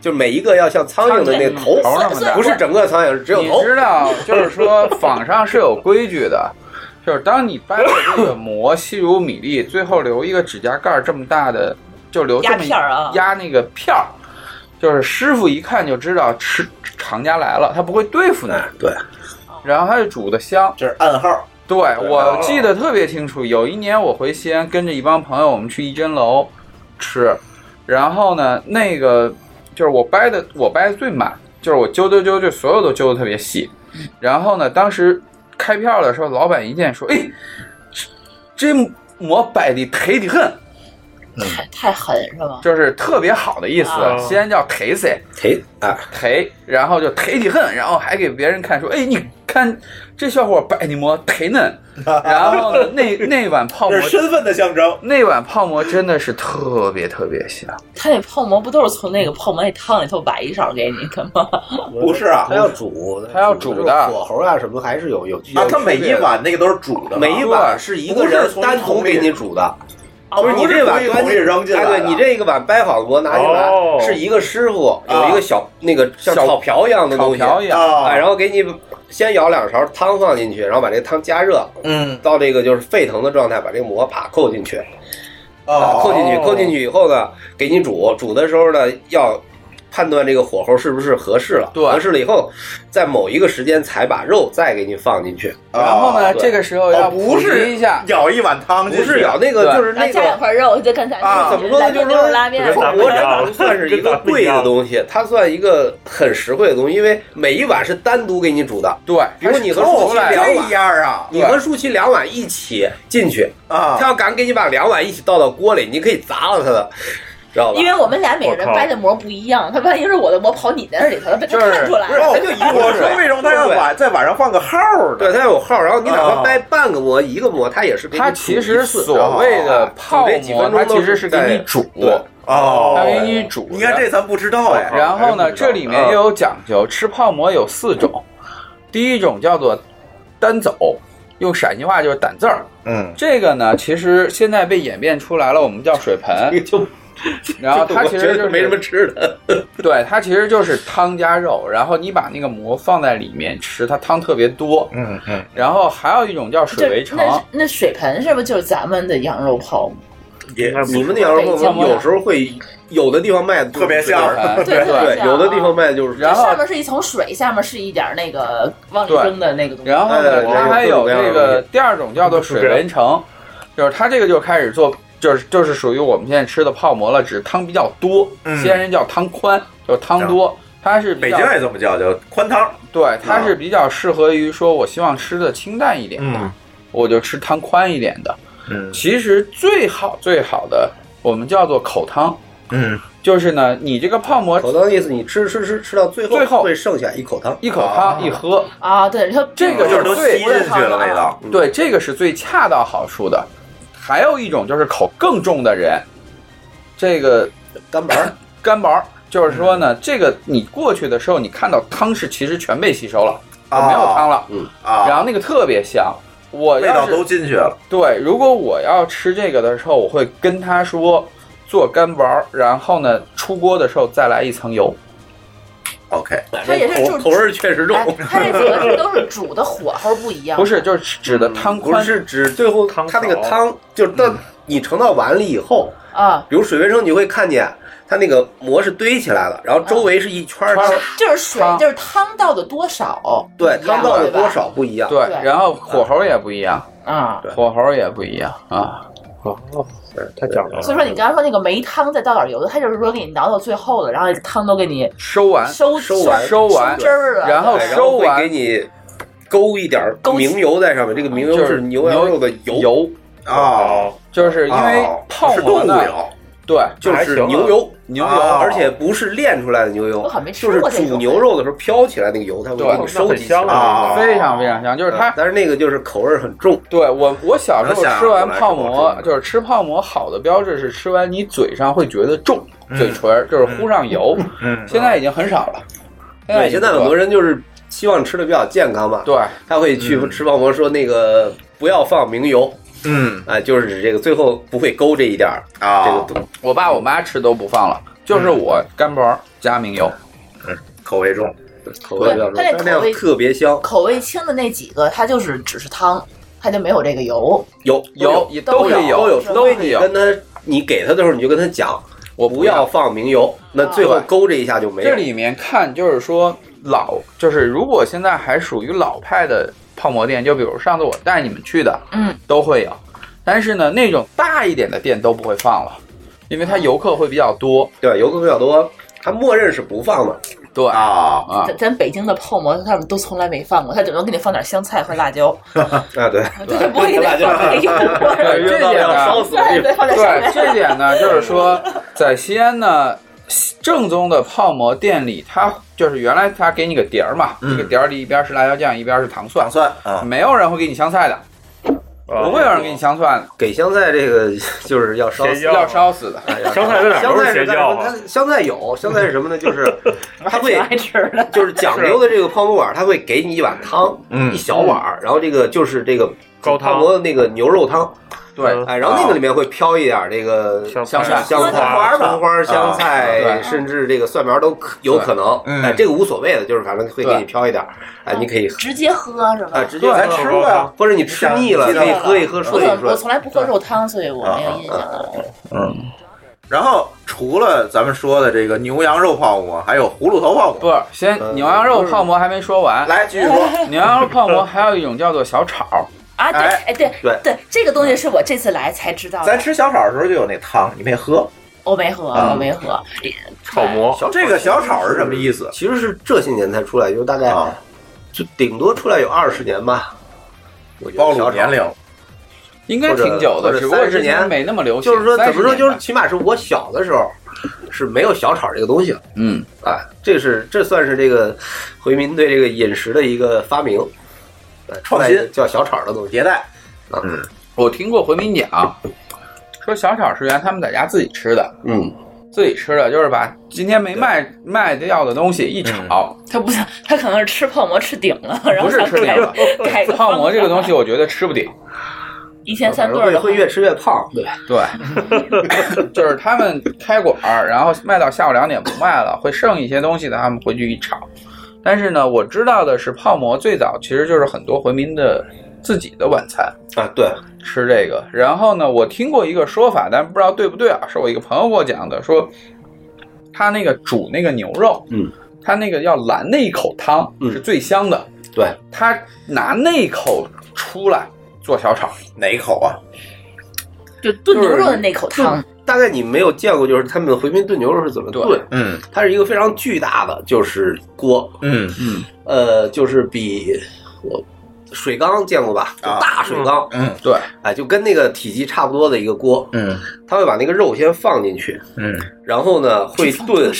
[SPEAKER 3] 就每一个要像苍蝇的那头，
[SPEAKER 1] 头那么大
[SPEAKER 3] 不是整个苍蝇，只有
[SPEAKER 1] 你
[SPEAKER 3] 头。
[SPEAKER 1] 知道，就是说坊上是有规矩的， 就是当你掰了这个馍细如米粒，最后留一个指甲盖儿这么大的，就留这么
[SPEAKER 2] 压片儿啊
[SPEAKER 1] 压那个片儿。就是师傅一看就知道吃厂家来了，他不会对付你，
[SPEAKER 3] 对，
[SPEAKER 1] 然后他就煮的香。
[SPEAKER 4] 这是暗号。
[SPEAKER 1] 对我记得特别清楚，有一年我回西安，跟着一帮朋友，我们去一真楼吃，然后呢，那个就是我掰的，我掰的最满，就是我揪揪揪，就所有都揪的特别细。然后呢，当时开票的时候，老板一见说：“哎，这这馍摆的忒的很，
[SPEAKER 2] 太太狠是吗？
[SPEAKER 1] 就是特别好的意思，
[SPEAKER 2] 啊
[SPEAKER 1] 西安叫忒塞。”
[SPEAKER 3] 腿啊，
[SPEAKER 1] 忒，然后就忒的很，然后还给别人看说，哎，你看这小伙摆的馍忒嫩，然后呢那那碗泡馍
[SPEAKER 4] 这，是身份的象征。
[SPEAKER 1] 那碗泡馍真的是特别特别香，
[SPEAKER 2] 他那泡馍不都是从那个泡馍那汤里头崴一勺给你的吗？
[SPEAKER 4] 不是啊
[SPEAKER 3] 它要煮，
[SPEAKER 1] 它要煮的
[SPEAKER 3] 就是火候啊什么还是有有。
[SPEAKER 4] 啊，
[SPEAKER 3] 有
[SPEAKER 4] 它每
[SPEAKER 3] 区
[SPEAKER 4] 一
[SPEAKER 3] 别的
[SPEAKER 4] 碗那个都是煮的嘛，
[SPEAKER 3] 每一碗是一个
[SPEAKER 4] 不
[SPEAKER 3] 人
[SPEAKER 4] 是从
[SPEAKER 3] 单独给你煮的，
[SPEAKER 5] 嗯
[SPEAKER 2] 不
[SPEAKER 3] 就是你这碗
[SPEAKER 4] 不是从一个
[SPEAKER 3] 端
[SPEAKER 4] 桶里扔进来
[SPEAKER 3] 啊
[SPEAKER 4] 的
[SPEAKER 3] 对你这个碗掰好的馍拿进
[SPEAKER 5] 哦
[SPEAKER 3] 来，是一个师傅
[SPEAKER 4] 啊
[SPEAKER 3] 有一个小那个像
[SPEAKER 1] 小
[SPEAKER 3] 草瓢一样的
[SPEAKER 1] 烤
[SPEAKER 3] 东西，
[SPEAKER 1] 瓢一样。
[SPEAKER 4] 啊，
[SPEAKER 3] 啊，然后给你先舀两勺汤放进去，然后把这个汤加热，
[SPEAKER 4] 嗯，
[SPEAKER 3] 到这个就是沸腾的状态，把这个馍啪扣进去，啊
[SPEAKER 4] 哦，
[SPEAKER 3] 扣进去，扣进，去以后呢，给你煮，煮的时候呢要。判断这个火候是不是合适了，
[SPEAKER 1] 对
[SPEAKER 3] 合适了以后，在某一个时间才把肉再给你放进去，
[SPEAKER 1] 然后呢，
[SPEAKER 3] 哦对
[SPEAKER 1] 这个时候要
[SPEAKER 4] 哦，不
[SPEAKER 1] 普及
[SPEAKER 4] 是
[SPEAKER 1] 一下，
[SPEAKER 4] 舀啊一碗汤
[SPEAKER 3] 不
[SPEAKER 4] 进去，
[SPEAKER 3] 是舀那个
[SPEAKER 1] 对哎
[SPEAKER 3] 就是
[SPEAKER 2] 然
[SPEAKER 3] 那
[SPEAKER 2] 后加两
[SPEAKER 3] 个
[SPEAKER 2] 块肉，就刚才
[SPEAKER 4] 啊
[SPEAKER 3] 怎么说呢？
[SPEAKER 2] 兰州
[SPEAKER 3] 就是
[SPEAKER 2] 牛
[SPEAKER 3] 说
[SPEAKER 2] 肉拉面
[SPEAKER 5] 就，是咱们
[SPEAKER 3] 我
[SPEAKER 5] 一
[SPEAKER 3] 只
[SPEAKER 5] 样
[SPEAKER 3] 能算是一个贵的东西，它算一个很实惠的东西，因为每一碗是单独给你煮的。
[SPEAKER 1] 对，
[SPEAKER 3] 比如你和舒淇两
[SPEAKER 4] 这
[SPEAKER 3] 碗，
[SPEAKER 4] 样啊
[SPEAKER 3] 你和舒淇两碗一起进去，
[SPEAKER 4] 啊
[SPEAKER 3] 他！要敢给你把两碗一起倒到锅里，你可以砸了他的，知道吧
[SPEAKER 2] 因？为我们俩每个人
[SPEAKER 5] 我靠
[SPEAKER 2] 掰的馍不一样，他万一是我的馍跑你那里头，被他看出来
[SPEAKER 3] 不
[SPEAKER 2] 了。
[SPEAKER 3] 是他哎就一锅
[SPEAKER 4] 哦我
[SPEAKER 3] 水
[SPEAKER 4] 说，为什么他要
[SPEAKER 3] 对
[SPEAKER 4] 晚在晚上放个号儿呢？
[SPEAKER 3] 对，它有号，然后你哪怕
[SPEAKER 4] 啊
[SPEAKER 3] 掰半个馍、一个馍，它也是给你
[SPEAKER 1] 它
[SPEAKER 3] 煮
[SPEAKER 1] 哦其
[SPEAKER 3] 一
[SPEAKER 1] 实
[SPEAKER 3] 次
[SPEAKER 1] 所谓的泡
[SPEAKER 3] 煮这几分
[SPEAKER 1] 馍，
[SPEAKER 3] 钟
[SPEAKER 1] 它
[SPEAKER 3] 都
[SPEAKER 1] 其实
[SPEAKER 3] 是
[SPEAKER 1] 是给
[SPEAKER 3] 在
[SPEAKER 1] 你煮，
[SPEAKER 3] 对
[SPEAKER 4] 哦，
[SPEAKER 1] 它给你煮。
[SPEAKER 4] 你看这咱不知
[SPEAKER 3] 哦
[SPEAKER 4] 道哎，
[SPEAKER 1] 然后呢，这里面
[SPEAKER 4] 嗯
[SPEAKER 1] 也有讲究，吃泡馍有四种，第一种叫做单走，用陕西话就是胆字儿。
[SPEAKER 4] 嗯，
[SPEAKER 1] 这个呢，其实现在被演变出来了，我们叫水 盆，
[SPEAKER 3] 就
[SPEAKER 1] 然后它
[SPEAKER 3] 我
[SPEAKER 1] 其
[SPEAKER 3] 觉
[SPEAKER 1] 实
[SPEAKER 3] 得
[SPEAKER 1] 就是
[SPEAKER 3] 没什么吃的，
[SPEAKER 1] 对，它其实就是汤加肉，然后你把那个馍放在里面吃，它汤特别多。
[SPEAKER 4] 嗯嗯，
[SPEAKER 1] 然后还有一种叫
[SPEAKER 2] 就
[SPEAKER 1] 水围城，
[SPEAKER 2] 那是那水盆是不是就是咱们的羊肉泡馍？
[SPEAKER 4] 也
[SPEAKER 5] 嗯
[SPEAKER 3] 你们那羊肉泡馍有时候会有的地方卖的
[SPEAKER 4] 特别像
[SPEAKER 1] 对
[SPEAKER 2] 对
[SPEAKER 3] 对，有的地方卖的就是
[SPEAKER 1] 然后
[SPEAKER 2] 上面是一层水，下面是一点那个往里扔的那个东西。
[SPEAKER 1] 然后
[SPEAKER 3] 哎
[SPEAKER 1] 呢，
[SPEAKER 3] 我
[SPEAKER 1] 它还有这
[SPEAKER 3] 有各种各样的
[SPEAKER 1] 个第二种叫做水围城，就是它这个就开始做，就是就是属于我们现在吃的泡馍了，只是汤比较多，
[SPEAKER 4] 嗯
[SPEAKER 1] 西安人叫汤宽，就汤多。它是比
[SPEAKER 4] 北
[SPEAKER 1] 较
[SPEAKER 4] 京也这么叫，叫宽汤。
[SPEAKER 1] 对，它是比较适合于说，我希望吃的清淡一点的，
[SPEAKER 4] 嗯
[SPEAKER 1] 我就吃汤宽一点的。
[SPEAKER 4] 嗯
[SPEAKER 1] 其实最好最好的，我们叫做口汤，
[SPEAKER 4] 嗯，
[SPEAKER 1] 就是呢，你这个泡馍
[SPEAKER 3] 口汤意思，你吃吃吃吃到最后
[SPEAKER 1] 最后
[SPEAKER 3] 会剩下一口汤，
[SPEAKER 1] 一口汤一喝，
[SPEAKER 2] 啊，对，它
[SPEAKER 1] 这个
[SPEAKER 4] 就是都吸进去了味道。
[SPEAKER 1] 嗯对，这个是最恰到好处的。还有一种就是口更重的人，这个
[SPEAKER 3] 干白儿。
[SPEAKER 1] 干薄，就是说
[SPEAKER 4] 嗯
[SPEAKER 1] 呢，这个你过去的时候，你看到汤是其实全被吸收了，
[SPEAKER 4] 啊
[SPEAKER 1] 没有汤了，然
[SPEAKER 4] 啊，
[SPEAKER 1] 后那个特别香。我
[SPEAKER 4] 味
[SPEAKER 1] 要
[SPEAKER 4] 道
[SPEAKER 1] 是
[SPEAKER 4] 都进去了。
[SPEAKER 1] 对，如果我要吃这个的时候，我会跟他说做干薄，然后呢出锅的时候再来一层油。
[SPEAKER 4] OK，
[SPEAKER 2] 它也是
[SPEAKER 3] 口口
[SPEAKER 2] 煮。
[SPEAKER 3] 味确实重，
[SPEAKER 2] 哎，它这几个是都是煮的火候不
[SPEAKER 4] 啊
[SPEAKER 2] 一样，
[SPEAKER 1] 不是，就是指的
[SPEAKER 4] 嗯
[SPEAKER 1] 汤
[SPEAKER 3] 不
[SPEAKER 1] 宽，嗯
[SPEAKER 3] 是指最后
[SPEAKER 5] 汤
[SPEAKER 3] 它那个
[SPEAKER 5] 勺
[SPEAKER 3] 汤，就是到你盛到碗里以后，
[SPEAKER 2] 啊，
[SPEAKER 3] 比如水围城，你会看见它那个馍是堆起来的，然后周围是一圈儿
[SPEAKER 1] 圈儿
[SPEAKER 3] 汤，
[SPEAKER 2] 就是水
[SPEAKER 1] 汤，
[SPEAKER 2] 就是汤倒的多少，
[SPEAKER 3] 对，
[SPEAKER 2] 不一样
[SPEAKER 3] 汤倒的
[SPEAKER 2] 对吧
[SPEAKER 3] 多少不一样。
[SPEAKER 1] 对，
[SPEAKER 2] 对
[SPEAKER 1] 然后火候也不一样，
[SPEAKER 2] 啊。
[SPEAKER 3] 对
[SPEAKER 1] 火候也不一样啊。
[SPEAKER 5] 哦，
[SPEAKER 3] 对，
[SPEAKER 5] 太讲究了。
[SPEAKER 2] 所以说你刚才说那个没汤再倒点油的，它就是说给你熬到最后了，然后汤都给你
[SPEAKER 1] 收完，
[SPEAKER 2] 收
[SPEAKER 3] 收
[SPEAKER 2] 完
[SPEAKER 3] 完
[SPEAKER 1] 收完
[SPEAKER 2] 汁儿了，
[SPEAKER 1] 然后
[SPEAKER 3] 哎对然
[SPEAKER 1] 收
[SPEAKER 3] 后会
[SPEAKER 1] 完
[SPEAKER 3] 给你勾一点儿
[SPEAKER 2] 勾起
[SPEAKER 3] 明油在上面，这个明油
[SPEAKER 1] 就是
[SPEAKER 3] 是牛羊肉的油，
[SPEAKER 1] 油，
[SPEAKER 4] 哦，
[SPEAKER 1] 就是因为泡
[SPEAKER 4] 是
[SPEAKER 1] 馍
[SPEAKER 4] 动物
[SPEAKER 1] 呢，
[SPEAKER 4] 油，
[SPEAKER 1] 对，
[SPEAKER 3] 就
[SPEAKER 5] 还
[SPEAKER 3] 是
[SPEAKER 5] 行啊
[SPEAKER 3] 牛油，
[SPEAKER 1] 牛油
[SPEAKER 4] 啊
[SPEAKER 3] 而且不是炼出来的牛油
[SPEAKER 2] 我好像没，吃
[SPEAKER 3] 就是
[SPEAKER 2] 过这
[SPEAKER 3] 煮
[SPEAKER 2] 种哎
[SPEAKER 3] 牛肉的时候飘起来那个油，它会
[SPEAKER 1] 对
[SPEAKER 3] 给你收集起
[SPEAKER 5] 那很香
[SPEAKER 3] 来。
[SPEAKER 4] 啊
[SPEAKER 1] 非常非常香，就是它。
[SPEAKER 3] 但是那个就是口味儿很重，
[SPEAKER 1] 对我，我小时候吃完泡馍，
[SPEAKER 4] 能想象出来
[SPEAKER 1] 就是吃泡馍好的标志是吃完你嘴上会觉得重，嘴唇儿就是糊上油。
[SPEAKER 4] 嗯
[SPEAKER 1] 现在已经很少了，现在
[SPEAKER 3] 对，
[SPEAKER 1] 已经
[SPEAKER 3] 现在很
[SPEAKER 1] 不
[SPEAKER 3] 多人就是希望吃的比较健康嘛，
[SPEAKER 1] 哎对嗯
[SPEAKER 3] 他会去吃泡馍说那个不要放明油，
[SPEAKER 4] 嗯
[SPEAKER 3] 啊，就是指这个最后不会勾这一点儿，这
[SPEAKER 4] 啊，
[SPEAKER 3] 个
[SPEAKER 1] 我爸我妈吃都不放了，就是我干薄加明油。
[SPEAKER 4] 口味重，
[SPEAKER 3] 口味比较重，
[SPEAKER 2] 对它那
[SPEAKER 3] 但那样
[SPEAKER 2] 口味
[SPEAKER 3] 特别香，
[SPEAKER 2] 口味轻的那几个，它就是只是汤，它就没有这个油。
[SPEAKER 3] 有
[SPEAKER 1] 有也都
[SPEAKER 3] 有
[SPEAKER 1] 会有
[SPEAKER 3] 都有，
[SPEAKER 1] 都
[SPEAKER 3] 除
[SPEAKER 1] 会
[SPEAKER 3] 非你
[SPEAKER 1] 有
[SPEAKER 3] 跟他你给他的时候你就跟他讲，
[SPEAKER 1] 我
[SPEAKER 3] 不要放明油，那最后
[SPEAKER 1] 对
[SPEAKER 3] 勾这一下就没有
[SPEAKER 1] 这。里面看就是说老，就是如果现在还属于老派的泡馍店，就比如上次我带你们去的，
[SPEAKER 2] 嗯，
[SPEAKER 1] 都会有。但是呢，那种大一点的店都不会放了，因为它游客会比较多。
[SPEAKER 3] 对，油垢比较多，他默认是不放的。
[SPEAKER 1] 对
[SPEAKER 4] 啊
[SPEAKER 1] 啊
[SPEAKER 2] 咱，咱北京的泡馍，他们都从来没放过，他顶多给你放点香菜和辣椒，
[SPEAKER 3] 啊，对，
[SPEAKER 2] 对，不会给你放那个油味儿。
[SPEAKER 1] 对这点呢，
[SPEAKER 2] 对对，放点香菜。
[SPEAKER 1] 对这点呢，就是说在西安呢。正宗的泡馍店里，它就是原来它给你个碟儿嘛，
[SPEAKER 4] 嗯
[SPEAKER 1] 这个碟儿里一边是辣椒酱，一边是糖蒜
[SPEAKER 4] 糖，蒜啊，
[SPEAKER 1] 没有人会给你香菜的，
[SPEAKER 5] 嗯
[SPEAKER 1] 不
[SPEAKER 5] 啊
[SPEAKER 1] 会有人给你香蒜的，
[SPEAKER 3] 给香菜这个 就是要烧死。
[SPEAKER 4] 嗯
[SPEAKER 5] 谁要
[SPEAKER 1] 要烧死的。
[SPEAKER 3] 哎 呀
[SPEAKER 5] 香菜在哪儿
[SPEAKER 3] 香
[SPEAKER 5] 都
[SPEAKER 3] 菜
[SPEAKER 5] 是邪
[SPEAKER 3] 是干
[SPEAKER 5] 教
[SPEAKER 3] 什么？
[SPEAKER 5] 啊
[SPEAKER 3] 它香菜有，香菜是什么呢？就是它会
[SPEAKER 2] 挺爱吃的，
[SPEAKER 3] 就是讲究的这个泡沫碗，它会给你一碗汤，
[SPEAKER 4] 嗯
[SPEAKER 3] 一小碗儿，然后这个就是这个
[SPEAKER 5] 高
[SPEAKER 3] 泡
[SPEAKER 5] 汤，
[SPEAKER 3] 馍那个牛肉汤，
[SPEAKER 1] 对
[SPEAKER 5] 嗯
[SPEAKER 3] 哎，然后那个里面会飘一点这个
[SPEAKER 5] 香
[SPEAKER 3] 香
[SPEAKER 5] 菜
[SPEAKER 3] 香
[SPEAKER 4] 葱花
[SPEAKER 3] 花、
[SPEAKER 4] 吧
[SPEAKER 3] 葱花、香
[SPEAKER 4] 啊
[SPEAKER 3] 菜，
[SPEAKER 4] 对
[SPEAKER 3] 甚至这个蒜苗都可有可能，
[SPEAKER 4] 嗯
[SPEAKER 3] 哎，这个无所谓的，就是反正会给
[SPEAKER 4] 对
[SPEAKER 3] 你飘一点，哎，你可以喝
[SPEAKER 2] 直接喝是吧
[SPEAKER 3] 啊，？直接
[SPEAKER 4] 咱
[SPEAKER 3] 喝
[SPEAKER 4] 吃过呀，
[SPEAKER 3] 或者你吃腻了
[SPEAKER 4] 你想
[SPEAKER 3] 可以喝一喝，
[SPEAKER 2] 我
[SPEAKER 3] 说一
[SPEAKER 2] 从我
[SPEAKER 3] 说，
[SPEAKER 2] 从来不喝肉汤，所以我没有印象了。
[SPEAKER 4] 嗯。然后除了咱们说的这个牛羊肉泡馍，还有葫芦头泡馍。
[SPEAKER 1] 不，先
[SPEAKER 3] 嗯
[SPEAKER 1] 牛羊肉泡馍还没说完，
[SPEAKER 4] 来，继续 说。
[SPEAKER 1] 牛羊肉泡馍还有一种叫做小炒，
[SPEAKER 2] 啊，对，
[SPEAKER 4] 哎
[SPEAKER 2] 哎，对
[SPEAKER 3] 对
[SPEAKER 2] 对，这个东西是我这次来才知道
[SPEAKER 4] 咱
[SPEAKER 2] 的，
[SPEAKER 4] 吃小炒的时候就有那汤，你没喝。
[SPEAKER 2] 我没喝，
[SPEAKER 4] 啊
[SPEAKER 2] 我没喝。
[SPEAKER 5] 泡馍，
[SPEAKER 3] 小
[SPEAKER 4] 这个小炒是什么意思？
[SPEAKER 3] 其实是这些年才出来，就是大概
[SPEAKER 4] 啊
[SPEAKER 3] 就顶多出来有二十年吧。我觉
[SPEAKER 4] 暴
[SPEAKER 3] 得
[SPEAKER 4] 露
[SPEAKER 3] 小
[SPEAKER 4] 年
[SPEAKER 3] 炒，
[SPEAKER 4] 龄。
[SPEAKER 1] 应该挺久
[SPEAKER 3] 或
[SPEAKER 1] 的，
[SPEAKER 3] 者
[SPEAKER 1] 只不过
[SPEAKER 3] 30
[SPEAKER 1] 之前
[SPEAKER 3] 年
[SPEAKER 1] 没那么流行。
[SPEAKER 3] 就是说怎么说，
[SPEAKER 1] 30年代
[SPEAKER 3] 就是起码是我小的时候是没有小炒这个东西的
[SPEAKER 1] 嗯，
[SPEAKER 3] 啊。这是这算是这个回民对这个饮食的一个发明，呃
[SPEAKER 4] 创新
[SPEAKER 3] 出来叫小炒的东西。啊
[SPEAKER 4] 迭代，嗯
[SPEAKER 1] 我听过回民讲，说小炒是原来他们在家自己吃的，
[SPEAKER 3] 嗯，
[SPEAKER 1] 自己吃的就是把今天没卖卖掉的东西一炒。
[SPEAKER 3] 嗯
[SPEAKER 2] 他不想，他可能是吃泡馍吃顶了，然后
[SPEAKER 1] 不是
[SPEAKER 2] 想
[SPEAKER 1] 吃顶
[SPEAKER 2] 改
[SPEAKER 1] 了
[SPEAKER 2] 改个
[SPEAKER 1] 泡馍这个东西，
[SPEAKER 2] 方法，
[SPEAKER 1] 我觉得吃不顶。
[SPEAKER 2] 一天三
[SPEAKER 3] 反
[SPEAKER 2] 顿
[SPEAKER 3] 正
[SPEAKER 2] 儿
[SPEAKER 3] 会
[SPEAKER 2] 的
[SPEAKER 3] 会越吃越胖，对吧？
[SPEAKER 1] 对， 就是他们开馆儿，然后卖到下午两点不卖了，会剩一些东西的，他们回去一炒。但是呢，我知道的是，泡馍最早其实就是很多回民的自己的晚餐。
[SPEAKER 3] 啊，对，
[SPEAKER 1] 吃这个。然后呢，我听过一个说法，但不知道对不对啊，是我一个朋友给我讲的，说他那个煮那个牛肉，
[SPEAKER 3] 嗯，
[SPEAKER 1] 他那个要拦那一口汤
[SPEAKER 3] 嗯
[SPEAKER 1] 是最香的，
[SPEAKER 3] 对，
[SPEAKER 1] 他拿那口出来做小炒，
[SPEAKER 4] 哪一口啊？
[SPEAKER 2] 就炖牛肉的那口汤，
[SPEAKER 3] 大概你没有见过，就是他们回民炖牛肉是怎么
[SPEAKER 1] 对
[SPEAKER 3] 炖？
[SPEAKER 4] 嗯
[SPEAKER 3] 它是一个非常巨大的，就是锅，
[SPEAKER 4] 嗯
[SPEAKER 3] 呃，就是比我水缸见过吧，就
[SPEAKER 4] 啊
[SPEAKER 3] 大水缸，
[SPEAKER 4] 嗯
[SPEAKER 1] 对，
[SPEAKER 3] 哎，就跟那个体积差不多的一个锅，
[SPEAKER 4] 嗯
[SPEAKER 3] 他会把那个肉先放进去，
[SPEAKER 4] 嗯，
[SPEAKER 3] 然后呢会炖，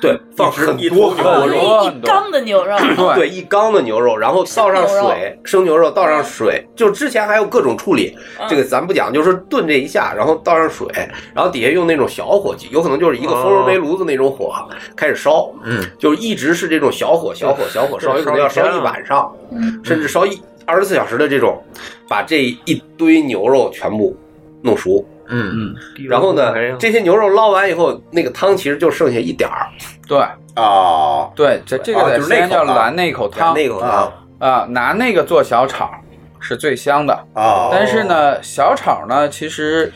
[SPEAKER 3] 对，放很
[SPEAKER 4] 一
[SPEAKER 3] 多
[SPEAKER 4] 头
[SPEAKER 1] 肉
[SPEAKER 3] 很多
[SPEAKER 2] 哦
[SPEAKER 1] 我说
[SPEAKER 3] 肉，
[SPEAKER 2] 一一缸的牛肉，
[SPEAKER 1] 对
[SPEAKER 3] 对，一缸的牛肉，然后倒上水，生牛肉倒上水，就之前还有各种处理，
[SPEAKER 2] 嗯
[SPEAKER 3] 这个咱不讲，就是炖这一下，然后倒上水，然后底下用那种小火，有可能就是一个风油煤炉子那种火开始烧，
[SPEAKER 4] 嗯，
[SPEAKER 3] 就是一直是这种小火、小火、小火烧，
[SPEAKER 5] 对
[SPEAKER 3] 有可能要
[SPEAKER 5] 烧一
[SPEAKER 3] 烧
[SPEAKER 5] 天啊
[SPEAKER 3] 一晚上
[SPEAKER 2] 嗯，
[SPEAKER 3] 甚至烧一二十四小时的这种，把这一堆牛肉全部弄熟，
[SPEAKER 4] 嗯
[SPEAKER 3] 然后呢
[SPEAKER 5] 哎呀，
[SPEAKER 3] 这些牛肉捞完以后，那个汤其实就剩下一点儿，
[SPEAKER 1] 对
[SPEAKER 4] 哦，
[SPEAKER 1] 对，这这个
[SPEAKER 4] 哦
[SPEAKER 1] 在
[SPEAKER 4] 就是
[SPEAKER 1] 西安
[SPEAKER 4] 那口
[SPEAKER 1] 叫
[SPEAKER 4] 汤
[SPEAKER 1] 拦那口汤，
[SPEAKER 3] 那个
[SPEAKER 4] 啊
[SPEAKER 1] 啊，拿那个做小炒是最香的。
[SPEAKER 3] 啊
[SPEAKER 4] 哦，
[SPEAKER 1] 但是呢，小炒呢，其实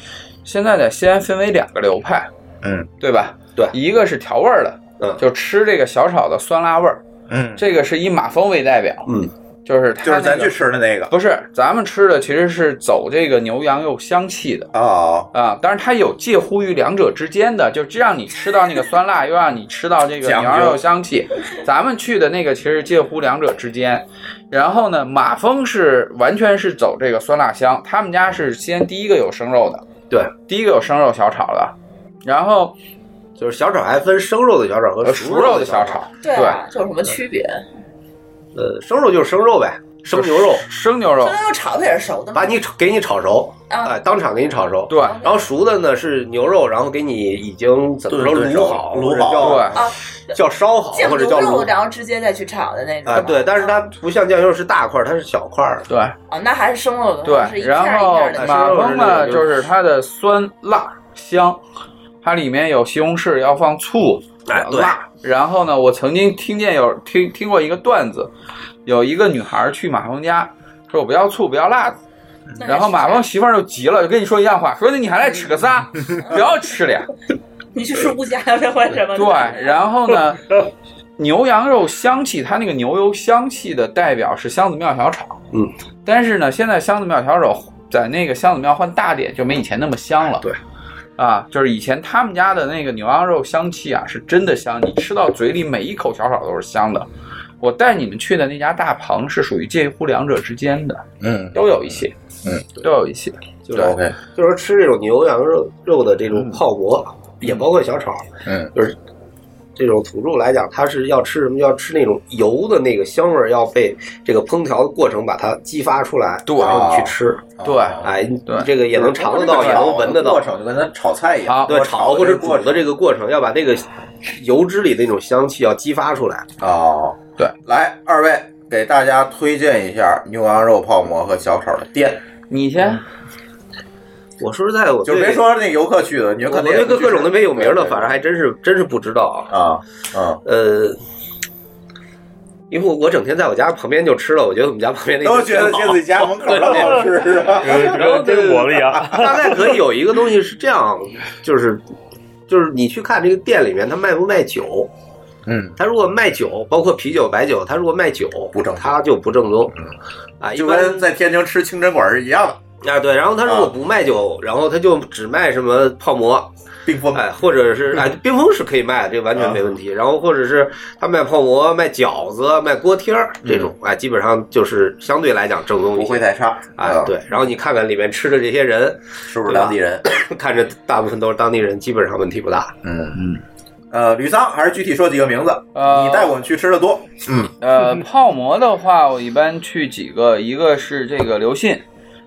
[SPEAKER 1] 现在在西安分为两个流派，
[SPEAKER 4] 嗯，
[SPEAKER 1] 对吧？
[SPEAKER 3] 对
[SPEAKER 1] 一个是调味儿的，
[SPEAKER 3] 嗯
[SPEAKER 1] 就吃这个小炒的酸辣味儿，
[SPEAKER 4] 嗯，
[SPEAKER 1] 这个是以马蜂为代表，
[SPEAKER 3] 嗯，
[SPEAKER 1] 就是它、
[SPEAKER 4] 就是咱去，吃的那个
[SPEAKER 1] 不是咱们吃的，其实是走这个牛羊肉香气的。
[SPEAKER 4] 哦，
[SPEAKER 1] 啊、但是它有介乎于两者之间的，就既让你吃到那个酸辣，又让你吃到这个
[SPEAKER 4] 讲
[SPEAKER 1] 牛
[SPEAKER 4] 究
[SPEAKER 1] 羊肉香气。咱们去的那个其实介乎两者之间。然后呢，马蜂是完全是走这个酸辣香，他们家是先第一个有生肉的，
[SPEAKER 3] 对，
[SPEAKER 1] 第一个有生肉小炒的，然后
[SPEAKER 3] 就是小炒还分生肉的小炒和
[SPEAKER 1] 呃
[SPEAKER 3] 熟
[SPEAKER 1] 熟肉
[SPEAKER 3] 的
[SPEAKER 1] 的
[SPEAKER 3] 小
[SPEAKER 1] 小
[SPEAKER 3] 炒
[SPEAKER 1] 炒，，
[SPEAKER 2] 对啊，这有什么区别？
[SPEAKER 3] 呃，生肉就是生肉呗，生牛肉，
[SPEAKER 1] 生牛肉
[SPEAKER 2] 生，牛肉炒的也是熟的吗
[SPEAKER 3] 哦把？你炒给你炒熟，
[SPEAKER 2] 啊
[SPEAKER 3] 哎，当场给你炒熟。
[SPEAKER 1] 对，
[SPEAKER 3] 然后熟的呢是牛肉，然后给你已经怎么着
[SPEAKER 4] 炖
[SPEAKER 3] 卤好，
[SPEAKER 4] 炖熟
[SPEAKER 3] 或者
[SPEAKER 4] 卤好
[SPEAKER 3] 叫
[SPEAKER 1] 对
[SPEAKER 2] 啊，
[SPEAKER 3] 叫烧好
[SPEAKER 2] 酱
[SPEAKER 3] 或者
[SPEAKER 2] 牛
[SPEAKER 3] 叫
[SPEAKER 2] 肉，
[SPEAKER 3] 卤
[SPEAKER 2] 然后直接再去炒的那种
[SPEAKER 3] 啊，对，但是它不像酱牛肉是大块儿，它是小块儿的。
[SPEAKER 1] 对
[SPEAKER 2] 哦，那还是生肉的，是
[SPEAKER 1] 对，
[SPEAKER 2] 一片儿
[SPEAKER 1] 然
[SPEAKER 2] 一
[SPEAKER 1] 后
[SPEAKER 2] 片儿的
[SPEAKER 3] 嘛
[SPEAKER 1] 马
[SPEAKER 3] 生肉
[SPEAKER 1] 蜂呢，
[SPEAKER 3] 是那种
[SPEAKER 1] 就是它的酸辣香，它里面有西红柿，要放醋，
[SPEAKER 3] 哎对
[SPEAKER 1] 辣。然后呢，我曾经听见有听听过一个段子，有一个女孩去马蜂家说：“我不要醋，不要辣子。”
[SPEAKER 2] 那还
[SPEAKER 1] 然后
[SPEAKER 2] 是
[SPEAKER 1] 马蜂媳妇儿就急了，就跟你说一样话，说那你还来吃个啥？不要吃了呀。
[SPEAKER 2] 你去吃乌家这或者什么？
[SPEAKER 1] 对，然 后呢，牛羊肉香气，它那个牛油香气的代表是香子庙小炒。
[SPEAKER 3] 嗯，
[SPEAKER 1] 但是呢，现在香子庙小炒在那个香子庙换大点，就没以前那么香了。
[SPEAKER 3] 对。
[SPEAKER 1] 啊，就是以前他们家的那个牛羊肉香气啊，是真的香，你吃到嘴里每一口小炒都是香的。我带你们去的那家大棚是属于介乎两者之间的，
[SPEAKER 4] 嗯
[SPEAKER 1] 都有一些，
[SPEAKER 4] 嗯，
[SPEAKER 1] 都有一些。
[SPEAKER 3] 就是
[SPEAKER 4] ，OK，
[SPEAKER 3] 就是说吃这种牛羊肉肉的这种泡馍，也包括小炒，
[SPEAKER 4] 嗯，
[SPEAKER 3] 就是这种土著来讲，他是要吃什么？要吃那种油的那个香味儿，要被这个烹调的过程把它激发出来，
[SPEAKER 1] 对
[SPEAKER 3] 然后你去吃。
[SPEAKER 1] 对
[SPEAKER 4] 哦
[SPEAKER 3] 哎，你
[SPEAKER 1] 对
[SPEAKER 3] 这个也能尝得到，也能闻得到
[SPEAKER 4] 过。程就跟咱炒菜一样
[SPEAKER 1] 好，
[SPEAKER 3] 对，炒或者煮的这
[SPEAKER 4] 个
[SPEAKER 3] 个过程，要把这个油脂里的那种香气要激发出来。
[SPEAKER 4] 哦，
[SPEAKER 1] 对，
[SPEAKER 4] 来二位给大家推荐一下牛羊肉泡馍和小炒的店，
[SPEAKER 1] 你先，
[SPEAKER 3] 我说实在，我
[SPEAKER 4] 就
[SPEAKER 3] 对
[SPEAKER 4] 别说那游客去的，你就
[SPEAKER 3] 我
[SPEAKER 4] 看
[SPEAKER 3] 们这个各种都没有名了，反正
[SPEAKER 4] 还
[SPEAKER 3] 还真是真是不知道
[SPEAKER 4] 啊
[SPEAKER 3] 啊。
[SPEAKER 4] 啊，
[SPEAKER 3] 呃，因为我我整天在我家旁边就吃了，我觉得我们家旁边那个
[SPEAKER 4] 都觉得
[SPEAKER 3] 挺好
[SPEAKER 4] 这自己家门口的好吃啊。
[SPEAKER 5] 跟跟我们一样，
[SPEAKER 3] 大概可以有一个东西是这样，就是就是你去看这个店里面，他卖不卖酒？
[SPEAKER 4] 嗯，
[SPEAKER 3] 他如果卖酒，包括啤酒、白酒，他如果卖酒，
[SPEAKER 4] 不正宗嗯
[SPEAKER 3] 他就不正宗。啊，一
[SPEAKER 4] 就
[SPEAKER 3] 般
[SPEAKER 4] 跟在天津吃清真馆是一样的，
[SPEAKER 3] 啊对，然后他如果
[SPEAKER 4] 啊
[SPEAKER 3] 不卖酒，然后他就只卖什么泡馍，
[SPEAKER 4] 并不
[SPEAKER 3] 哎，或 者是哎，冰峰是可以卖，这完
[SPEAKER 4] 啊
[SPEAKER 3] 全没问题。然后或者是他卖泡馍、卖饺子、卖锅贴儿这种，哎，基本上就是相对来讲正宗一
[SPEAKER 4] 嗯不
[SPEAKER 3] 些
[SPEAKER 4] 会。啊太差
[SPEAKER 3] 哎，对，然后你看看里面吃的这些人，
[SPEAKER 4] 是不是当地人？
[SPEAKER 3] 看着大部分都是当地人，基本上问题不大。
[SPEAKER 4] 嗯嗯。呃，吕桑还是具体说几个名字，
[SPEAKER 1] 呃，
[SPEAKER 4] 嗯你带我们去吃的多。嗯，
[SPEAKER 1] 呃，泡馍的话，我一般去几个，一个是这个刘信，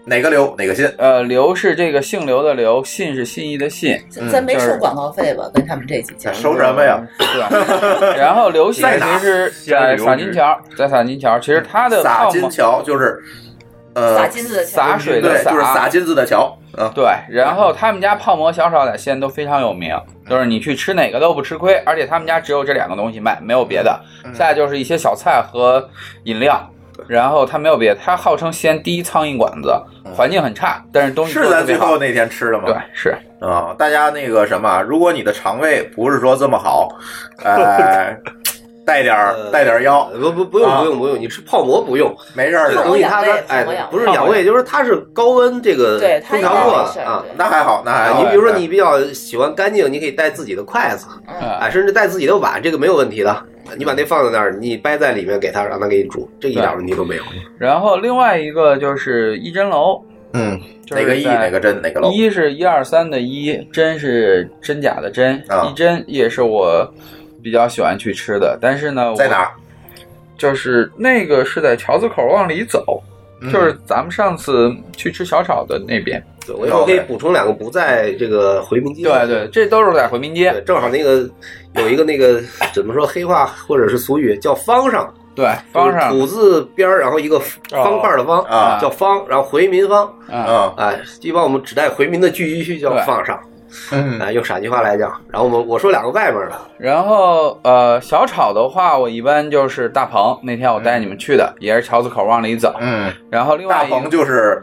[SPEAKER 4] 哪个刘哪个信？
[SPEAKER 1] 呃，刘是这个姓刘的刘，信是信义的信，
[SPEAKER 2] 咱
[SPEAKER 3] 嗯
[SPEAKER 2] 没
[SPEAKER 1] 就是
[SPEAKER 2] 收广告费吧？跟他们这几家。
[SPEAKER 4] 收什么呀？
[SPEAKER 1] 是吧？ 然后刘信
[SPEAKER 4] 啊在哪
[SPEAKER 1] 其实
[SPEAKER 5] 西安的
[SPEAKER 1] 在
[SPEAKER 5] 刘
[SPEAKER 1] 洒金
[SPEAKER 5] 氏
[SPEAKER 1] 桥，在洒金桥，其实他的
[SPEAKER 4] 洒
[SPEAKER 1] 泡
[SPEAKER 4] 金
[SPEAKER 1] 馍
[SPEAKER 4] 桥就是，呃，
[SPEAKER 2] 撒金子的钱
[SPEAKER 1] 洒水的
[SPEAKER 4] 对，就是
[SPEAKER 1] 洒
[SPEAKER 4] 洒金子的桥。嗯，嗯
[SPEAKER 1] 对，然后他们家泡馍、小炒在西安都非常有名，就是你去吃哪个都不吃亏，而且他们家只有这两个东西卖，没有别的。
[SPEAKER 4] 嗯
[SPEAKER 1] 再就是一些小菜和饮料，然后他没有别的，他号称西安第一苍蝇馆子，环境很差，但是东
[SPEAKER 4] 嗯
[SPEAKER 1] 西
[SPEAKER 4] 是
[SPEAKER 1] 做得特
[SPEAKER 4] 咱
[SPEAKER 1] 别
[SPEAKER 4] 最
[SPEAKER 1] 好
[SPEAKER 4] 后。那天吃的吗？
[SPEAKER 1] 对，是
[SPEAKER 4] 啊、大家那个什么，如果你的肠胃不是说这么好， 呃，带点儿啊带点儿腰，
[SPEAKER 3] 呃不不不用
[SPEAKER 4] 啊
[SPEAKER 3] 不用不用，你吃泡馍不用，
[SPEAKER 4] 没事儿
[SPEAKER 3] 这
[SPEAKER 2] 泡
[SPEAKER 4] 的，
[SPEAKER 2] 馍
[SPEAKER 3] 东西
[SPEAKER 2] 养
[SPEAKER 3] 它
[SPEAKER 2] 胃
[SPEAKER 3] 的哎
[SPEAKER 2] 泡馍养胃
[SPEAKER 3] 不是养胃，就是它是高温这个
[SPEAKER 2] 对，他
[SPEAKER 3] 烹
[SPEAKER 2] 应该
[SPEAKER 3] 调过
[SPEAKER 2] 没事
[SPEAKER 3] 的
[SPEAKER 2] 儿。。
[SPEAKER 3] 啊
[SPEAKER 2] 对
[SPEAKER 4] 那还好，那还
[SPEAKER 3] 哎，
[SPEAKER 4] 好。
[SPEAKER 3] 你比如说
[SPEAKER 4] 哎
[SPEAKER 3] 你比较喜欢干净，你可以带自己的筷子，
[SPEAKER 1] 啊嗯
[SPEAKER 3] 哎，，甚至带自己的碗，这个没有问题的。你把那放在那儿，你掰在里面给它，让它给你煮，这一点问题都没有。
[SPEAKER 1] 然后另外一个就是一真楼，
[SPEAKER 4] 嗯，
[SPEAKER 1] 就是
[SPEAKER 4] 哪个一
[SPEAKER 1] 在
[SPEAKER 4] 哪个真哪个漏，
[SPEAKER 1] 一是一二三的一，真是真假的真，
[SPEAKER 4] 啊
[SPEAKER 1] 一真也是我比较喜欢去吃的。但是呢，我
[SPEAKER 4] 在哪儿？
[SPEAKER 1] 就是那个是在桥子口往里走，
[SPEAKER 4] 嗯
[SPEAKER 1] 就是咱们上次去吃小炒的那边。
[SPEAKER 3] 对，我一会儿可以补充两个不在这个回民街。
[SPEAKER 1] 对
[SPEAKER 4] 嗯
[SPEAKER 1] 对，这都是在回民街
[SPEAKER 3] 对。，正好那个有一个那个怎么说黑话或者是俗语叫方上，
[SPEAKER 1] 对，方上哦
[SPEAKER 3] 土字边儿，然后一个方块的方
[SPEAKER 4] 啊
[SPEAKER 3] 叫方，然后回民方，
[SPEAKER 1] 啊，
[SPEAKER 4] 嗯
[SPEAKER 3] 哎，一般我们只带回民的聚集区叫
[SPEAKER 1] 对
[SPEAKER 3] 方上，
[SPEAKER 4] 嗯
[SPEAKER 3] 哎，用陕西话来讲。然后我我说两个外面的，
[SPEAKER 1] 然后呃，小炒的话，我一般就是大棚。那天我带你们去的，也是桥子口往里走。
[SPEAKER 4] 嗯，
[SPEAKER 1] 然后另外
[SPEAKER 4] 大
[SPEAKER 1] 一个
[SPEAKER 4] 鹏就是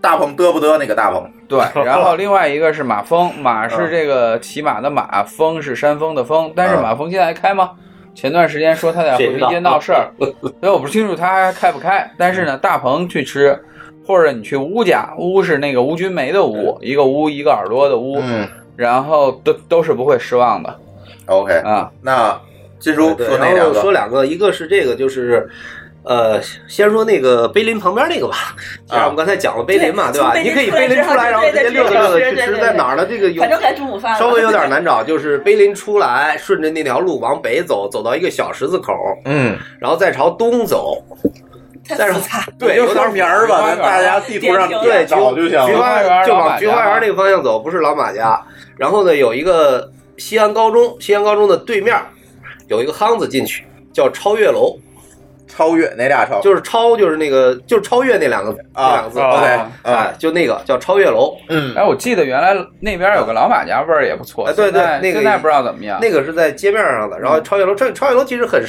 [SPEAKER 4] 大鹏嘚不嘚那个大鹏，
[SPEAKER 1] 对，然后另外一个是马蜂，马是这个骑马的马，蜂是山峰的峰。但是
[SPEAKER 4] 嗯
[SPEAKER 1] 马蜂现在还开吗？前段时间说他在回民街闹事儿，
[SPEAKER 3] 嗯
[SPEAKER 1] 所以我不清楚他还开不开。但是呢，大鹏去吃，或者你去乌家，乌是那个吴君梅的
[SPEAKER 3] 嗯
[SPEAKER 1] 乌，一个乌一个耳朵的乌，
[SPEAKER 4] 嗯
[SPEAKER 1] 然后都都是不会失望的
[SPEAKER 4] ，OK，
[SPEAKER 3] 哎
[SPEAKER 1] 啊。
[SPEAKER 4] 那金叔
[SPEAKER 3] 对，
[SPEAKER 4] 说哪
[SPEAKER 3] 然
[SPEAKER 4] 两
[SPEAKER 3] 后说
[SPEAKER 4] 个？
[SPEAKER 3] 两个，一个是这个就是。呃，先说那个碑林旁边那个吧，既然我们刚才讲了碑林嘛，
[SPEAKER 2] 啊对
[SPEAKER 3] 对
[SPEAKER 2] 从
[SPEAKER 3] 吧？
[SPEAKER 2] 碑
[SPEAKER 3] 你
[SPEAKER 2] 林
[SPEAKER 3] 可以碑林出
[SPEAKER 2] 出
[SPEAKER 3] 来，
[SPEAKER 2] 来
[SPEAKER 3] 然后直接溜达溜达去
[SPEAKER 2] 对对对
[SPEAKER 3] 吃，
[SPEAKER 2] 对
[SPEAKER 3] 在哪儿呢？这个有
[SPEAKER 2] 反正啊该中午饭了，
[SPEAKER 3] 稍微 有点难找，就是碑林出来，顺着那条路往北走，走到一个小十字口，
[SPEAKER 4] 嗯，
[SPEAKER 3] 然后再朝东走，
[SPEAKER 2] 太
[SPEAKER 3] 但
[SPEAKER 2] 复
[SPEAKER 3] 是
[SPEAKER 2] 杂了。
[SPEAKER 3] 对，
[SPEAKER 4] 你就
[SPEAKER 3] 有
[SPEAKER 4] 说
[SPEAKER 3] 点
[SPEAKER 4] 名儿吧，咱大家地图上
[SPEAKER 2] 点评
[SPEAKER 3] 对，
[SPEAKER 4] 找就行
[SPEAKER 3] 菊
[SPEAKER 4] 了。
[SPEAKER 3] 花
[SPEAKER 1] 菊花园
[SPEAKER 3] 就
[SPEAKER 1] 老马
[SPEAKER 3] 往
[SPEAKER 1] 家
[SPEAKER 3] 菊花园那个方向走，不是老马家。然后呢，有一个西安高中，西安高中的对面有一个夯子进去。叫超越楼，
[SPEAKER 4] 超越哪俩超？
[SPEAKER 3] 就是超，就是那个，就是超越那两个、那两
[SPEAKER 4] 啊
[SPEAKER 3] 个字，
[SPEAKER 4] ，OK，
[SPEAKER 1] 啊
[SPEAKER 3] 哎
[SPEAKER 4] 啊，，
[SPEAKER 3] 就那个叫超越楼，
[SPEAKER 4] 嗯
[SPEAKER 1] 哎，我记得原来那边有个老马家味儿也不错，
[SPEAKER 3] 啊对对
[SPEAKER 1] 现在
[SPEAKER 3] 那个
[SPEAKER 1] 现在不知道怎么样。
[SPEAKER 3] 那个是在街面上的。然后超越楼，这超越楼其实很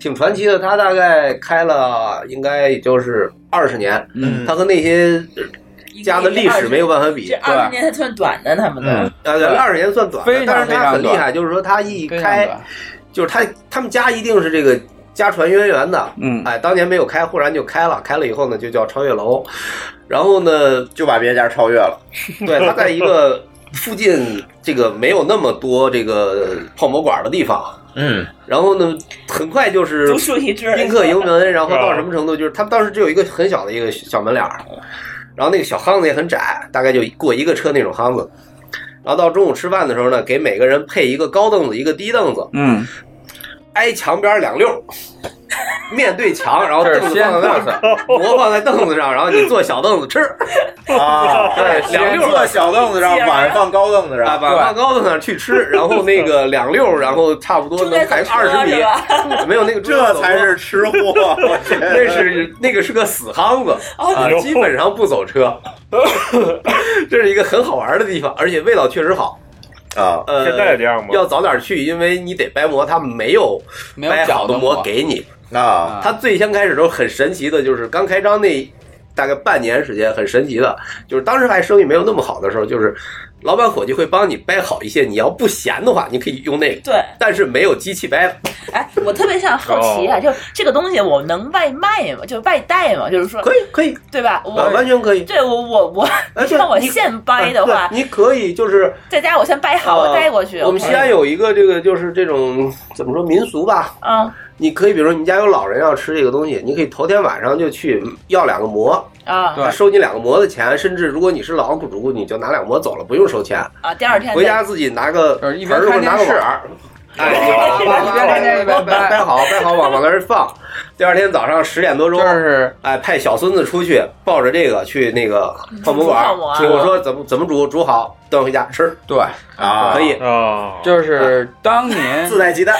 [SPEAKER 3] 挺传奇的，它大概开了应该也就是二十年，
[SPEAKER 1] 嗯
[SPEAKER 3] 它和那些家的历史没有办法比
[SPEAKER 2] 这。二十年还算短的，他们的
[SPEAKER 4] 嗯
[SPEAKER 3] 呃，
[SPEAKER 1] 对
[SPEAKER 3] 二十年算短的
[SPEAKER 1] 非，常
[SPEAKER 3] 但是它很厉
[SPEAKER 1] 非常
[SPEAKER 3] 害，就是说它一
[SPEAKER 1] 非常
[SPEAKER 3] 开
[SPEAKER 1] 短，
[SPEAKER 3] 就是它他们家一定是这个家传渊源的。
[SPEAKER 1] 嗯，
[SPEAKER 3] 哎，当年没有开，忽然就开了，开了以后呢，就叫超越楼。然后呢，
[SPEAKER 4] 就把别家超越了。
[SPEAKER 3] 对，它在一个附近这个没有那么多这个泡馍馆的地方，
[SPEAKER 4] 嗯
[SPEAKER 3] 然后呢，很快就是
[SPEAKER 2] 独树一帜。
[SPEAKER 3] 宾客迎门，然后到什么程度？就是他们当时只有一个很小的一个小门脸儿，然后那个小巷子也很窄，大概就过一个车那种巷子。然后到中午吃饭的时候呢，给每个啊人配一个高凳子，一个低凳子，
[SPEAKER 1] 嗯，
[SPEAKER 3] 挨墙边两溜儿， 面对墙，然后
[SPEAKER 1] 这
[SPEAKER 3] 凳
[SPEAKER 1] 是
[SPEAKER 3] 子
[SPEAKER 1] 先
[SPEAKER 3] 放在那儿
[SPEAKER 1] 坐上，
[SPEAKER 3] 馍放在凳子上，然后你坐小凳子 吃，
[SPEAKER 4] 啊，
[SPEAKER 1] 对
[SPEAKER 4] 两
[SPEAKER 1] 哎先
[SPEAKER 4] 溜坐小凳子上，晚上放高凳子
[SPEAKER 3] 啊，
[SPEAKER 4] 上，
[SPEAKER 3] 把放高凳子上去吃，然后那个两溜儿，然后差不多能
[SPEAKER 2] 在
[SPEAKER 3] 排
[SPEAKER 2] 走
[SPEAKER 3] 二
[SPEAKER 2] 车
[SPEAKER 3] 十
[SPEAKER 2] 是吧
[SPEAKER 3] 米，没有那个中间
[SPEAKER 4] 这
[SPEAKER 3] 走
[SPEAKER 4] 才
[SPEAKER 3] 车
[SPEAKER 4] 是吃货。我觉得
[SPEAKER 3] 那是那个是个死夯子啊
[SPEAKER 5] 哎，呦
[SPEAKER 3] 基本上不走车， 这是一个很好玩的地方，而且味道确实好。
[SPEAKER 4] 啊，
[SPEAKER 3] 呃，
[SPEAKER 5] 现在这样吗
[SPEAKER 3] 要早点去，因为你得掰馍，它没有
[SPEAKER 1] 没有
[SPEAKER 3] 掰好
[SPEAKER 1] 脚
[SPEAKER 3] 的
[SPEAKER 1] 馍
[SPEAKER 3] 馍，给你。
[SPEAKER 2] 啊
[SPEAKER 4] 那
[SPEAKER 3] 它最先开始都很神奇的，就是刚开张那大概半年时间，很神奇的，就是当时还生意没有那么好的时候，就是老板伙计会帮你掰好一些，你要不咸的话，你可以用那个。
[SPEAKER 2] 对，
[SPEAKER 3] 但是没有机器掰了，
[SPEAKER 2] 哎，我特别想好奇
[SPEAKER 3] 哦
[SPEAKER 2] 啊，就是这个东西我能外卖吗？就是外带吗？就是说，
[SPEAKER 3] 可以可以，
[SPEAKER 2] 对吧？我
[SPEAKER 3] 完完全可以。
[SPEAKER 2] 对我我我，
[SPEAKER 3] 而且
[SPEAKER 2] 让我
[SPEAKER 3] 你呃
[SPEAKER 2] 现哦掰的话，
[SPEAKER 3] 对你可以就是
[SPEAKER 2] 在家我先掰好，我
[SPEAKER 3] 呃
[SPEAKER 2] 带过去。
[SPEAKER 3] 我们西安有一个这个就是这种怎么说民俗吧，
[SPEAKER 2] 嗯
[SPEAKER 3] 你可以比如说你家有老人要吃这个东西，你可以头天晚上就去要两个馍，
[SPEAKER 2] 啊
[SPEAKER 1] 对
[SPEAKER 3] 他收你两个馍的钱，甚至如果你是老苦主，你就拿两个馍走了，不用收钱，
[SPEAKER 2] 啊！第二天
[SPEAKER 3] 回家自己拿个
[SPEAKER 1] 呃
[SPEAKER 3] 盆
[SPEAKER 1] 一边
[SPEAKER 3] 儿或者
[SPEAKER 1] 看
[SPEAKER 3] 拿
[SPEAKER 1] 电
[SPEAKER 3] 个
[SPEAKER 1] 视
[SPEAKER 3] 碗儿。 哎，你
[SPEAKER 1] 一边
[SPEAKER 3] 一
[SPEAKER 1] 看电视一边
[SPEAKER 3] 掰
[SPEAKER 1] 掰
[SPEAKER 3] 掰好，掰好往往那儿放。第二天早上十点多钟，
[SPEAKER 1] 就是
[SPEAKER 3] 哎，派小孙子出去抱着这个去那个泡馍馆
[SPEAKER 2] 煮泡馍啊
[SPEAKER 3] 儿，我说怎么怎么煮，煮好端回家吃，
[SPEAKER 1] 对，
[SPEAKER 4] 啊，
[SPEAKER 3] 可以。
[SPEAKER 5] 啊，
[SPEAKER 1] 就是当年
[SPEAKER 4] 自带鸡蛋，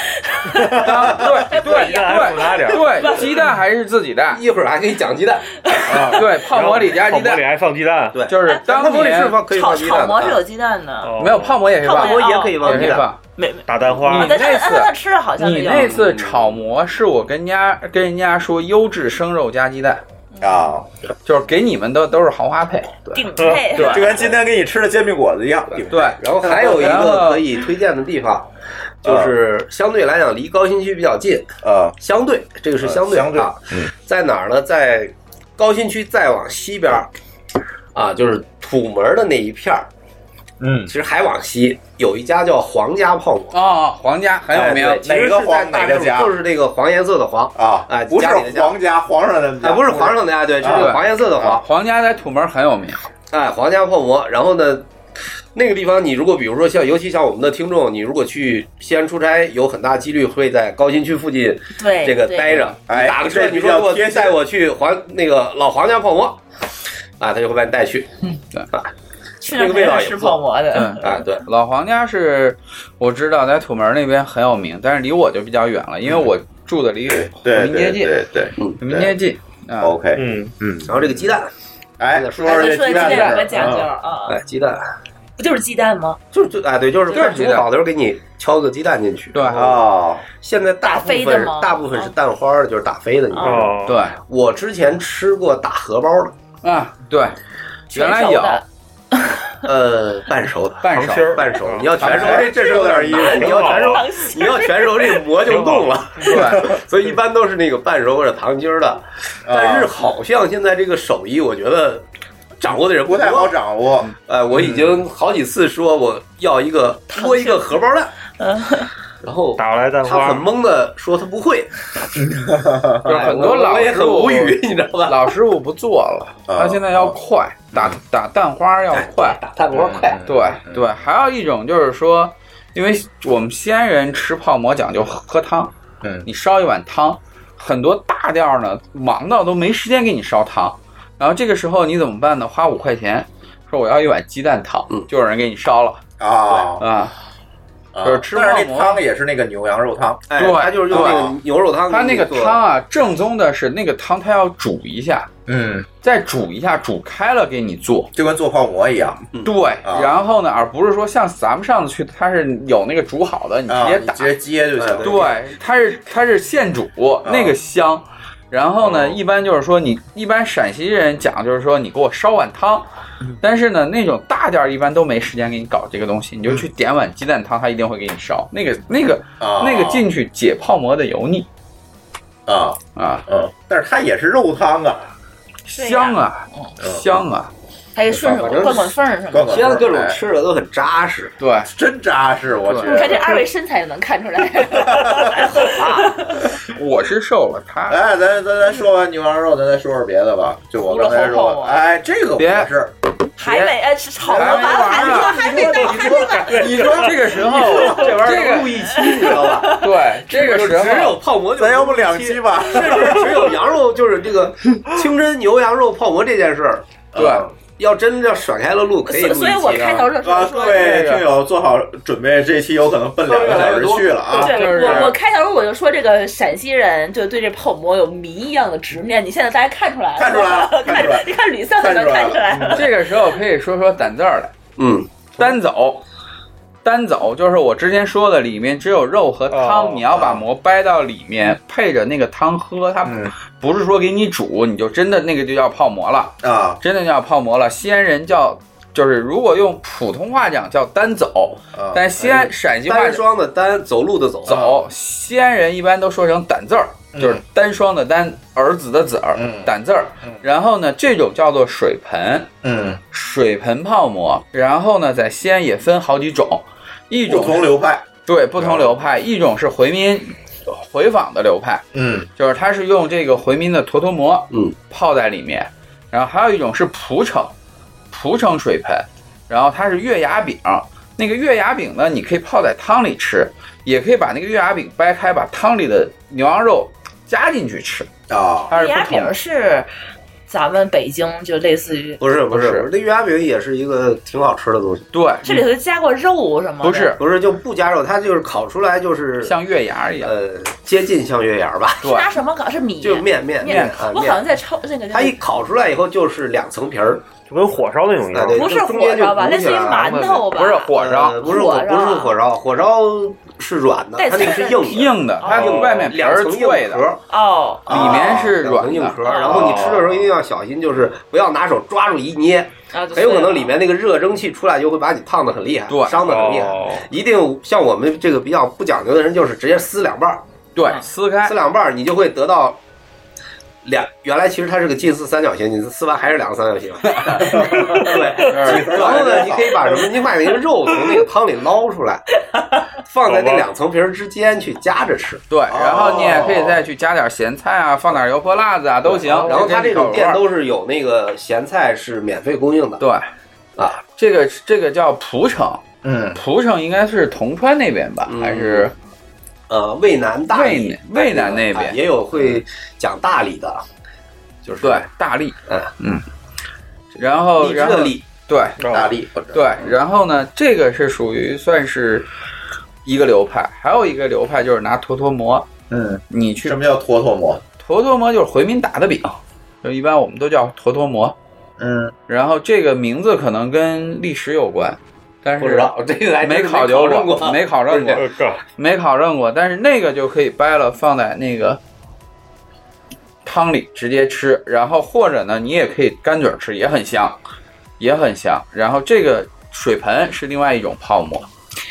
[SPEAKER 1] 当对对
[SPEAKER 5] 鸡蛋还复杂点儿
[SPEAKER 1] 对对，鸡蛋还是自己 蛋
[SPEAKER 3] 一会儿还可以讲鸡蛋，
[SPEAKER 1] 啊，对，泡馍里加鸡
[SPEAKER 5] 泡馍里
[SPEAKER 1] 蛋，
[SPEAKER 5] 还放鸡蛋，
[SPEAKER 3] 对，
[SPEAKER 1] 就是
[SPEAKER 3] 哎泡
[SPEAKER 1] 当
[SPEAKER 3] 馍里是
[SPEAKER 1] 年
[SPEAKER 3] 放可以
[SPEAKER 2] 炒
[SPEAKER 3] 放鸡
[SPEAKER 2] 炒
[SPEAKER 3] 蛋的
[SPEAKER 2] 馍是有
[SPEAKER 3] 啊，
[SPEAKER 2] 鸡蛋的，
[SPEAKER 5] 哦
[SPEAKER 1] 没有泡馍也是
[SPEAKER 2] 泡
[SPEAKER 1] 放，
[SPEAKER 3] 馍也可以放
[SPEAKER 1] 也
[SPEAKER 3] 鸡
[SPEAKER 1] 可以
[SPEAKER 3] 蛋。
[SPEAKER 1] 放。
[SPEAKER 2] 没
[SPEAKER 5] 大蛋
[SPEAKER 2] 啊
[SPEAKER 5] 花
[SPEAKER 1] 嗯，
[SPEAKER 2] 哦但是
[SPEAKER 1] 那
[SPEAKER 2] 他
[SPEAKER 1] 次
[SPEAKER 2] 他吃的好像
[SPEAKER 1] 你
[SPEAKER 2] 是有
[SPEAKER 1] 那次炒馍是我跟家跟人家说优质生肉加鸡蛋，
[SPEAKER 4] 啊，
[SPEAKER 1] 就是给你们的都是豪华配。
[SPEAKER 2] 顶配，
[SPEAKER 1] 对
[SPEAKER 4] 就跟今天给你吃的煎饼果子一样。
[SPEAKER 1] 对，
[SPEAKER 3] 然后还有一个可以推荐的地 方，
[SPEAKER 1] 嗯
[SPEAKER 3] 就是相对来讲离高新区比较近，
[SPEAKER 4] 呃，
[SPEAKER 3] 相对这个是相对
[SPEAKER 4] 呃相对
[SPEAKER 3] 啊，在哪儿呢？在高新区再往西边儿啊，就是土门的那一片儿，
[SPEAKER 4] 嗯
[SPEAKER 3] 其，实还往西有一家叫黄家泡馍，
[SPEAKER 1] 哦，皇家很有名
[SPEAKER 3] 哎对其
[SPEAKER 4] 哪个
[SPEAKER 3] 实是在
[SPEAKER 4] 黄
[SPEAKER 3] 大
[SPEAKER 4] 哪个
[SPEAKER 3] 众
[SPEAKER 4] 家
[SPEAKER 3] 就是这个黄颜色的黄，
[SPEAKER 4] 啊
[SPEAKER 3] 哎
[SPEAKER 4] 不是
[SPEAKER 3] 家里的家
[SPEAKER 4] 皇家皇上的家，
[SPEAKER 3] 哎，不是皇上的呀，对，是这个
[SPEAKER 1] 啊
[SPEAKER 3] 黄颜色的黄，
[SPEAKER 1] 皇家在土门很有名，
[SPEAKER 3] 哎，皇家泡馍。然后呢，那个地方你如果比如说像，尤其像我们的听众，你如果去西安出差，有很大几率会在高新区附近
[SPEAKER 2] 对
[SPEAKER 3] 这个
[SPEAKER 2] 对
[SPEAKER 3] 待着，
[SPEAKER 4] 哎
[SPEAKER 3] 你打个车，
[SPEAKER 4] 这
[SPEAKER 3] 你
[SPEAKER 4] 比
[SPEAKER 3] 说
[SPEAKER 4] 较
[SPEAKER 3] 给我
[SPEAKER 4] 贴心
[SPEAKER 3] 带我去皇那个老皇家泡馍，啊，他就会把你带去
[SPEAKER 2] 去那儿
[SPEAKER 3] 这个味道
[SPEAKER 2] 肯定
[SPEAKER 3] 也
[SPEAKER 2] 是吃
[SPEAKER 3] 不错
[SPEAKER 2] 泡馍的，
[SPEAKER 1] 嗯
[SPEAKER 3] 啊，对，
[SPEAKER 1] 老黄家是我知道在土门那边很有名，但是离我就比较远了，因为我住的
[SPEAKER 3] 嗯
[SPEAKER 1] 离
[SPEAKER 4] 对
[SPEAKER 1] 民街
[SPEAKER 4] 对
[SPEAKER 1] 近，
[SPEAKER 4] 对对
[SPEAKER 1] 我民街近啊。
[SPEAKER 4] ，OK，
[SPEAKER 5] 嗯，
[SPEAKER 4] 嗯，
[SPEAKER 3] 然后这个鸡蛋，
[SPEAKER 4] 哎，说说
[SPEAKER 2] 哎
[SPEAKER 4] 这
[SPEAKER 2] 说
[SPEAKER 4] 鸡
[SPEAKER 2] 鸡
[SPEAKER 4] 蛋的
[SPEAKER 2] 蛋
[SPEAKER 4] 事
[SPEAKER 2] 有个
[SPEAKER 4] 儿，
[SPEAKER 2] 讲究啊，
[SPEAKER 3] 哎，鸡蛋
[SPEAKER 2] 不就是鸡蛋吗？
[SPEAKER 3] 就是就哎对，就是
[SPEAKER 1] 就是
[SPEAKER 3] 煮
[SPEAKER 1] 鸡蛋
[SPEAKER 3] 好的时候给你敲个鸡蛋进去。
[SPEAKER 1] 对
[SPEAKER 4] 啊，
[SPEAKER 3] 现在大部
[SPEAKER 2] 打飞的
[SPEAKER 3] 分
[SPEAKER 2] 吗啊
[SPEAKER 3] 大部分是蛋花的，就是打飞的。你知道吗？
[SPEAKER 5] 哦，
[SPEAKER 1] 对
[SPEAKER 3] 我之前吃过打荷包的，
[SPEAKER 1] 啊，对，原来
[SPEAKER 2] 全熟
[SPEAKER 1] 有
[SPEAKER 2] 的
[SPEAKER 3] 呃，半熟的，
[SPEAKER 1] 半熟
[SPEAKER 3] 半熟。你要全熟，
[SPEAKER 4] 哎
[SPEAKER 3] 这这是有点意思。啊你要全熟，你要全熟，这馍就动了。
[SPEAKER 1] 对，
[SPEAKER 3] 所以一般都是那个半熟或者糖筋儿的。
[SPEAKER 4] 啊
[SPEAKER 3] 但是好像现在这个手艺，我觉得掌握的人
[SPEAKER 4] 不太好
[SPEAKER 3] 多。
[SPEAKER 4] 掌握，
[SPEAKER 1] 嗯
[SPEAKER 3] 哎，我已经好几次说我要一个多一个荷包蛋，然后
[SPEAKER 5] 打过来蛋
[SPEAKER 3] 他很
[SPEAKER 5] 花，
[SPEAKER 3] 懵的说他 不会，
[SPEAKER 1] 就是很多
[SPEAKER 3] 我
[SPEAKER 1] 老
[SPEAKER 3] 我也
[SPEAKER 1] 师
[SPEAKER 3] 很
[SPEAKER 1] 傅
[SPEAKER 3] 无语， 你知道吧？
[SPEAKER 1] 老师傅不做了，
[SPEAKER 4] 啊嗯
[SPEAKER 1] 他现在要快，打打蛋花要快，
[SPEAKER 3] 打蛋花快，
[SPEAKER 1] 对对，还有一种就是说，因为我们西安人吃泡馍讲究喝汤，
[SPEAKER 4] 嗯
[SPEAKER 1] 你烧一碗汤，很多大店儿呢忙到都没时间给你烧汤，然后这个时候你怎么办呢？花五块钱。说我要一碗鸡蛋汤，
[SPEAKER 3] 嗯
[SPEAKER 1] 就有人给你烧了
[SPEAKER 4] 啊，
[SPEAKER 1] 啊！
[SPEAKER 4] 啊
[SPEAKER 1] 就是吃
[SPEAKER 4] 但是
[SPEAKER 1] 泡
[SPEAKER 4] 那
[SPEAKER 1] 馍
[SPEAKER 4] 汤也是那个牛羊肉汤，
[SPEAKER 3] 哎，
[SPEAKER 1] 对
[SPEAKER 3] 他就是用那个
[SPEAKER 4] 对
[SPEAKER 3] 牛肉汤，
[SPEAKER 1] 他那个汤，啊，正宗的是那个汤，他要煮一下，
[SPEAKER 4] 嗯，
[SPEAKER 1] 再煮一下，煮开了给你做。
[SPEAKER 4] 就跟做泡馍一样，
[SPEAKER 1] 对，
[SPEAKER 4] 啊
[SPEAKER 1] 然后呢，而不是说像咱们上次去，它是有那个煮好的，你嗯
[SPEAKER 4] 啊，
[SPEAKER 1] 直接
[SPEAKER 4] 你
[SPEAKER 1] 打。
[SPEAKER 4] 直接接啊就行，
[SPEAKER 1] 对，它是它是现煮那个香。然后
[SPEAKER 4] 啊
[SPEAKER 1] 呢，一般就是说你一般陕西人讲就是说你给我烧碗汤，
[SPEAKER 4] 嗯
[SPEAKER 1] 但是呢那种大店儿一般都没时间给你搞这个东西，你就去点碗鸡蛋汤，他一定会给你烧那个那个
[SPEAKER 4] 啊，
[SPEAKER 1] 那个进去解泡馍的油腻
[SPEAKER 4] 啊，
[SPEAKER 1] 啊，
[SPEAKER 4] 嗯，但是它也是肉汤啊，
[SPEAKER 2] 对呀
[SPEAKER 1] 香啊
[SPEAKER 4] 哦
[SPEAKER 1] 香啊，
[SPEAKER 2] 还有顺手
[SPEAKER 3] 反正
[SPEAKER 2] 灌灌缝儿什么
[SPEAKER 4] 关
[SPEAKER 2] 的。
[SPEAKER 4] 管
[SPEAKER 3] 现在各种
[SPEAKER 4] 哎
[SPEAKER 3] 吃的都很扎实，
[SPEAKER 1] 对，
[SPEAKER 4] 真扎实，我觉
[SPEAKER 1] 对
[SPEAKER 2] 你看这
[SPEAKER 4] 得。
[SPEAKER 2] 二位身材就能看出 来，
[SPEAKER 1] 我是瘦了，他
[SPEAKER 4] 哎，咱咱咱说完牛羊肉，咱再说说别的吧。就我刚才
[SPEAKER 2] 除了
[SPEAKER 4] 说
[SPEAKER 2] 泡，馍
[SPEAKER 4] 哎，这个我
[SPEAKER 1] 别
[SPEAKER 4] 是
[SPEAKER 2] 还没哎，是炒
[SPEAKER 1] 还
[SPEAKER 2] 完
[SPEAKER 1] 没
[SPEAKER 2] 完了还
[SPEAKER 1] 哦完呢
[SPEAKER 2] 没还没到，还没完。
[SPEAKER 1] 你说这个时候，这玩意儿
[SPEAKER 3] 录一期，你知道吧？
[SPEAKER 1] 对这个
[SPEAKER 3] 就
[SPEAKER 1] 时
[SPEAKER 3] 只
[SPEAKER 1] 候
[SPEAKER 3] 有泡馍就，
[SPEAKER 4] 咱要不两期吧？
[SPEAKER 3] 甚至只有羊肉，就是这个清真牛羊肉泡馍这件事儿。
[SPEAKER 1] 对
[SPEAKER 3] 嗯要真要甩开了录，可以录
[SPEAKER 2] 所
[SPEAKER 3] 一
[SPEAKER 2] 所以，
[SPEAKER 3] 期。
[SPEAKER 2] 我开头的时
[SPEAKER 4] 啊，
[SPEAKER 2] 候
[SPEAKER 4] 各
[SPEAKER 2] 说，
[SPEAKER 4] 位听友做好准备，这期有可能奔两个小时去了啊！
[SPEAKER 1] 就是
[SPEAKER 2] 对我我开头我就说这个陕西人就对这泡馍有迷一样的执念，你现在大家看出来了，
[SPEAKER 4] 看出来了看
[SPEAKER 2] 看
[SPEAKER 4] 出来了
[SPEAKER 2] 你看吕三都能看出来了。
[SPEAKER 1] 这个时候可以说说胆字儿来，
[SPEAKER 3] 嗯，
[SPEAKER 1] 单走。单走就是我之前说的，里面只有肉和汤，
[SPEAKER 5] 哦
[SPEAKER 1] 你要把馍掰到里面，配着那个汤喝。它
[SPEAKER 4] 嗯
[SPEAKER 1] 不是说给你煮，你就真的那个就叫泡馍了。
[SPEAKER 4] 啊，
[SPEAKER 1] 真的叫泡馍了。西安人叫，就是如果用普通话讲叫单走，
[SPEAKER 4] 啊
[SPEAKER 1] 但西安陕西话
[SPEAKER 3] 哎单双的单，走路的走，啊
[SPEAKER 1] 走，西安人一般都说成胆字儿，就是单双的单，儿子的子儿
[SPEAKER 4] 嗯，
[SPEAKER 1] 胆字儿。然后呢，这种叫做水盆，
[SPEAKER 4] 嗯，
[SPEAKER 1] 水盆泡馍。然后呢，在西安也分好几种，一
[SPEAKER 4] 不
[SPEAKER 1] 种
[SPEAKER 4] 同流派，
[SPEAKER 1] 对不同流派，一种是回民回访的流派，
[SPEAKER 4] 嗯
[SPEAKER 1] 就是它是用这个回民的坨坨馍，
[SPEAKER 3] 嗯，
[SPEAKER 1] 泡在里面。然后还有一种是蒲城，蒲城水盆，然后它是月牙饼。那个月牙饼呢，你可以泡在汤里吃，也可以把那个月牙饼掰开，把汤里的牛羊肉加进去吃，
[SPEAKER 4] 啊，
[SPEAKER 1] 它是
[SPEAKER 2] 月
[SPEAKER 1] 不
[SPEAKER 2] 牙
[SPEAKER 1] 同
[SPEAKER 2] 饼是咱们北京就类似于
[SPEAKER 3] 不是不
[SPEAKER 1] 不
[SPEAKER 3] 是
[SPEAKER 1] 是，
[SPEAKER 3] 那月牙饼也是一个挺好吃的东西，
[SPEAKER 1] 对，
[SPEAKER 2] 这里头加过肉什么的，
[SPEAKER 1] 不是
[SPEAKER 3] 不是就不加肉，它就是烤出来就是
[SPEAKER 1] 像月牙一样，
[SPEAKER 3] 呃接近像月牙吧，
[SPEAKER 1] 对，
[SPEAKER 2] 拿什么搞？是米
[SPEAKER 3] 就是面面
[SPEAKER 2] 面
[SPEAKER 3] 面啊
[SPEAKER 2] 我好像
[SPEAKER 3] 面，
[SPEAKER 2] 在超那个叫
[SPEAKER 3] 它一烤出来以后就是两层皮儿，
[SPEAKER 5] 就跟火烧那种一
[SPEAKER 3] 啊
[SPEAKER 5] 样。
[SPEAKER 3] 对，
[SPEAKER 2] 不是
[SPEAKER 3] 就中间
[SPEAKER 2] 火
[SPEAKER 3] 就
[SPEAKER 2] 烧吧，
[SPEAKER 3] 鼓
[SPEAKER 2] 类
[SPEAKER 3] 起
[SPEAKER 2] 似于
[SPEAKER 3] 来了啊
[SPEAKER 2] 馒头吧，
[SPEAKER 1] 不是火烧，
[SPEAKER 3] 呃不是火
[SPEAKER 2] 火烧
[SPEAKER 3] 不是火烧，火烧是软的，
[SPEAKER 2] 带
[SPEAKER 3] 它那个
[SPEAKER 2] 刺
[SPEAKER 3] 是
[SPEAKER 2] 儿
[SPEAKER 3] 硬的
[SPEAKER 1] 硬的，它
[SPEAKER 5] 哦
[SPEAKER 1] 外面皮
[SPEAKER 3] 两
[SPEAKER 1] 儿
[SPEAKER 3] 层硬
[SPEAKER 1] 脆的，
[SPEAKER 3] 壳。啊
[SPEAKER 2] 哦，
[SPEAKER 1] 里面是
[SPEAKER 3] 两
[SPEAKER 1] 软
[SPEAKER 3] 层硬
[SPEAKER 1] 的，
[SPEAKER 3] 壳，然后你吃的时候一定要小心，就是不要拿手抓住一捏，
[SPEAKER 2] 啊
[SPEAKER 3] 很有可能里面那个热蒸汽出来就会把你烫的很厉害，
[SPEAKER 1] 对
[SPEAKER 3] 伤的很厉害。
[SPEAKER 5] 哦
[SPEAKER 3] 一定像我们这个比较不讲究的人，就是直接撕两半儿，
[SPEAKER 1] 对，
[SPEAKER 2] 嗯
[SPEAKER 1] 撕开
[SPEAKER 3] 撕，两半儿你就会得到两。原来其实它是个近似三角形，你撕完还是两个三 角形。对，
[SPEAKER 1] 呃
[SPEAKER 3] 然后呢，你可以把什么，你把那个肉从那个汤里捞出来，放在那两层皮儿之间去夹着吃。
[SPEAKER 1] 对，然后你
[SPEAKER 3] 哦
[SPEAKER 1] 也可以再去加点咸菜啊，放点油泼辣子啊，都行。
[SPEAKER 3] 哦然后它这种店
[SPEAKER 1] 都
[SPEAKER 3] 都是有那个咸菜是免费供应的。
[SPEAKER 1] 对
[SPEAKER 3] 啊，
[SPEAKER 1] 这个这个叫蒲城，
[SPEAKER 4] 嗯，
[SPEAKER 1] 蒲城应该是铜川那边吧，
[SPEAKER 3] 嗯
[SPEAKER 1] 还是
[SPEAKER 3] 呃，渭南大理
[SPEAKER 1] 渭，渭南那边
[SPEAKER 3] 啊也有会讲大理的，就是
[SPEAKER 1] 对大荔？
[SPEAKER 3] 嗯
[SPEAKER 1] 嗯，然后
[SPEAKER 3] 荔枝
[SPEAKER 1] 然
[SPEAKER 3] 的
[SPEAKER 1] 后
[SPEAKER 3] 荔，
[SPEAKER 1] 对
[SPEAKER 4] 大力，
[SPEAKER 1] 对，然后呢，这个是属于算是一个流派，还有一个流派就是拿坨坨馍，
[SPEAKER 4] 嗯，
[SPEAKER 1] 你去
[SPEAKER 4] 什么叫坨坨馍？
[SPEAKER 1] 坨坨馍就是回民打的饼，就一般我们都叫坨坨馍。
[SPEAKER 4] 嗯，
[SPEAKER 1] 然后这个名字可能跟历史有关，但
[SPEAKER 3] 不
[SPEAKER 1] 是
[SPEAKER 3] 知道这个还真
[SPEAKER 1] 没
[SPEAKER 3] 没
[SPEAKER 1] 考究
[SPEAKER 3] 考证过
[SPEAKER 1] 没考证过，
[SPEAKER 5] 呃这
[SPEAKER 1] 没考证过。但是那个就可以掰了，放在那个汤里直接吃。然后或者呢，你也可以干嘴儿吃，也很香，也很香。然后这个水盆是另外一种泡
[SPEAKER 2] 哦
[SPEAKER 1] 馍，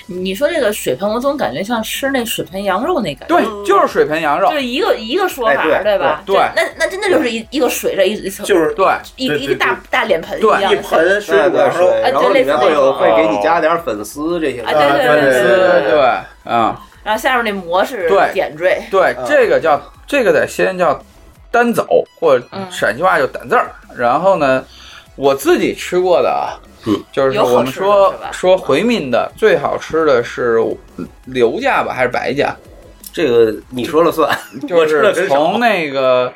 [SPEAKER 2] 你说这个水盆，我总感觉像吃那水盆羊肉那感觉。
[SPEAKER 1] 对，就是水盆羊肉
[SPEAKER 2] 就，是一个一个说
[SPEAKER 3] 哎
[SPEAKER 2] 法，
[SPEAKER 3] 对
[SPEAKER 2] 吧？
[SPEAKER 1] 对对
[SPEAKER 2] 那那真的就是一一个水这一一层，
[SPEAKER 4] 就是
[SPEAKER 1] 对
[SPEAKER 2] 一
[SPEAKER 4] 对
[SPEAKER 2] 一个
[SPEAKER 4] 对
[SPEAKER 2] 大大脸盆一
[SPEAKER 1] 对
[SPEAKER 2] 样
[SPEAKER 4] 一
[SPEAKER 2] 的。
[SPEAKER 4] 盆水
[SPEAKER 3] 对
[SPEAKER 4] 煮羊肉
[SPEAKER 3] 对，然后里面会有
[SPEAKER 2] 啊
[SPEAKER 3] 会给你加点粉丝这些东西，
[SPEAKER 2] 啊对对对对
[SPEAKER 1] 对
[SPEAKER 2] 对
[SPEAKER 1] 对，啊。
[SPEAKER 2] 然后下面那馍是
[SPEAKER 1] 对
[SPEAKER 2] 点缀，
[SPEAKER 1] 对，这个叫这个在西安叫单走，或者
[SPEAKER 2] 嗯
[SPEAKER 1] 陕西话叫胆字儿。然后呢，我自己吃过的啊，
[SPEAKER 3] 嗯
[SPEAKER 1] 就是
[SPEAKER 2] 有好
[SPEAKER 1] 我们
[SPEAKER 2] 吃的
[SPEAKER 1] 说
[SPEAKER 2] 是吧
[SPEAKER 1] 说回民的最好吃的是刘家吧，还是白家？
[SPEAKER 3] 这个你说了算。
[SPEAKER 1] 就
[SPEAKER 3] 吃的很
[SPEAKER 1] 是
[SPEAKER 3] 少
[SPEAKER 1] 从那个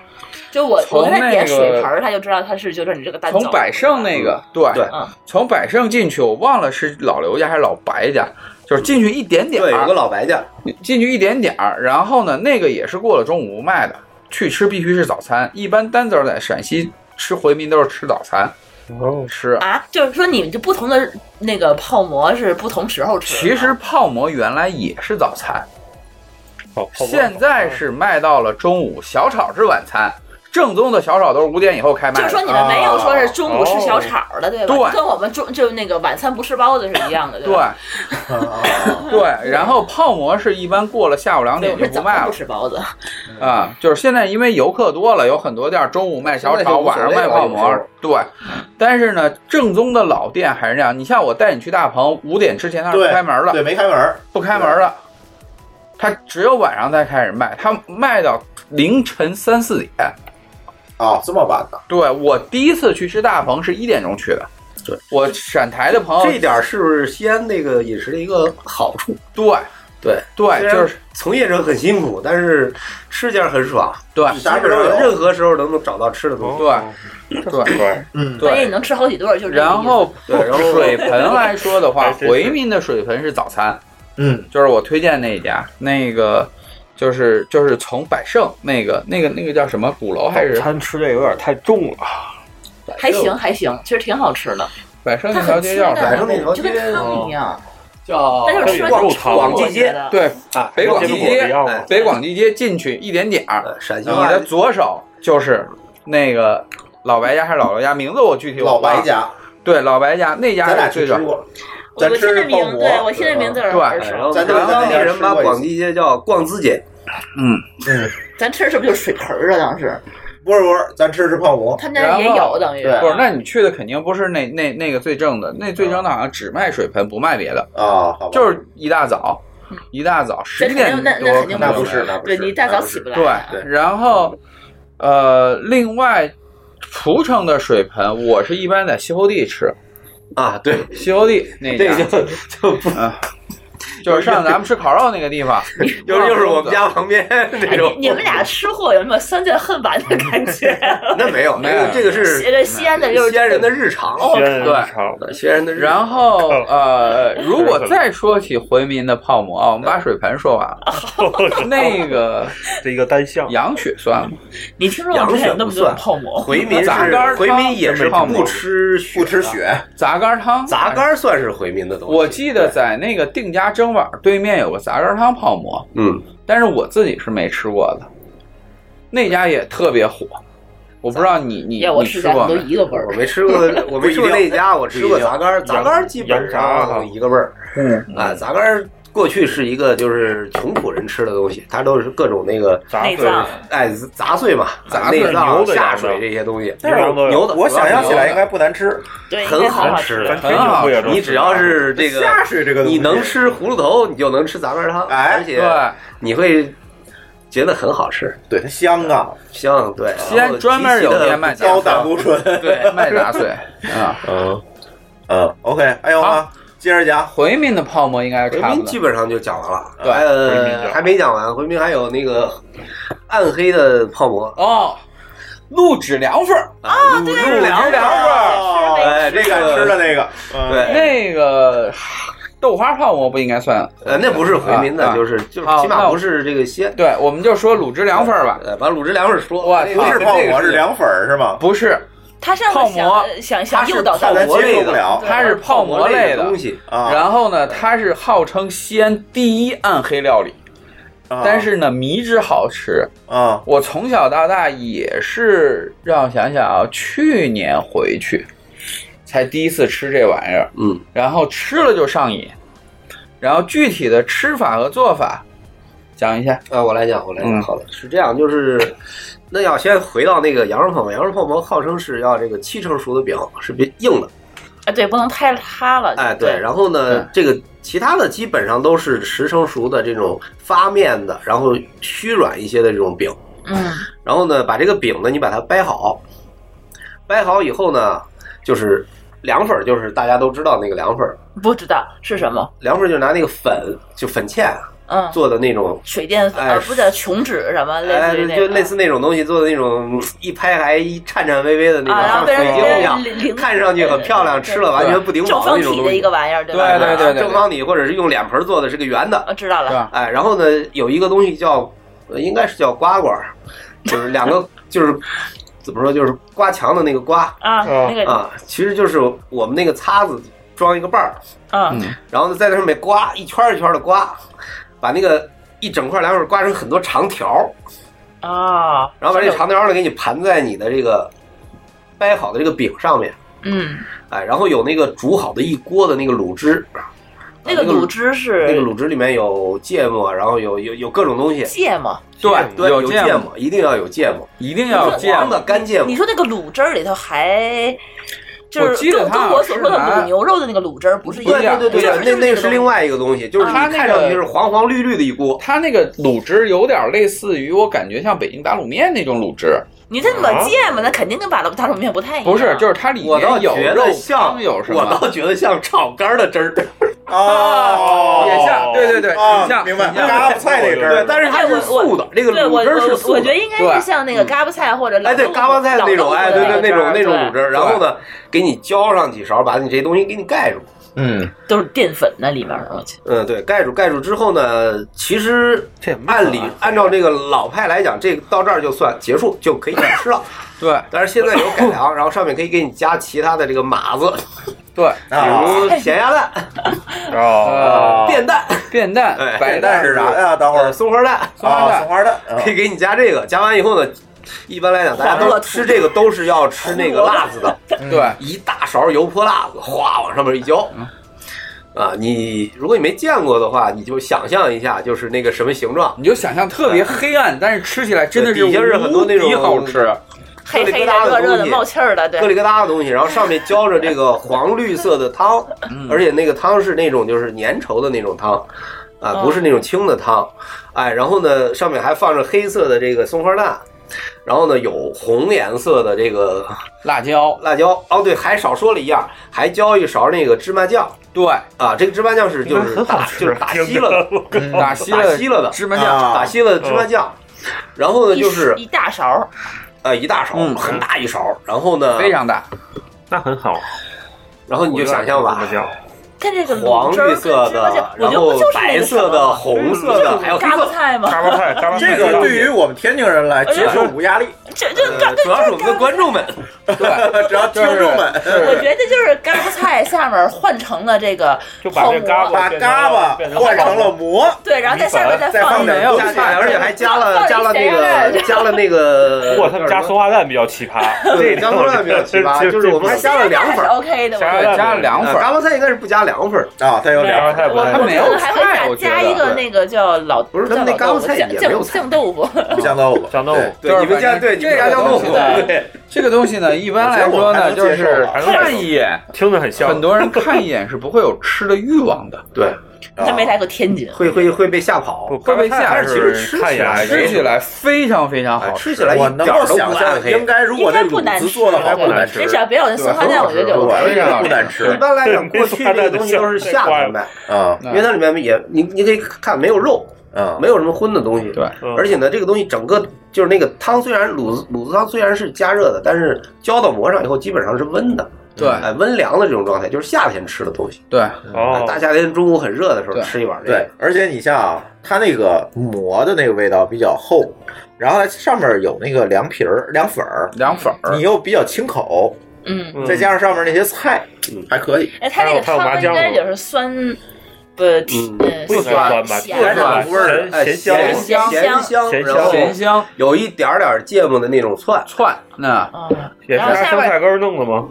[SPEAKER 2] 就我我
[SPEAKER 1] 从
[SPEAKER 2] 跟他点
[SPEAKER 1] 那个
[SPEAKER 2] 水盆儿，他就知道他是就是你这个 单走。
[SPEAKER 1] 从百盛那个对
[SPEAKER 3] 对
[SPEAKER 2] 嗯
[SPEAKER 1] 从百盛进去，我忘了是老刘家还是老白家。就是进去一点点
[SPEAKER 3] 对， 有
[SPEAKER 1] 儿，
[SPEAKER 3] 个老白家，
[SPEAKER 1] 进去一点点儿，然后呢，那个也是过了中午不卖的，去吃必须是早餐。一般单子儿在陕西吃回民都是吃早餐，
[SPEAKER 5] 哦，
[SPEAKER 1] 吃。
[SPEAKER 2] 啊，就是说你们就不同的那个泡馍是不同时候吃的。
[SPEAKER 1] 其实泡馍原来也是早餐，
[SPEAKER 5] 好泡沫
[SPEAKER 1] 现在是卖到了中午，小炒是晚餐。正宗的小炒都是五点以后开
[SPEAKER 2] 就
[SPEAKER 1] 卖
[SPEAKER 2] 是说
[SPEAKER 1] 的。哦
[SPEAKER 2] 你们没有说是中午吃小炒的，对吧？
[SPEAKER 1] 对
[SPEAKER 2] 跟我们中就那个晚餐不吃包子是一样的，
[SPEAKER 1] 对
[SPEAKER 2] 吧？
[SPEAKER 3] 哦
[SPEAKER 1] 对，然后泡馍是一般过了下午两
[SPEAKER 2] 对，
[SPEAKER 1] 点
[SPEAKER 2] 我
[SPEAKER 1] 就
[SPEAKER 2] 们
[SPEAKER 1] 不
[SPEAKER 2] 早
[SPEAKER 1] 卖
[SPEAKER 2] 上
[SPEAKER 1] 了
[SPEAKER 2] 不吃包子，
[SPEAKER 1] 啊。就是现在因为游客多了，有很多店儿中午卖小
[SPEAKER 3] 现在
[SPEAKER 1] 炒，
[SPEAKER 3] 就无所
[SPEAKER 1] 晚上
[SPEAKER 3] 谓
[SPEAKER 1] 卖
[SPEAKER 3] 了
[SPEAKER 1] 泡
[SPEAKER 3] 有
[SPEAKER 1] 馍
[SPEAKER 3] 时候。
[SPEAKER 1] 对，但是呢，正宗的老店还是那样。你像我带你去大棚，五点之前它是不
[SPEAKER 4] 对
[SPEAKER 1] 开门了，
[SPEAKER 4] 对，没开门儿，
[SPEAKER 1] 不开门了，它只有晚上才开始卖，它卖到凌晨三四点。
[SPEAKER 4] 啊，这么晚呢？
[SPEAKER 1] 对我第一次去吃大棚是一点钟去的，我陕台的朋
[SPEAKER 3] 这
[SPEAKER 1] 友，
[SPEAKER 3] 点儿是西安那个饮食的一个好处。
[SPEAKER 1] 对
[SPEAKER 3] 对，虽
[SPEAKER 1] 对，
[SPEAKER 3] 然
[SPEAKER 1] 就是
[SPEAKER 3] 从业者很辛苦，但是吃劲儿很爽，
[SPEAKER 1] 对
[SPEAKER 4] 啥
[SPEAKER 3] 基
[SPEAKER 4] 味
[SPEAKER 3] 本
[SPEAKER 4] 儿都
[SPEAKER 3] 上
[SPEAKER 4] 有。
[SPEAKER 3] 任何时候都能找到吃的东西。
[SPEAKER 1] 对对
[SPEAKER 5] 对，
[SPEAKER 3] 嗯
[SPEAKER 2] 半夜
[SPEAKER 1] 对
[SPEAKER 2] 你。能吃好几顿儿，就是这个意思
[SPEAKER 1] 然后
[SPEAKER 3] 对然后
[SPEAKER 1] 水盆来说的话，
[SPEAKER 5] 还真 是
[SPEAKER 1] 回民的水盆是早餐，
[SPEAKER 5] 嗯，
[SPEAKER 1] 就是我推荐那一家，那个就是就是从百盛那个那个那个叫什么鼓楼还是
[SPEAKER 5] 餐吃的有点太重了，
[SPEAKER 2] 还行还行，其实挺好吃的，
[SPEAKER 1] 百盛
[SPEAKER 2] 它
[SPEAKER 1] 那条
[SPEAKER 2] 很
[SPEAKER 1] 街
[SPEAKER 2] 清
[SPEAKER 1] 叫什
[SPEAKER 3] 百
[SPEAKER 1] 么？
[SPEAKER 3] 盛那
[SPEAKER 2] 淡，
[SPEAKER 3] 条
[SPEAKER 2] 就
[SPEAKER 3] 街
[SPEAKER 2] 跟汤一样，
[SPEAKER 1] 哦
[SPEAKER 3] 叫
[SPEAKER 2] 但是吃完
[SPEAKER 5] 肉
[SPEAKER 2] 挺
[SPEAKER 5] 汤
[SPEAKER 2] 爽
[SPEAKER 5] 广
[SPEAKER 2] 的
[SPEAKER 3] 济街，
[SPEAKER 2] 我觉得
[SPEAKER 1] 对，
[SPEAKER 3] 啊，
[SPEAKER 1] 北广济
[SPEAKER 5] 跟我一
[SPEAKER 1] 街，
[SPEAKER 5] 样
[SPEAKER 3] 哎
[SPEAKER 5] 吗？
[SPEAKER 1] 北广济街进去一点点儿，
[SPEAKER 3] 呃陕西
[SPEAKER 1] 你
[SPEAKER 3] 话
[SPEAKER 1] 的左手就是那个老白家还是老罗家，名字我具体我
[SPEAKER 4] 老
[SPEAKER 1] 忘了
[SPEAKER 4] 白，家，
[SPEAKER 1] 对老白家那
[SPEAKER 4] 咱
[SPEAKER 1] 家
[SPEAKER 4] 俩
[SPEAKER 1] 是
[SPEAKER 4] 去
[SPEAKER 1] 最
[SPEAKER 4] 吃
[SPEAKER 1] 早，
[SPEAKER 4] 过，
[SPEAKER 2] 我
[SPEAKER 4] 咱
[SPEAKER 2] 我听
[SPEAKER 4] 吃
[SPEAKER 2] 着名
[SPEAKER 4] 鲍，勃
[SPEAKER 2] 对我听着名字
[SPEAKER 1] 对
[SPEAKER 2] 耳
[SPEAKER 3] 哎
[SPEAKER 2] 熟
[SPEAKER 3] 然。后
[SPEAKER 4] 咱
[SPEAKER 3] 咱们
[SPEAKER 4] 当
[SPEAKER 3] 当地
[SPEAKER 4] 年
[SPEAKER 3] 人
[SPEAKER 4] 吃
[SPEAKER 3] 把
[SPEAKER 4] 过一
[SPEAKER 3] 广
[SPEAKER 4] 次
[SPEAKER 3] 济街叫逛资街，
[SPEAKER 1] 嗯，
[SPEAKER 2] 咱吃的是不是就是水盆儿啊？当时
[SPEAKER 4] 不是不是，咱吃吃泡馍。
[SPEAKER 2] 他们家也
[SPEAKER 1] 然后
[SPEAKER 2] 有，等于啊
[SPEAKER 4] 对
[SPEAKER 1] 不是，那你去的肯定不是那那那个最正的，那最正的好像只卖水盆不卖别的，
[SPEAKER 4] 啊，好吧，
[SPEAKER 1] 就是一大早，一大早十一
[SPEAKER 2] 肯定
[SPEAKER 1] 点
[SPEAKER 2] 嗯那
[SPEAKER 1] 多
[SPEAKER 2] 那肯
[SPEAKER 1] 可
[SPEAKER 2] 定
[SPEAKER 4] 那
[SPEAKER 1] 能
[SPEAKER 4] 不，
[SPEAKER 1] 就是
[SPEAKER 4] 那不是，
[SPEAKER 2] 对你一大早
[SPEAKER 4] 那不是
[SPEAKER 2] 起不来，
[SPEAKER 1] 对，然后呃，另外蒲城的水盆，我是一般在西侯地吃，
[SPEAKER 3] 啊，对，
[SPEAKER 1] 西侯地那
[SPEAKER 3] 这
[SPEAKER 1] 家
[SPEAKER 3] 就就不，
[SPEAKER 1] 就是上次咱们吃烤肉那个地 方，
[SPEAKER 3] 又又是我们家旁边
[SPEAKER 2] 哎
[SPEAKER 3] 那
[SPEAKER 2] 你
[SPEAKER 3] 种。
[SPEAKER 2] 你们俩吃货有那么相见恨晚的感觉？
[SPEAKER 3] 那没有，
[SPEAKER 1] 没有
[SPEAKER 3] 这个
[SPEAKER 2] 写
[SPEAKER 3] 是
[SPEAKER 2] 着西安的就是
[SPEAKER 3] 西安人的日常，啊
[SPEAKER 5] 西安人
[SPEAKER 1] 对
[SPEAKER 5] 差不多
[SPEAKER 3] 西安人的日常。
[SPEAKER 1] 然后 呃，如果再说起回民的泡馍，啊，我们把水盆说完 了。那个
[SPEAKER 5] 这一个单项。
[SPEAKER 1] 羊血算吗？
[SPEAKER 2] 你听说过
[SPEAKER 3] 羊
[SPEAKER 2] 之前
[SPEAKER 3] 血
[SPEAKER 2] 那
[SPEAKER 3] 不
[SPEAKER 2] 么多
[SPEAKER 3] 算
[SPEAKER 2] 泡馍？
[SPEAKER 3] 回民
[SPEAKER 1] 杂干儿
[SPEAKER 3] 是回民也是
[SPEAKER 1] 汤
[SPEAKER 3] 不吃血
[SPEAKER 4] 不
[SPEAKER 3] 的
[SPEAKER 4] 吃，血，
[SPEAKER 1] 杂干汤，
[SPEAKER 3] 杂干。儿算是回民的东西。
[SPEAKER 1] 我记得在那个定家蒸碗对面有个杂干汤泡馍，
[SPEAKER 3] 嗯，
[SPEAKER 1] 但是我自己是没吃过的。那家也特别火，我不知道你你
[SPEAKER 2] 呀，我
[SPEAKER 1] 你
[SPEAKER 2] 吃
[SPEAKER 1] 吃
[SPEAKER 2] 家
[SPEAKER 1] 过
[SPEAKER 2] 都
[SPEAKER 1] 没？
[SPEAKER 2] 一个味儿
[SPEAKER 3] 我。没吃过，我没吃过那家，我吃过杂干儿，杂干儿基本上一个味儿。
[SPEAKER 1] 嗯，
[SPEAKER 3] 啊，杂干儿过去是一个就是穷苦人吃的东西，它都是各种那个
[SPEAKER 5] 杂
[SPEAKER 2] 内
[SPEAKER 5] 碎
[SPEAKER 2] 脏
[SPEAKER 3] 哎杂碎嘛，
[SPEAKER 1] 杂碎
[SPEAKER 3] 内脏
[SPEAKER 5] 牛的
[SPEAKER 3] 下
[SPEAKER 5] 羊的
[SPEAKER 3] 水这些东西。
[SPEAKER 5] 牛羊都有
[SPEAKER 3] 牛的，
[SPEAKER 4] 我想象起来应
[SPEAKER 3] 主
[SPEAKER 4] 该
[SPEAKER 3] 要
[SPEAKER 4] 不难吃。
[SPEAKER 2] 对，
[SPEAKER 3] 很
[SPEAKER 2] 应该
[SPEAKER 3] 好
[SPEAKER 2] 好
[SPEAKER 5] 吃
[SPEAKER 2] 吃
[SPEAKER 5] 的，
[SPEAKER 2] 的。
[SPEAKER 5] 天津不也
[SPEAKER 3] 是牛的你只要是这个，
[SPEAKER 4] 下水这个东西，
[SPEAKER 3] 你能吃葫芦头，你就能吃杂干儿汤，
[SPEAKER 4] 哎
[SPEAKER 3] 而且
[SPEAKER 1] 对，
[SPEAKER 3] 你会觉得很好吃，
[SPEAKER 4] 对它香啊，
[SPEAKER 3] 香对。
[SPEAKER 1] 西安专门有店卖
[SPEAKER 4] 高
[SPEAKER 1] 杂
[SPEAKER 4] 胆
[SPEAKER 1] 碎，
[SPEAKER 4] 固醇。
[SPEAKER 1] 对，卖杂 碎啊。
[SPEAKER 3] 嗯，
[SPEAKER 4] 嗯，OK，还有吗？接着讲，
[SPEAKER 1] 回民的泡馍应该是
[SPEAKER 3] 回
[SPEAKER 1] 差不
[SPEAKER 3] 民
[SPEAKER 1] 多
[SPEAKER 3] 基。本上就讲完了，
[SPEAKER 1] 对
[SPEAKER 5] 回民讲
[SPEAKER 3] 呃，
[SPEAKER 5] 完
[SPEAKER 3] 还没讲完，回民还有那个暗黑的泡馍
[SPEAKER 1] 哦，鹿脂凉粉儿，
[SPEAKER 3] 啊，对，入
[SPEAKER 4] 凉啊
[SPEAKER 3] 凉粉儿，
[SPEAKER 4] 粉
[SPEAKER 3] 哎，这
[SPEAKER 4] 这个哦吃的
[SPEAKER 3] 个
[SPEAKER 4] 那个，嗯
[SPEAKER 3] 对，
[SPEAKER 1] 那个豆花泡馍不应该算？
[SPEAKER 3] 呃，那不是回民
[SPEAKER 1] 啊
[SPEAKER 3] 的，
[SPEAKER 1] 啊
[SPEAKER 3] 就是就是
[SPEAKER 1] 啊
[SPEAKER 3] 起
[SPEAKER 1] 那
[SPEAKER 3] 码
[SPEAKER 1] 我
[SPEAKER 3] 不是这个西安，
[SPEAKER 1] 对，我们就说卤汁凉粉儿吧，
[SPEAKER 3] 呃，把卤汁凉粉说，
[SPEAKER 1] 哇
[SPEAKER 3] 那个
[SPEAKER 4] 嗯不是泡
[SPEAKER 1] 这个
[SPEAKER 4] 馍，
[SPEAKER 1] 是
[SPEAKER 4] 是凉粉儿是吗？
[SPEAKER 1] 不是，
[SPEAKER 2] 他上
[SPEAKER 1] 泡
[SPEAKER 2] 次
[SPEAKER 1] 馍
[SPEAKER 2] 想想想
[SPEAKER 3] 它是
[SPEAKER 2] 诱导
[SPEAKER 3] 泡
[SPEAKER 2] 大
[SPEAKER 4] 咱
[SPEAKER 2] 家
[SPEAKER 3] 馍
[SPEAKER 4] 接
[SPEAKER 3] 类
[SPEAKER 4] 受不
[SPEAKER 3] 的
[SPEAKER 4] 了
[SPEAKER 1] 它是泡馍类的
[SPEAKER 3] 东西，
[SPEAKER 4] 啊，
[SPEAKER 1] 然后呢，它是号称西安第一暗黑料理，
[SPEAKER 4] 啊
[SPEAKER 1] 但是呢，迷之好吃。
[SPEAKER 4] 啊，
[SPEAKER 1] 我从小到大也是让我想想啊，去年回去才第一次吃这玩意儿，
[SPEAKER 3] 嗯，
[SPEAKER 1] 然后吃了就上瘾，然后具体的吃法和做法讲一下。
[SPEAKER 3] 啊，我来讲，我来
[SPEAKER 1] 嗯
[SPEAKER 3] 讲，好了，是这样，就是。那要先回到那个羊肉泡馍，羊肉泡馍号称是要这个七成熟的饼，是比硬的，
[SPEAKER 2] 啊，对，不能太塌了。
[SPEAKER 3] 哎，对，然后呢，这个其他的基本上都是十成熟的这种发面的，然后虚软一些的这种饼。
[SPEAKER 2] 嗯，
[SPEAKER 3] 然后呢，把这个饼呢，你把它掰好，掰好以后呢，就是凉粉儿，就是大家都知道那个凉粉儿，
[SPEAKER 2] 不知道是什么。
[SPEAKER 3] 凉粉儿就是拿那个粉，就粉芡
[SPEAKER 2] 嗯，
[SPEAKER 3] 做的那种，
[SPEAKER 2] 水淀粉
[SPEAKER 3] 哎
[SPEAKER 2] 啊，不叫琼脂什么，类
[SPEAKER 3] 哎，
[SPEAKER 2] 似于那个，
[SPEAKER 3] 就类似那种东西做的那种，一拍还一颤颤巍巍的那
[SPEAKER 2] 啊，然后
[SPEAKER 3] 种，像
[SPEAKER 2] 被人
[SPEAKER 3] 水晶一样，
[SPEAKER 2] 被人淋
[SPEAKER 3] 看上去很漂亮，吃了完全不顶
[SPEAKER 2] 正
[SPEAKER 3] 饱的
[SPEAKER 2] 方
[SPEAKER 3] 那种
[SPEAKER 2] 体
[SPEAKER 3] 东
[SPEAKER 2] 的一
[SPEAKER 3] 西
[SPEAKER 2] 个。啊玩意儿，对吧？
[SPEAKER 1] 对对对对
[SPEAKER 3] 正方体或者是用脸盆儿做的，是个圆的，
[SPEAKER 2] 啊，知道
[SPEAKER 1] 是
[SPEAKER 2] 了。
[SPEAKER 1] 吧？
[SPEAKER 3] 哎，然后呢，有一个东西叫，呃应该是叫瓜瓜儿，就是两个， 就是怎么说，就是刮墙的那个刮
[SPEAKER 2] 啊，
[SPEAKER 5] 嗯
[SPEAKER 1] 哦
[SPEAKER 2] 那个，
[SPEAKER 3] 啊，其实就是我们那个擦子装一个瓣儿，
[SPEAKER 2] 嗯，
[SPEAKER 3] 然后呢在那上面刮一圈儿一圈的刮，把那个一整块凉粉刮成很多长条儿，
[SPEAKER 2] 啊，
[SPEAKER 3] 然后把这个长条儿呢给你盘在你的这个掰好的这个饼上面，
[SPEAKER 2] 嗯，
[SPEAKER 3] 哎，然后有那个煮好的一锅的那个卤汁，
[SPEAKER 2] 那个卤汁是
[SPEAKER 3] 那个卤汁里面有芥末，然后有有有各种东西，
[SPEAKER 2] 芥末。
[SPEAKER 1] 对，
[SPEAKER 3] 对，有
[SPEAKER 1] 芥
[SPEAKER 3] 芥，末，一定要有芥末。
[SPEAKER 1] 一定要有芥
[SPEAKER 3] 黄
[SPEAKER 1] 末。
[SPEAKER 3] 的干芥末
[SPEAKER 2] 你，说那个卤汁儿里头还就
[SPEAKER 1] 我记
[SPEAKER 2] 是
[SPEAKER 1] 得
[SPEAKER 2] 跟
[SPEAKER 1] 它
[SPEAKER 2] 跟
[SPEAKER 1] 好
[SPEAKER 2] 我
[SPEAKER 1] 像
[SPEAKER 2] 所
[SPEAKER 1] 是
[SPEAKER 2] 说的
[SPEAKER 1] 拿
[SPEAKER 2] 卤牛肉的那个卤汁儿不是一
[SPEAKER 1] 不一样
[SPEAKER 2] 样，
[SPEAKER 3] 对对
[SPEAKER 2] 就是
[SPEAKER 3] 对，那那是另
[SPEAKER 2] 外
[SPEAKER 3] 外一个东西，就是你
[SPEAKER 1] 它那个
[SPEAKER 3] 看上去就是黄黄绿绿的一锅，
[SPEAKER 1] 它那个卤汁有点类似于我感觉像北京打卤面那种卤汁，
[SPEAKER 2] 你这么芥末，那肯定跟把萝卜糖面不太一样。
[SPEAKER 1] 啊不是，就是它里
[SPEAKER 3] 我倒
[SPEAKER 1] 面有
[SPEAKER 3] 觉
[SPEAKER 1] 肉
[SPEAKER 3] 得像
[SPEAKER 1] 汤有什
[SPEAKER 3] 我
[SPEAKER 1] 么？
[SPEAKER 3] 倒觉得像炒肝 的汁儿，
[SPEAKER 4] 啊哦，
[SPEAKER 1] 也像，对对对，
[SPEAKER 4] 啊
[SPEAKER 1] 你像，
[SPEAKER 4] 明白
[SPEAKER 1] 你像
[SPEAKER 4] 嘎巴菜那根
[SPEAKER 3] 对
[SPEAKER 4] 儿，，
[SPEAKER 3] 但是它
[SPEAKER 2] 哎我
[SPEAKER 3] 是素的，这个
[SPEAKER 2] 对我
[SPEAKER 3] 卤汁儿是
[SPEAKER 2] 我
[SPEAKER 3] 素
[SPEAKER 2] 我
[SPEAKER 3] 的
[SPEAKER 2] 觉。得应该
[SPEAKER 1] 对
[SPEAKER 2] 是像那个嘎巴菜或者老
[SPEAKER 3] 哎，对，
[SPEAKER 2] 豆
[SPEAKER 3] 嘎巴菜
[SPEAKER 2] 老
[SPEAKER 3] 那种，
[SPEAKER 2] 豆腐
[SPEAKER 3] 哎，
[SPEAKER 2] 的
[SPEAKER 3] 对对，那种那
[SPEAKER 2] 对
[SPEAKER 3] 种卤汁儿，然后呢，给你浇上几勺，把你这东西给你盖住。
[SPEAKER 4] 嗯，
[SPEAKER 2] 都是淀粉那里面儿，我去。
[SPEAKER 3] 嗯，对，盖住，盖住之后呢，其实
[SPEAKER 5] 这也没
[SPEAKER 3] 按理
[SPEAKER 5] 法啊
[SPEAKER 3] 按照这个老派来讲，这个到这儿就算结束，就可以 吃了。
[SPEAKER 1] 对
[SPEAKER 3] 但是现在有改良，然后上面可以给你加其他的这个码子，
[SPEAKER 1] 对，
[SPEAKER 3] 比
[SPEAKER 4] 啊，
[SPEAKER 3] 如咸鸭蛋、
[SPEAKER 4] 哦
[SPEAKER 1] 呃，
[SPEAKER 3] 变蛋、
[SPEAKER 1] 变蛋
[SPEAKER 3] 哦哎，
[SPEAKER 1] 白
[SPEAKER 4] 蛋
[SPEAKER 1] 蛋
[SPEAKER 4] 是啥呀？等会儿
[SPEAKER 3] 呃松花蛋，
[SPEAKER 1] 松花
[SPEAKER 4] 啊，
[SPEAKER 1] 蛋
[SPEAKER 4] 松花蛋，啊
[SPEAKER 3] 可以给你加这个。加完以后呢，一般来讲，大家
[SPEAKER 2] 黄瓜
[SPEAKER 3] 都
[SPEAKER 2] 土
[SPEAKER 3] 吃这个都是要吃那个辣子的，
[SPEAKER 1] 对，
[SPEAKER 3] 一大勺油泼辣子，哗往上面一浇。
[SPEAKER 5] 嗯
[SPEAKER 3] 啊，你如果你没见过的话，你就想象一下，就是那个什么形状，
[SPEAKER 1] 你就想象特别黑暗，但是吃起来真的是
[SPEAKER 3] 对底下是很多那种
[SPEAKER 1] 无敌好吃，
[SPEAKER 2] 黑黑
[SPEAKER 3] 疙
[SPEAKER 2] 的热
[SPEAKER 3] 瘩、
[SPEAKER 2] 热的、
[SPEAKER 3] 东西
[SPEAKER 2] 冒气儿的，
[SPEAKER 3] 疙里
[SPEAKER 2] 对，
[SPEAKER 3] 疙瘩的东西，然后上面浇着这个黄绿色的汤，
[SPEAKER 1] 嗯
[SPEAKER 3] 而且那个汤是那种就是粘稠的那种汤，啊，
[SPEAKER 2] 嗯
[SPEAKER 3] 不是那种清的汤，哎，然后呢，上面还放着黑色的这个松花蛋，然后呢有红颜色的这个
[SPEAKER 1] 辣 椒，
[SPEAKER 3] 辣椒，哦对，还少说了一样，还浇一勺那个芝麻酱
[SPEAKER 1] 对，
[SPEAKER 3] 啊，这个芝麻酱是就
[SPEAKER 5] 应该
[SPEAKER 3] 是
[SPEAKER 5] 很好
[SPEAKER 3] 打
[SPEAKER 5] 吃
[SPEAKER 3] 就是打稀了的，
[SPEAKER 1] 嗯打稀了
[SPEAKER 3] 打稀了的
[SPEAKER 1] 芝麻酱，
[SPEAKER 4] 啊
[SPEAKER 3] 打稀了的芝麻酱，然后呢
[SPEAKER 2] 一
[SPEAKER 3] 就是
[SPEAKER 2] 一大勺儿，
[SPEAKER 3] 呃一大勺，
[SPEAKER 1] 嗯
[SPEAKER 3] 很大一勺，然后呢，
[SPEAKER 1] 非常大，
[SPEAKER 5] 那很好，
[SPEAKER 3] 然后你就想象吧
[SPEAKER 5] 怎，么讲？
[SPEAKER 2] 看这个
[SPEAKER 3] 黄
[SPEAKER 2] 卤汁儿
[SPEAKER 3] 绿
[SPEAKER 2] 跟芝
[SPEAKER 3] 色
[SPEAKER 2] 麻酱
[SPEAKER 3] 的，
[SPEAKER 2] 我
[SPEAKER 3] 然
[SPEAKER 2] 觉得不
[SPEAKER 3] 后
[SPEAKER 2] 就是那
[SPEAKER 3] 白
[SPEAKER 2] 个
[SPEAKER 3] 色
[SPEAKER 2] 什
[SPEAKER 3] 的、
[SPEAKER 2] 么嗯
[SPEAKER 3] 红色的，还有黑
[SPEAKER 2] 嘎巴
[SPEAKER 3] 色。
[SPEAKER 2] 菜 吗？
[SPEAKER 5] 嘎巴菜，嘎巴菜
[SPEAKER 4] 这个哎对于我们天津人来接受无压力，
[SPEAKER 2] 这这嗯嘎
[SPEAKER 3] 呃，主要是我们的观众们，
[SPEAKER 1] 对，
[SPEAKER 4] 只要听众们
[SPEAKER 2] 我觉得就是嘎巴菜下面换成了这个
[SPEAKER 5] 就把这嘎
[SPEAKER 2] 泡沫
[SPEAKER 5] 巴
[SPEAKER 4] 把嘎巴换成了馍，
[SPEAKER 2] 对，然后在下面再
[SPEAKER 4] 再放
[SPEAKER 2] 放
[SPEAKER 4] 点
[SPEAKER 2] 一
[SPEAKER 4] 肉
[SPEAKER 2] 个
[SPEAKER 3] 加哎而且还加
[SPEAKER 2] 放
[SPEAKER 3] 了
[SPEAKER 2] 一
[SPEAKER 3] 加了那
[SPEAKER 2] 咸鸭
[SPEAKER 3] 个
[SPEAKER 2] 蛋
[SPEAKER 3] 加了那个，
[SPEAKER 5] 哇，他们加松花蛋比较奇葩，
[SPEAKER 3] 对
[SPEAKER 5] 这
[SPEAKER 3] 加松花蛋比较奇葩就是我们还加了凉粉
[SPEAKER 2] 是
[SPEAKER 3] 儿
[SPEAKER 2] OK 的，我觉
[SPEAKER 5] 加
[SPEAKER 2] 得
[SPEAKER 5] 了
[SPEAKER 1] 加了凉粉
[SPEAKER 3] 呃嘎
[SPEAKER 1] 儿，
[SPEAKER 3] 巴菜应该是不加凉粉儿，
[SPEAKER 4] 啊，它有
[SPEAKER 5] 嘎巴
[SPEAKER 4] 两
[SPEAKER 5] 菜不太
[SPEAKER 1] 它
[SPEAKER 2] 我
[SPEAKER 1] 没有
[SPEAKER 2] 我还
[SPEAKER 1] 菜我
[SPEAKER 2] 会
[SPEAKER 1] 觉
[SPEAKER 2] 加加
[SPEAKER 1] 得
[SPEAKER 2] 一个那个叫老
[SPEAKER 3] 不是他
[SPEAKER 2] 叫
[SPEAKER 3] 们那
[SPEAKER 2] 老
[SPEAKER 3] 嘎巴
[SPEAKER 2] 豆腐
[SPEAKER 3] 菜
[SPEAKER 2] 酱
[SPEAKER 3] 也没有
[SPEAKER 2] 酱
[SPEAKER 3] 菜啊
[SPEAKER 2] 酱豆 腐，
[SPEAKER 4] 酱豆腐，
[SPEAKER 5] 酱豆腐
[SPEAKER 4] 对
[SPEAKER 3] 对
[SPEAKER 1] 就是
[SPEAKER 3] 你们
[SPEAKER 1] 反
[SPEAKER 3] 家
[SPEAKER 1] 正
[SPEAKER 3] 对你们
[SPEAKER 1] 这
[SPEAKER 3] 家
[SPEAKER 1] 个
[SPEAKER 3] 酱豆
[SPEAKER 1] 东
[SPEAKER 3] 腐
[SPEAKER 1] 西呢
[SPEAKER 3] 对，
[SPEAKER 1] 这个东西呢，一般来说呢，
[SPEAKER 4] 我觉得我还能
[SPEAKER 1] 就
[SPEAKER 4] 接受
[SPEAKER 1] 是
[SPEAKER 4] 啊
[SPEAKER 5] 还能接受
[SPEAKER 1] 看一眼，
[SPEAKER 5] 听着很像。
[SPEAKER 1] 很多人看一眼是不会有吃的欲望的，
[SPEAKER 3] 对，
[SPEAKER 2] 他没来过天津。
[SPEAKER 3] 会会会被吓跑
[SPEAKER 5] 不，嘎巴菜还
[SPEAKER 3] 但是其实吃
[SPEAKER 5] 看起
[SPEAKER 3] 起来
[SPEAKER 5] 来
[SPEAKER 1] 吃起
[SPEAKER 5] 来
[SPEAKER 1] 来非常非常
[SPEAKER 3] 哎
[SPEAKER 1] 好吃，
[SPEAKER 3] 吃起来
[SPEAKER 4] 我
[SPEAKER 3] 一
[SPEAKER 4] 能够
[SPEAKER 3] 点儿都不
[SPEAKER 4] 想
[SPEAKER 3] 暗
[SPEAKER 4] 象，
[SPEAKER 3] 黑
[SPEAKER 4] 应。该如果那
[SPEAKER 2] 应该不难
[SPEAKER 4] 卤
[SPEAKER 2] 吃啊
[SPEAKER 4] 子做的好，
[SPEAKER 5] 不难吃
[SPEAKER 2] 你只要别有那松花蛋，我觉得就
[SPEAKER 4] 我
[SPEAKER 2] OK
[SPEAKER 4] 觉得不难
[SPEAKER 3] 一
[SPEAKER 4] 吃
[SPEAKER 3] 般来讲，过去这个东西都是下的卖，
[SPEAKER 4] 啊
[SPEAKER 3] 因为它里面也你你可以看没有肉，
[SPEAKER 4] 啊，
[SPEAKER 3] 没有什么荤的东西。
[SPEAKER 1] 对
[SPEAKER 5] 嗯
[SPEAKER 3] 而且呢，这个东西整个就是那个汤，虽然卤子卤子汤虽然是加热的，但是浇到馍上以后基本上是温的，
[SPEAKER 1] 对
[SPEAKER 3] 哎，温凉的这种状态，就是夏天吃的东西。
[SPEAKER 1] 对，
[SPEAKER 3] 哎
[SPEAKER 5] 哦，
[SPEAKER 3] 大夏天中午很热的时候
[SPEAKER 1] 对
[SPEAKER 3] 吃一碗这
[SPEAKER 4] 对
[SPEAKER 3] 个，，
[SPEAKER 4] 而且你像啊，它那个馍的那个味道比较厚，然后它上面有那个凉皮儿、凉粉儿，
[SPEAKER 1] 凉粉儿
[SPEAKER 4] 你，又比较清口，
[SPEAKER 2] 嗯，
[SPEAKER 5] 嗯
[SPEAKER 4] 再加上上面那些菜，嗯还可以。
[SPEAKER 2] 哎，他那个汤应该也是酸，不甜，呃
[SPEAKER 5] 不
[SPEAKER 2] 咸
[SPEAKER 5] 酸吧？
[SPEAKER 2] 咸
[SPEAKER 5] 不
[SPEAKER 4] 酸吧
[SPEAKER 5] 酸，咸
[SPEAKER 3] 嗯哎，
[SPEAKER 5] 咸香，
[SPEAKER 3] 咸
[SPEAKER 2] 香
[SPEAKER 3] 咸香，
[SPEAKER 5] 咸香
[SPEAKER 3] 然后
[SPEAKER 1] 咸香
[SPEAKER 3] 有一点点芥末的那种窜。
[SPEAKER 1] 串，那
[SPEAKER 2] 嗯
[SPEAKER 5] 也是拿生菜根儿弄的吗？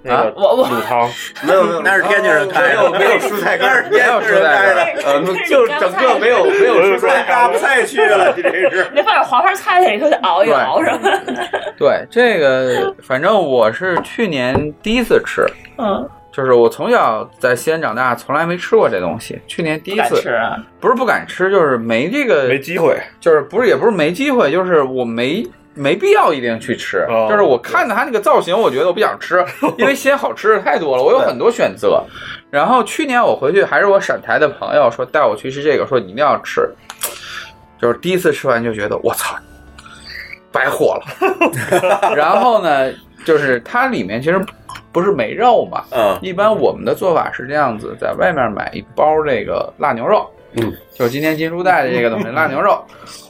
[SPEAKER 5] 那个
[SPEAKER 2] 我我
[SPEAKER 5] 卤汤，
[SPEAKER 3] 没有没有，
[SPEAKER 4] 那是天津人开
[SPEAKER 3] 没
[SPEAKER 4] 的
[SPEAKER 3] 有没有蔬菜干儿，
[SPEAKER 4] 没有
[SPEAKER 1] 蔬菜
[SPEAKER 4] 干儿
[SPEAKER 3] 呃，就整个没有没有蔬菜干
[SPEAKER 4] 嘎
[SPEAKER 3] 儿
[SPEAKER 4] 巴。菜去了，你这是。
[SPEAKER 2] 那放点黄花菜在里头得熬一熬什么？
[SPEAKER 1] 对这个，反正我是去年第一次吃，
[SPEAKER 2] 嗯，
[SPEAKER 1] 就是我从小在西安长大，从来没吃过这东西。去年第
[SPEAKER 2] 不
[SPEAKER 1] 一
[SPEAKER 2] 敢吃
[SPEAKER 1] 次，
[SPEAKER 2] 啊，
[SPEAKER 1] 不是不敢吃，就是没这个，
[SPEAKER 5] 没机会。
[SPEAKER 1] 就是不是也不是没机会，就是我没没必要一定去吃。
[SPEAKER 5] 哦
[SPEAKER 1] 就是我看到它那个造型，我觉得我不想吃，因为西安好吃的太多了，我有很多选择。然后去年我回去，还是我陕台的朋友说带我去吃这个，说你一定要吃。就是第一次吃完就觉得我操，白火了。 然后呢，就是它里面其实不是没肉嘛，
[SPEAKER 4] 嗯，
[SPEAKER 1] 一般我们的做法是这样子，在外面买一包这个辣牛肉，
[SPEAKER 3] 嗯，
[SPEAKER 1] 就是今天金猪带的这个东西，辣牛 肉，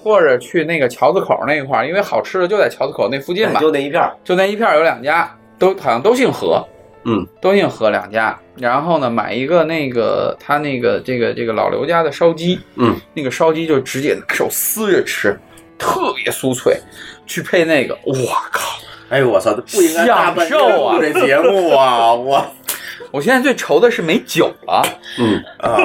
[SPEAKER 1] 或者去那个桥子口那一块儿，因为好吃的就在桥子口那附近嘛，
[SPEAKER 3] 哎就那一片儿，
[SPEAKER 1] 就那一片儿有两家，都好像都姓何，
[SPEAKER 3] 嗯，
[SPEAKER 1] 都姓何两家。然后呢，买一个那个他那个这个这个老刘家的烧鸡，
[SPEAKER 3] 嗯，
[SPEAKER 1] 那个烧鸡就直接拿手撕着吃，特别酥脆，去配那个，哇靠！
[SPEAKER 4] 哎呦我操，不应该大半夜录这节目 啊！我
[SPEAKER 1] 我现在最愁的是没酒了。
[SPEAKER 3] 嗯，
[SPEAKER 4] 啊，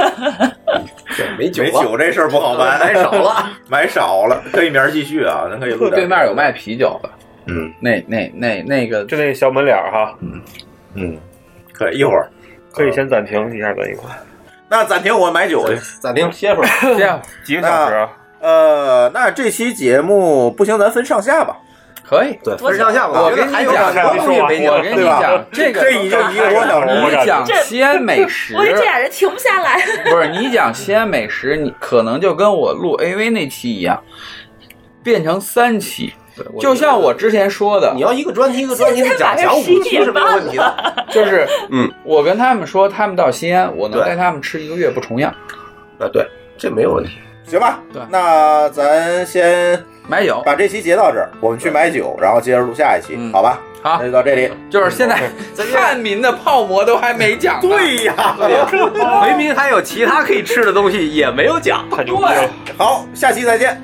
[SPEAKER 3] 对，没酒
[SPEAKER 4] 没
[SPEAKER 3] 了，
[SPEAKER 4] 酒这嗯事儿不 好办，
[SPEAKER 3] 买少了。
[SPEAKER 4] 买少了，可以明儿继续啊，咱可以录点。
[SPEAKER 1] 对面有卖啤酒的，
[SPEAKER 4] 嗯
[SPEAKER 1] 那那那那个
[SPEAKER 5] 就那小门脸儿哈，
[SPEAKER 4] 嗯，可以一会儿，
[SPEAKER 5] 可以先暂停一下，等一会儿，
[SPEAKER 4] 那暂停，我买酒去。
[SPEAKER 3] 暂停歇会儿，
[SPEAKER 1] 这样，
[SPEAKER 5] 几个小时啊？
[SPEAKER 4] 呃，那这期节目不行，咱分上下吧。
[SPEAKER 1] 可以，
[SPEAKER 3] 对，
[SPEAKER 2] 多
[SPEAKER 3] 分上下吧。
[SPEAKER 1] 我
[SPEAKER 3] 觉
[SPEAKER 1] 跟
[SPEAKER 3] 得
[SPEAKER 1] 你
[SPEAKER 3] 还有
[SPEAKER 1] 讲，
[SPEAKER 3] 很多东西没
[SPEAKER 1] 我跟
[SPEAKER 3] 讲，
[SPEAKER 1] 你
[SPEAKER 3] 对吧？
[SPEAKER 1] 讲，这个
[SPEAKER 4] 这已经一个多小时了，
[SPEAKER 1] 你讲
[SPEAKER 2] 这
[SPEAKER 1] 西安美 食，
[SPEAKER 2] 我这俩人停不下来。
[SPEAKER 1] 不是你讲西安美食，你可能就跟我录 AV 那期一样，变成三期。就像我之前说的
[SPEAKER 3] 你，要一个专题一个专题的讲，讲五期是没有问题的。
[SPEAKER 1] 就是
[SPEAKER 3] 嗯，
[SPEAKER 1] 我跟他们说，他们到西安，我能
[SPEAKER 3] 对
[SPEAKER 1] 带他们吃一个月不重样。
[SPEAKER 3] 啊，对，这没有问题。
[SPEAKER 4] 行吧
[SPEAKER 1] 对？
[SPEAKER 4] 那咱先
[SPEAKER 1] 买酒，
[SPEAKER 4] 把这期截到这儿，我们去买酒，然后接着录下一期，
[SPEAKER 1] 嗯
[SPEAKER 4] 好吧？
[SPEAKER 1] 好
[SPEAKER 4] 那就到这里。
[SPEAKER 1] 就是现在汉民的泡馍都还没讲呢。
[SPEAKER 3] 呀， 回民还有其他可以吃的东西也没有讲。
[SPEAKER 5] 太牛逼了。
[SPEAKER 4] 好，下期再见。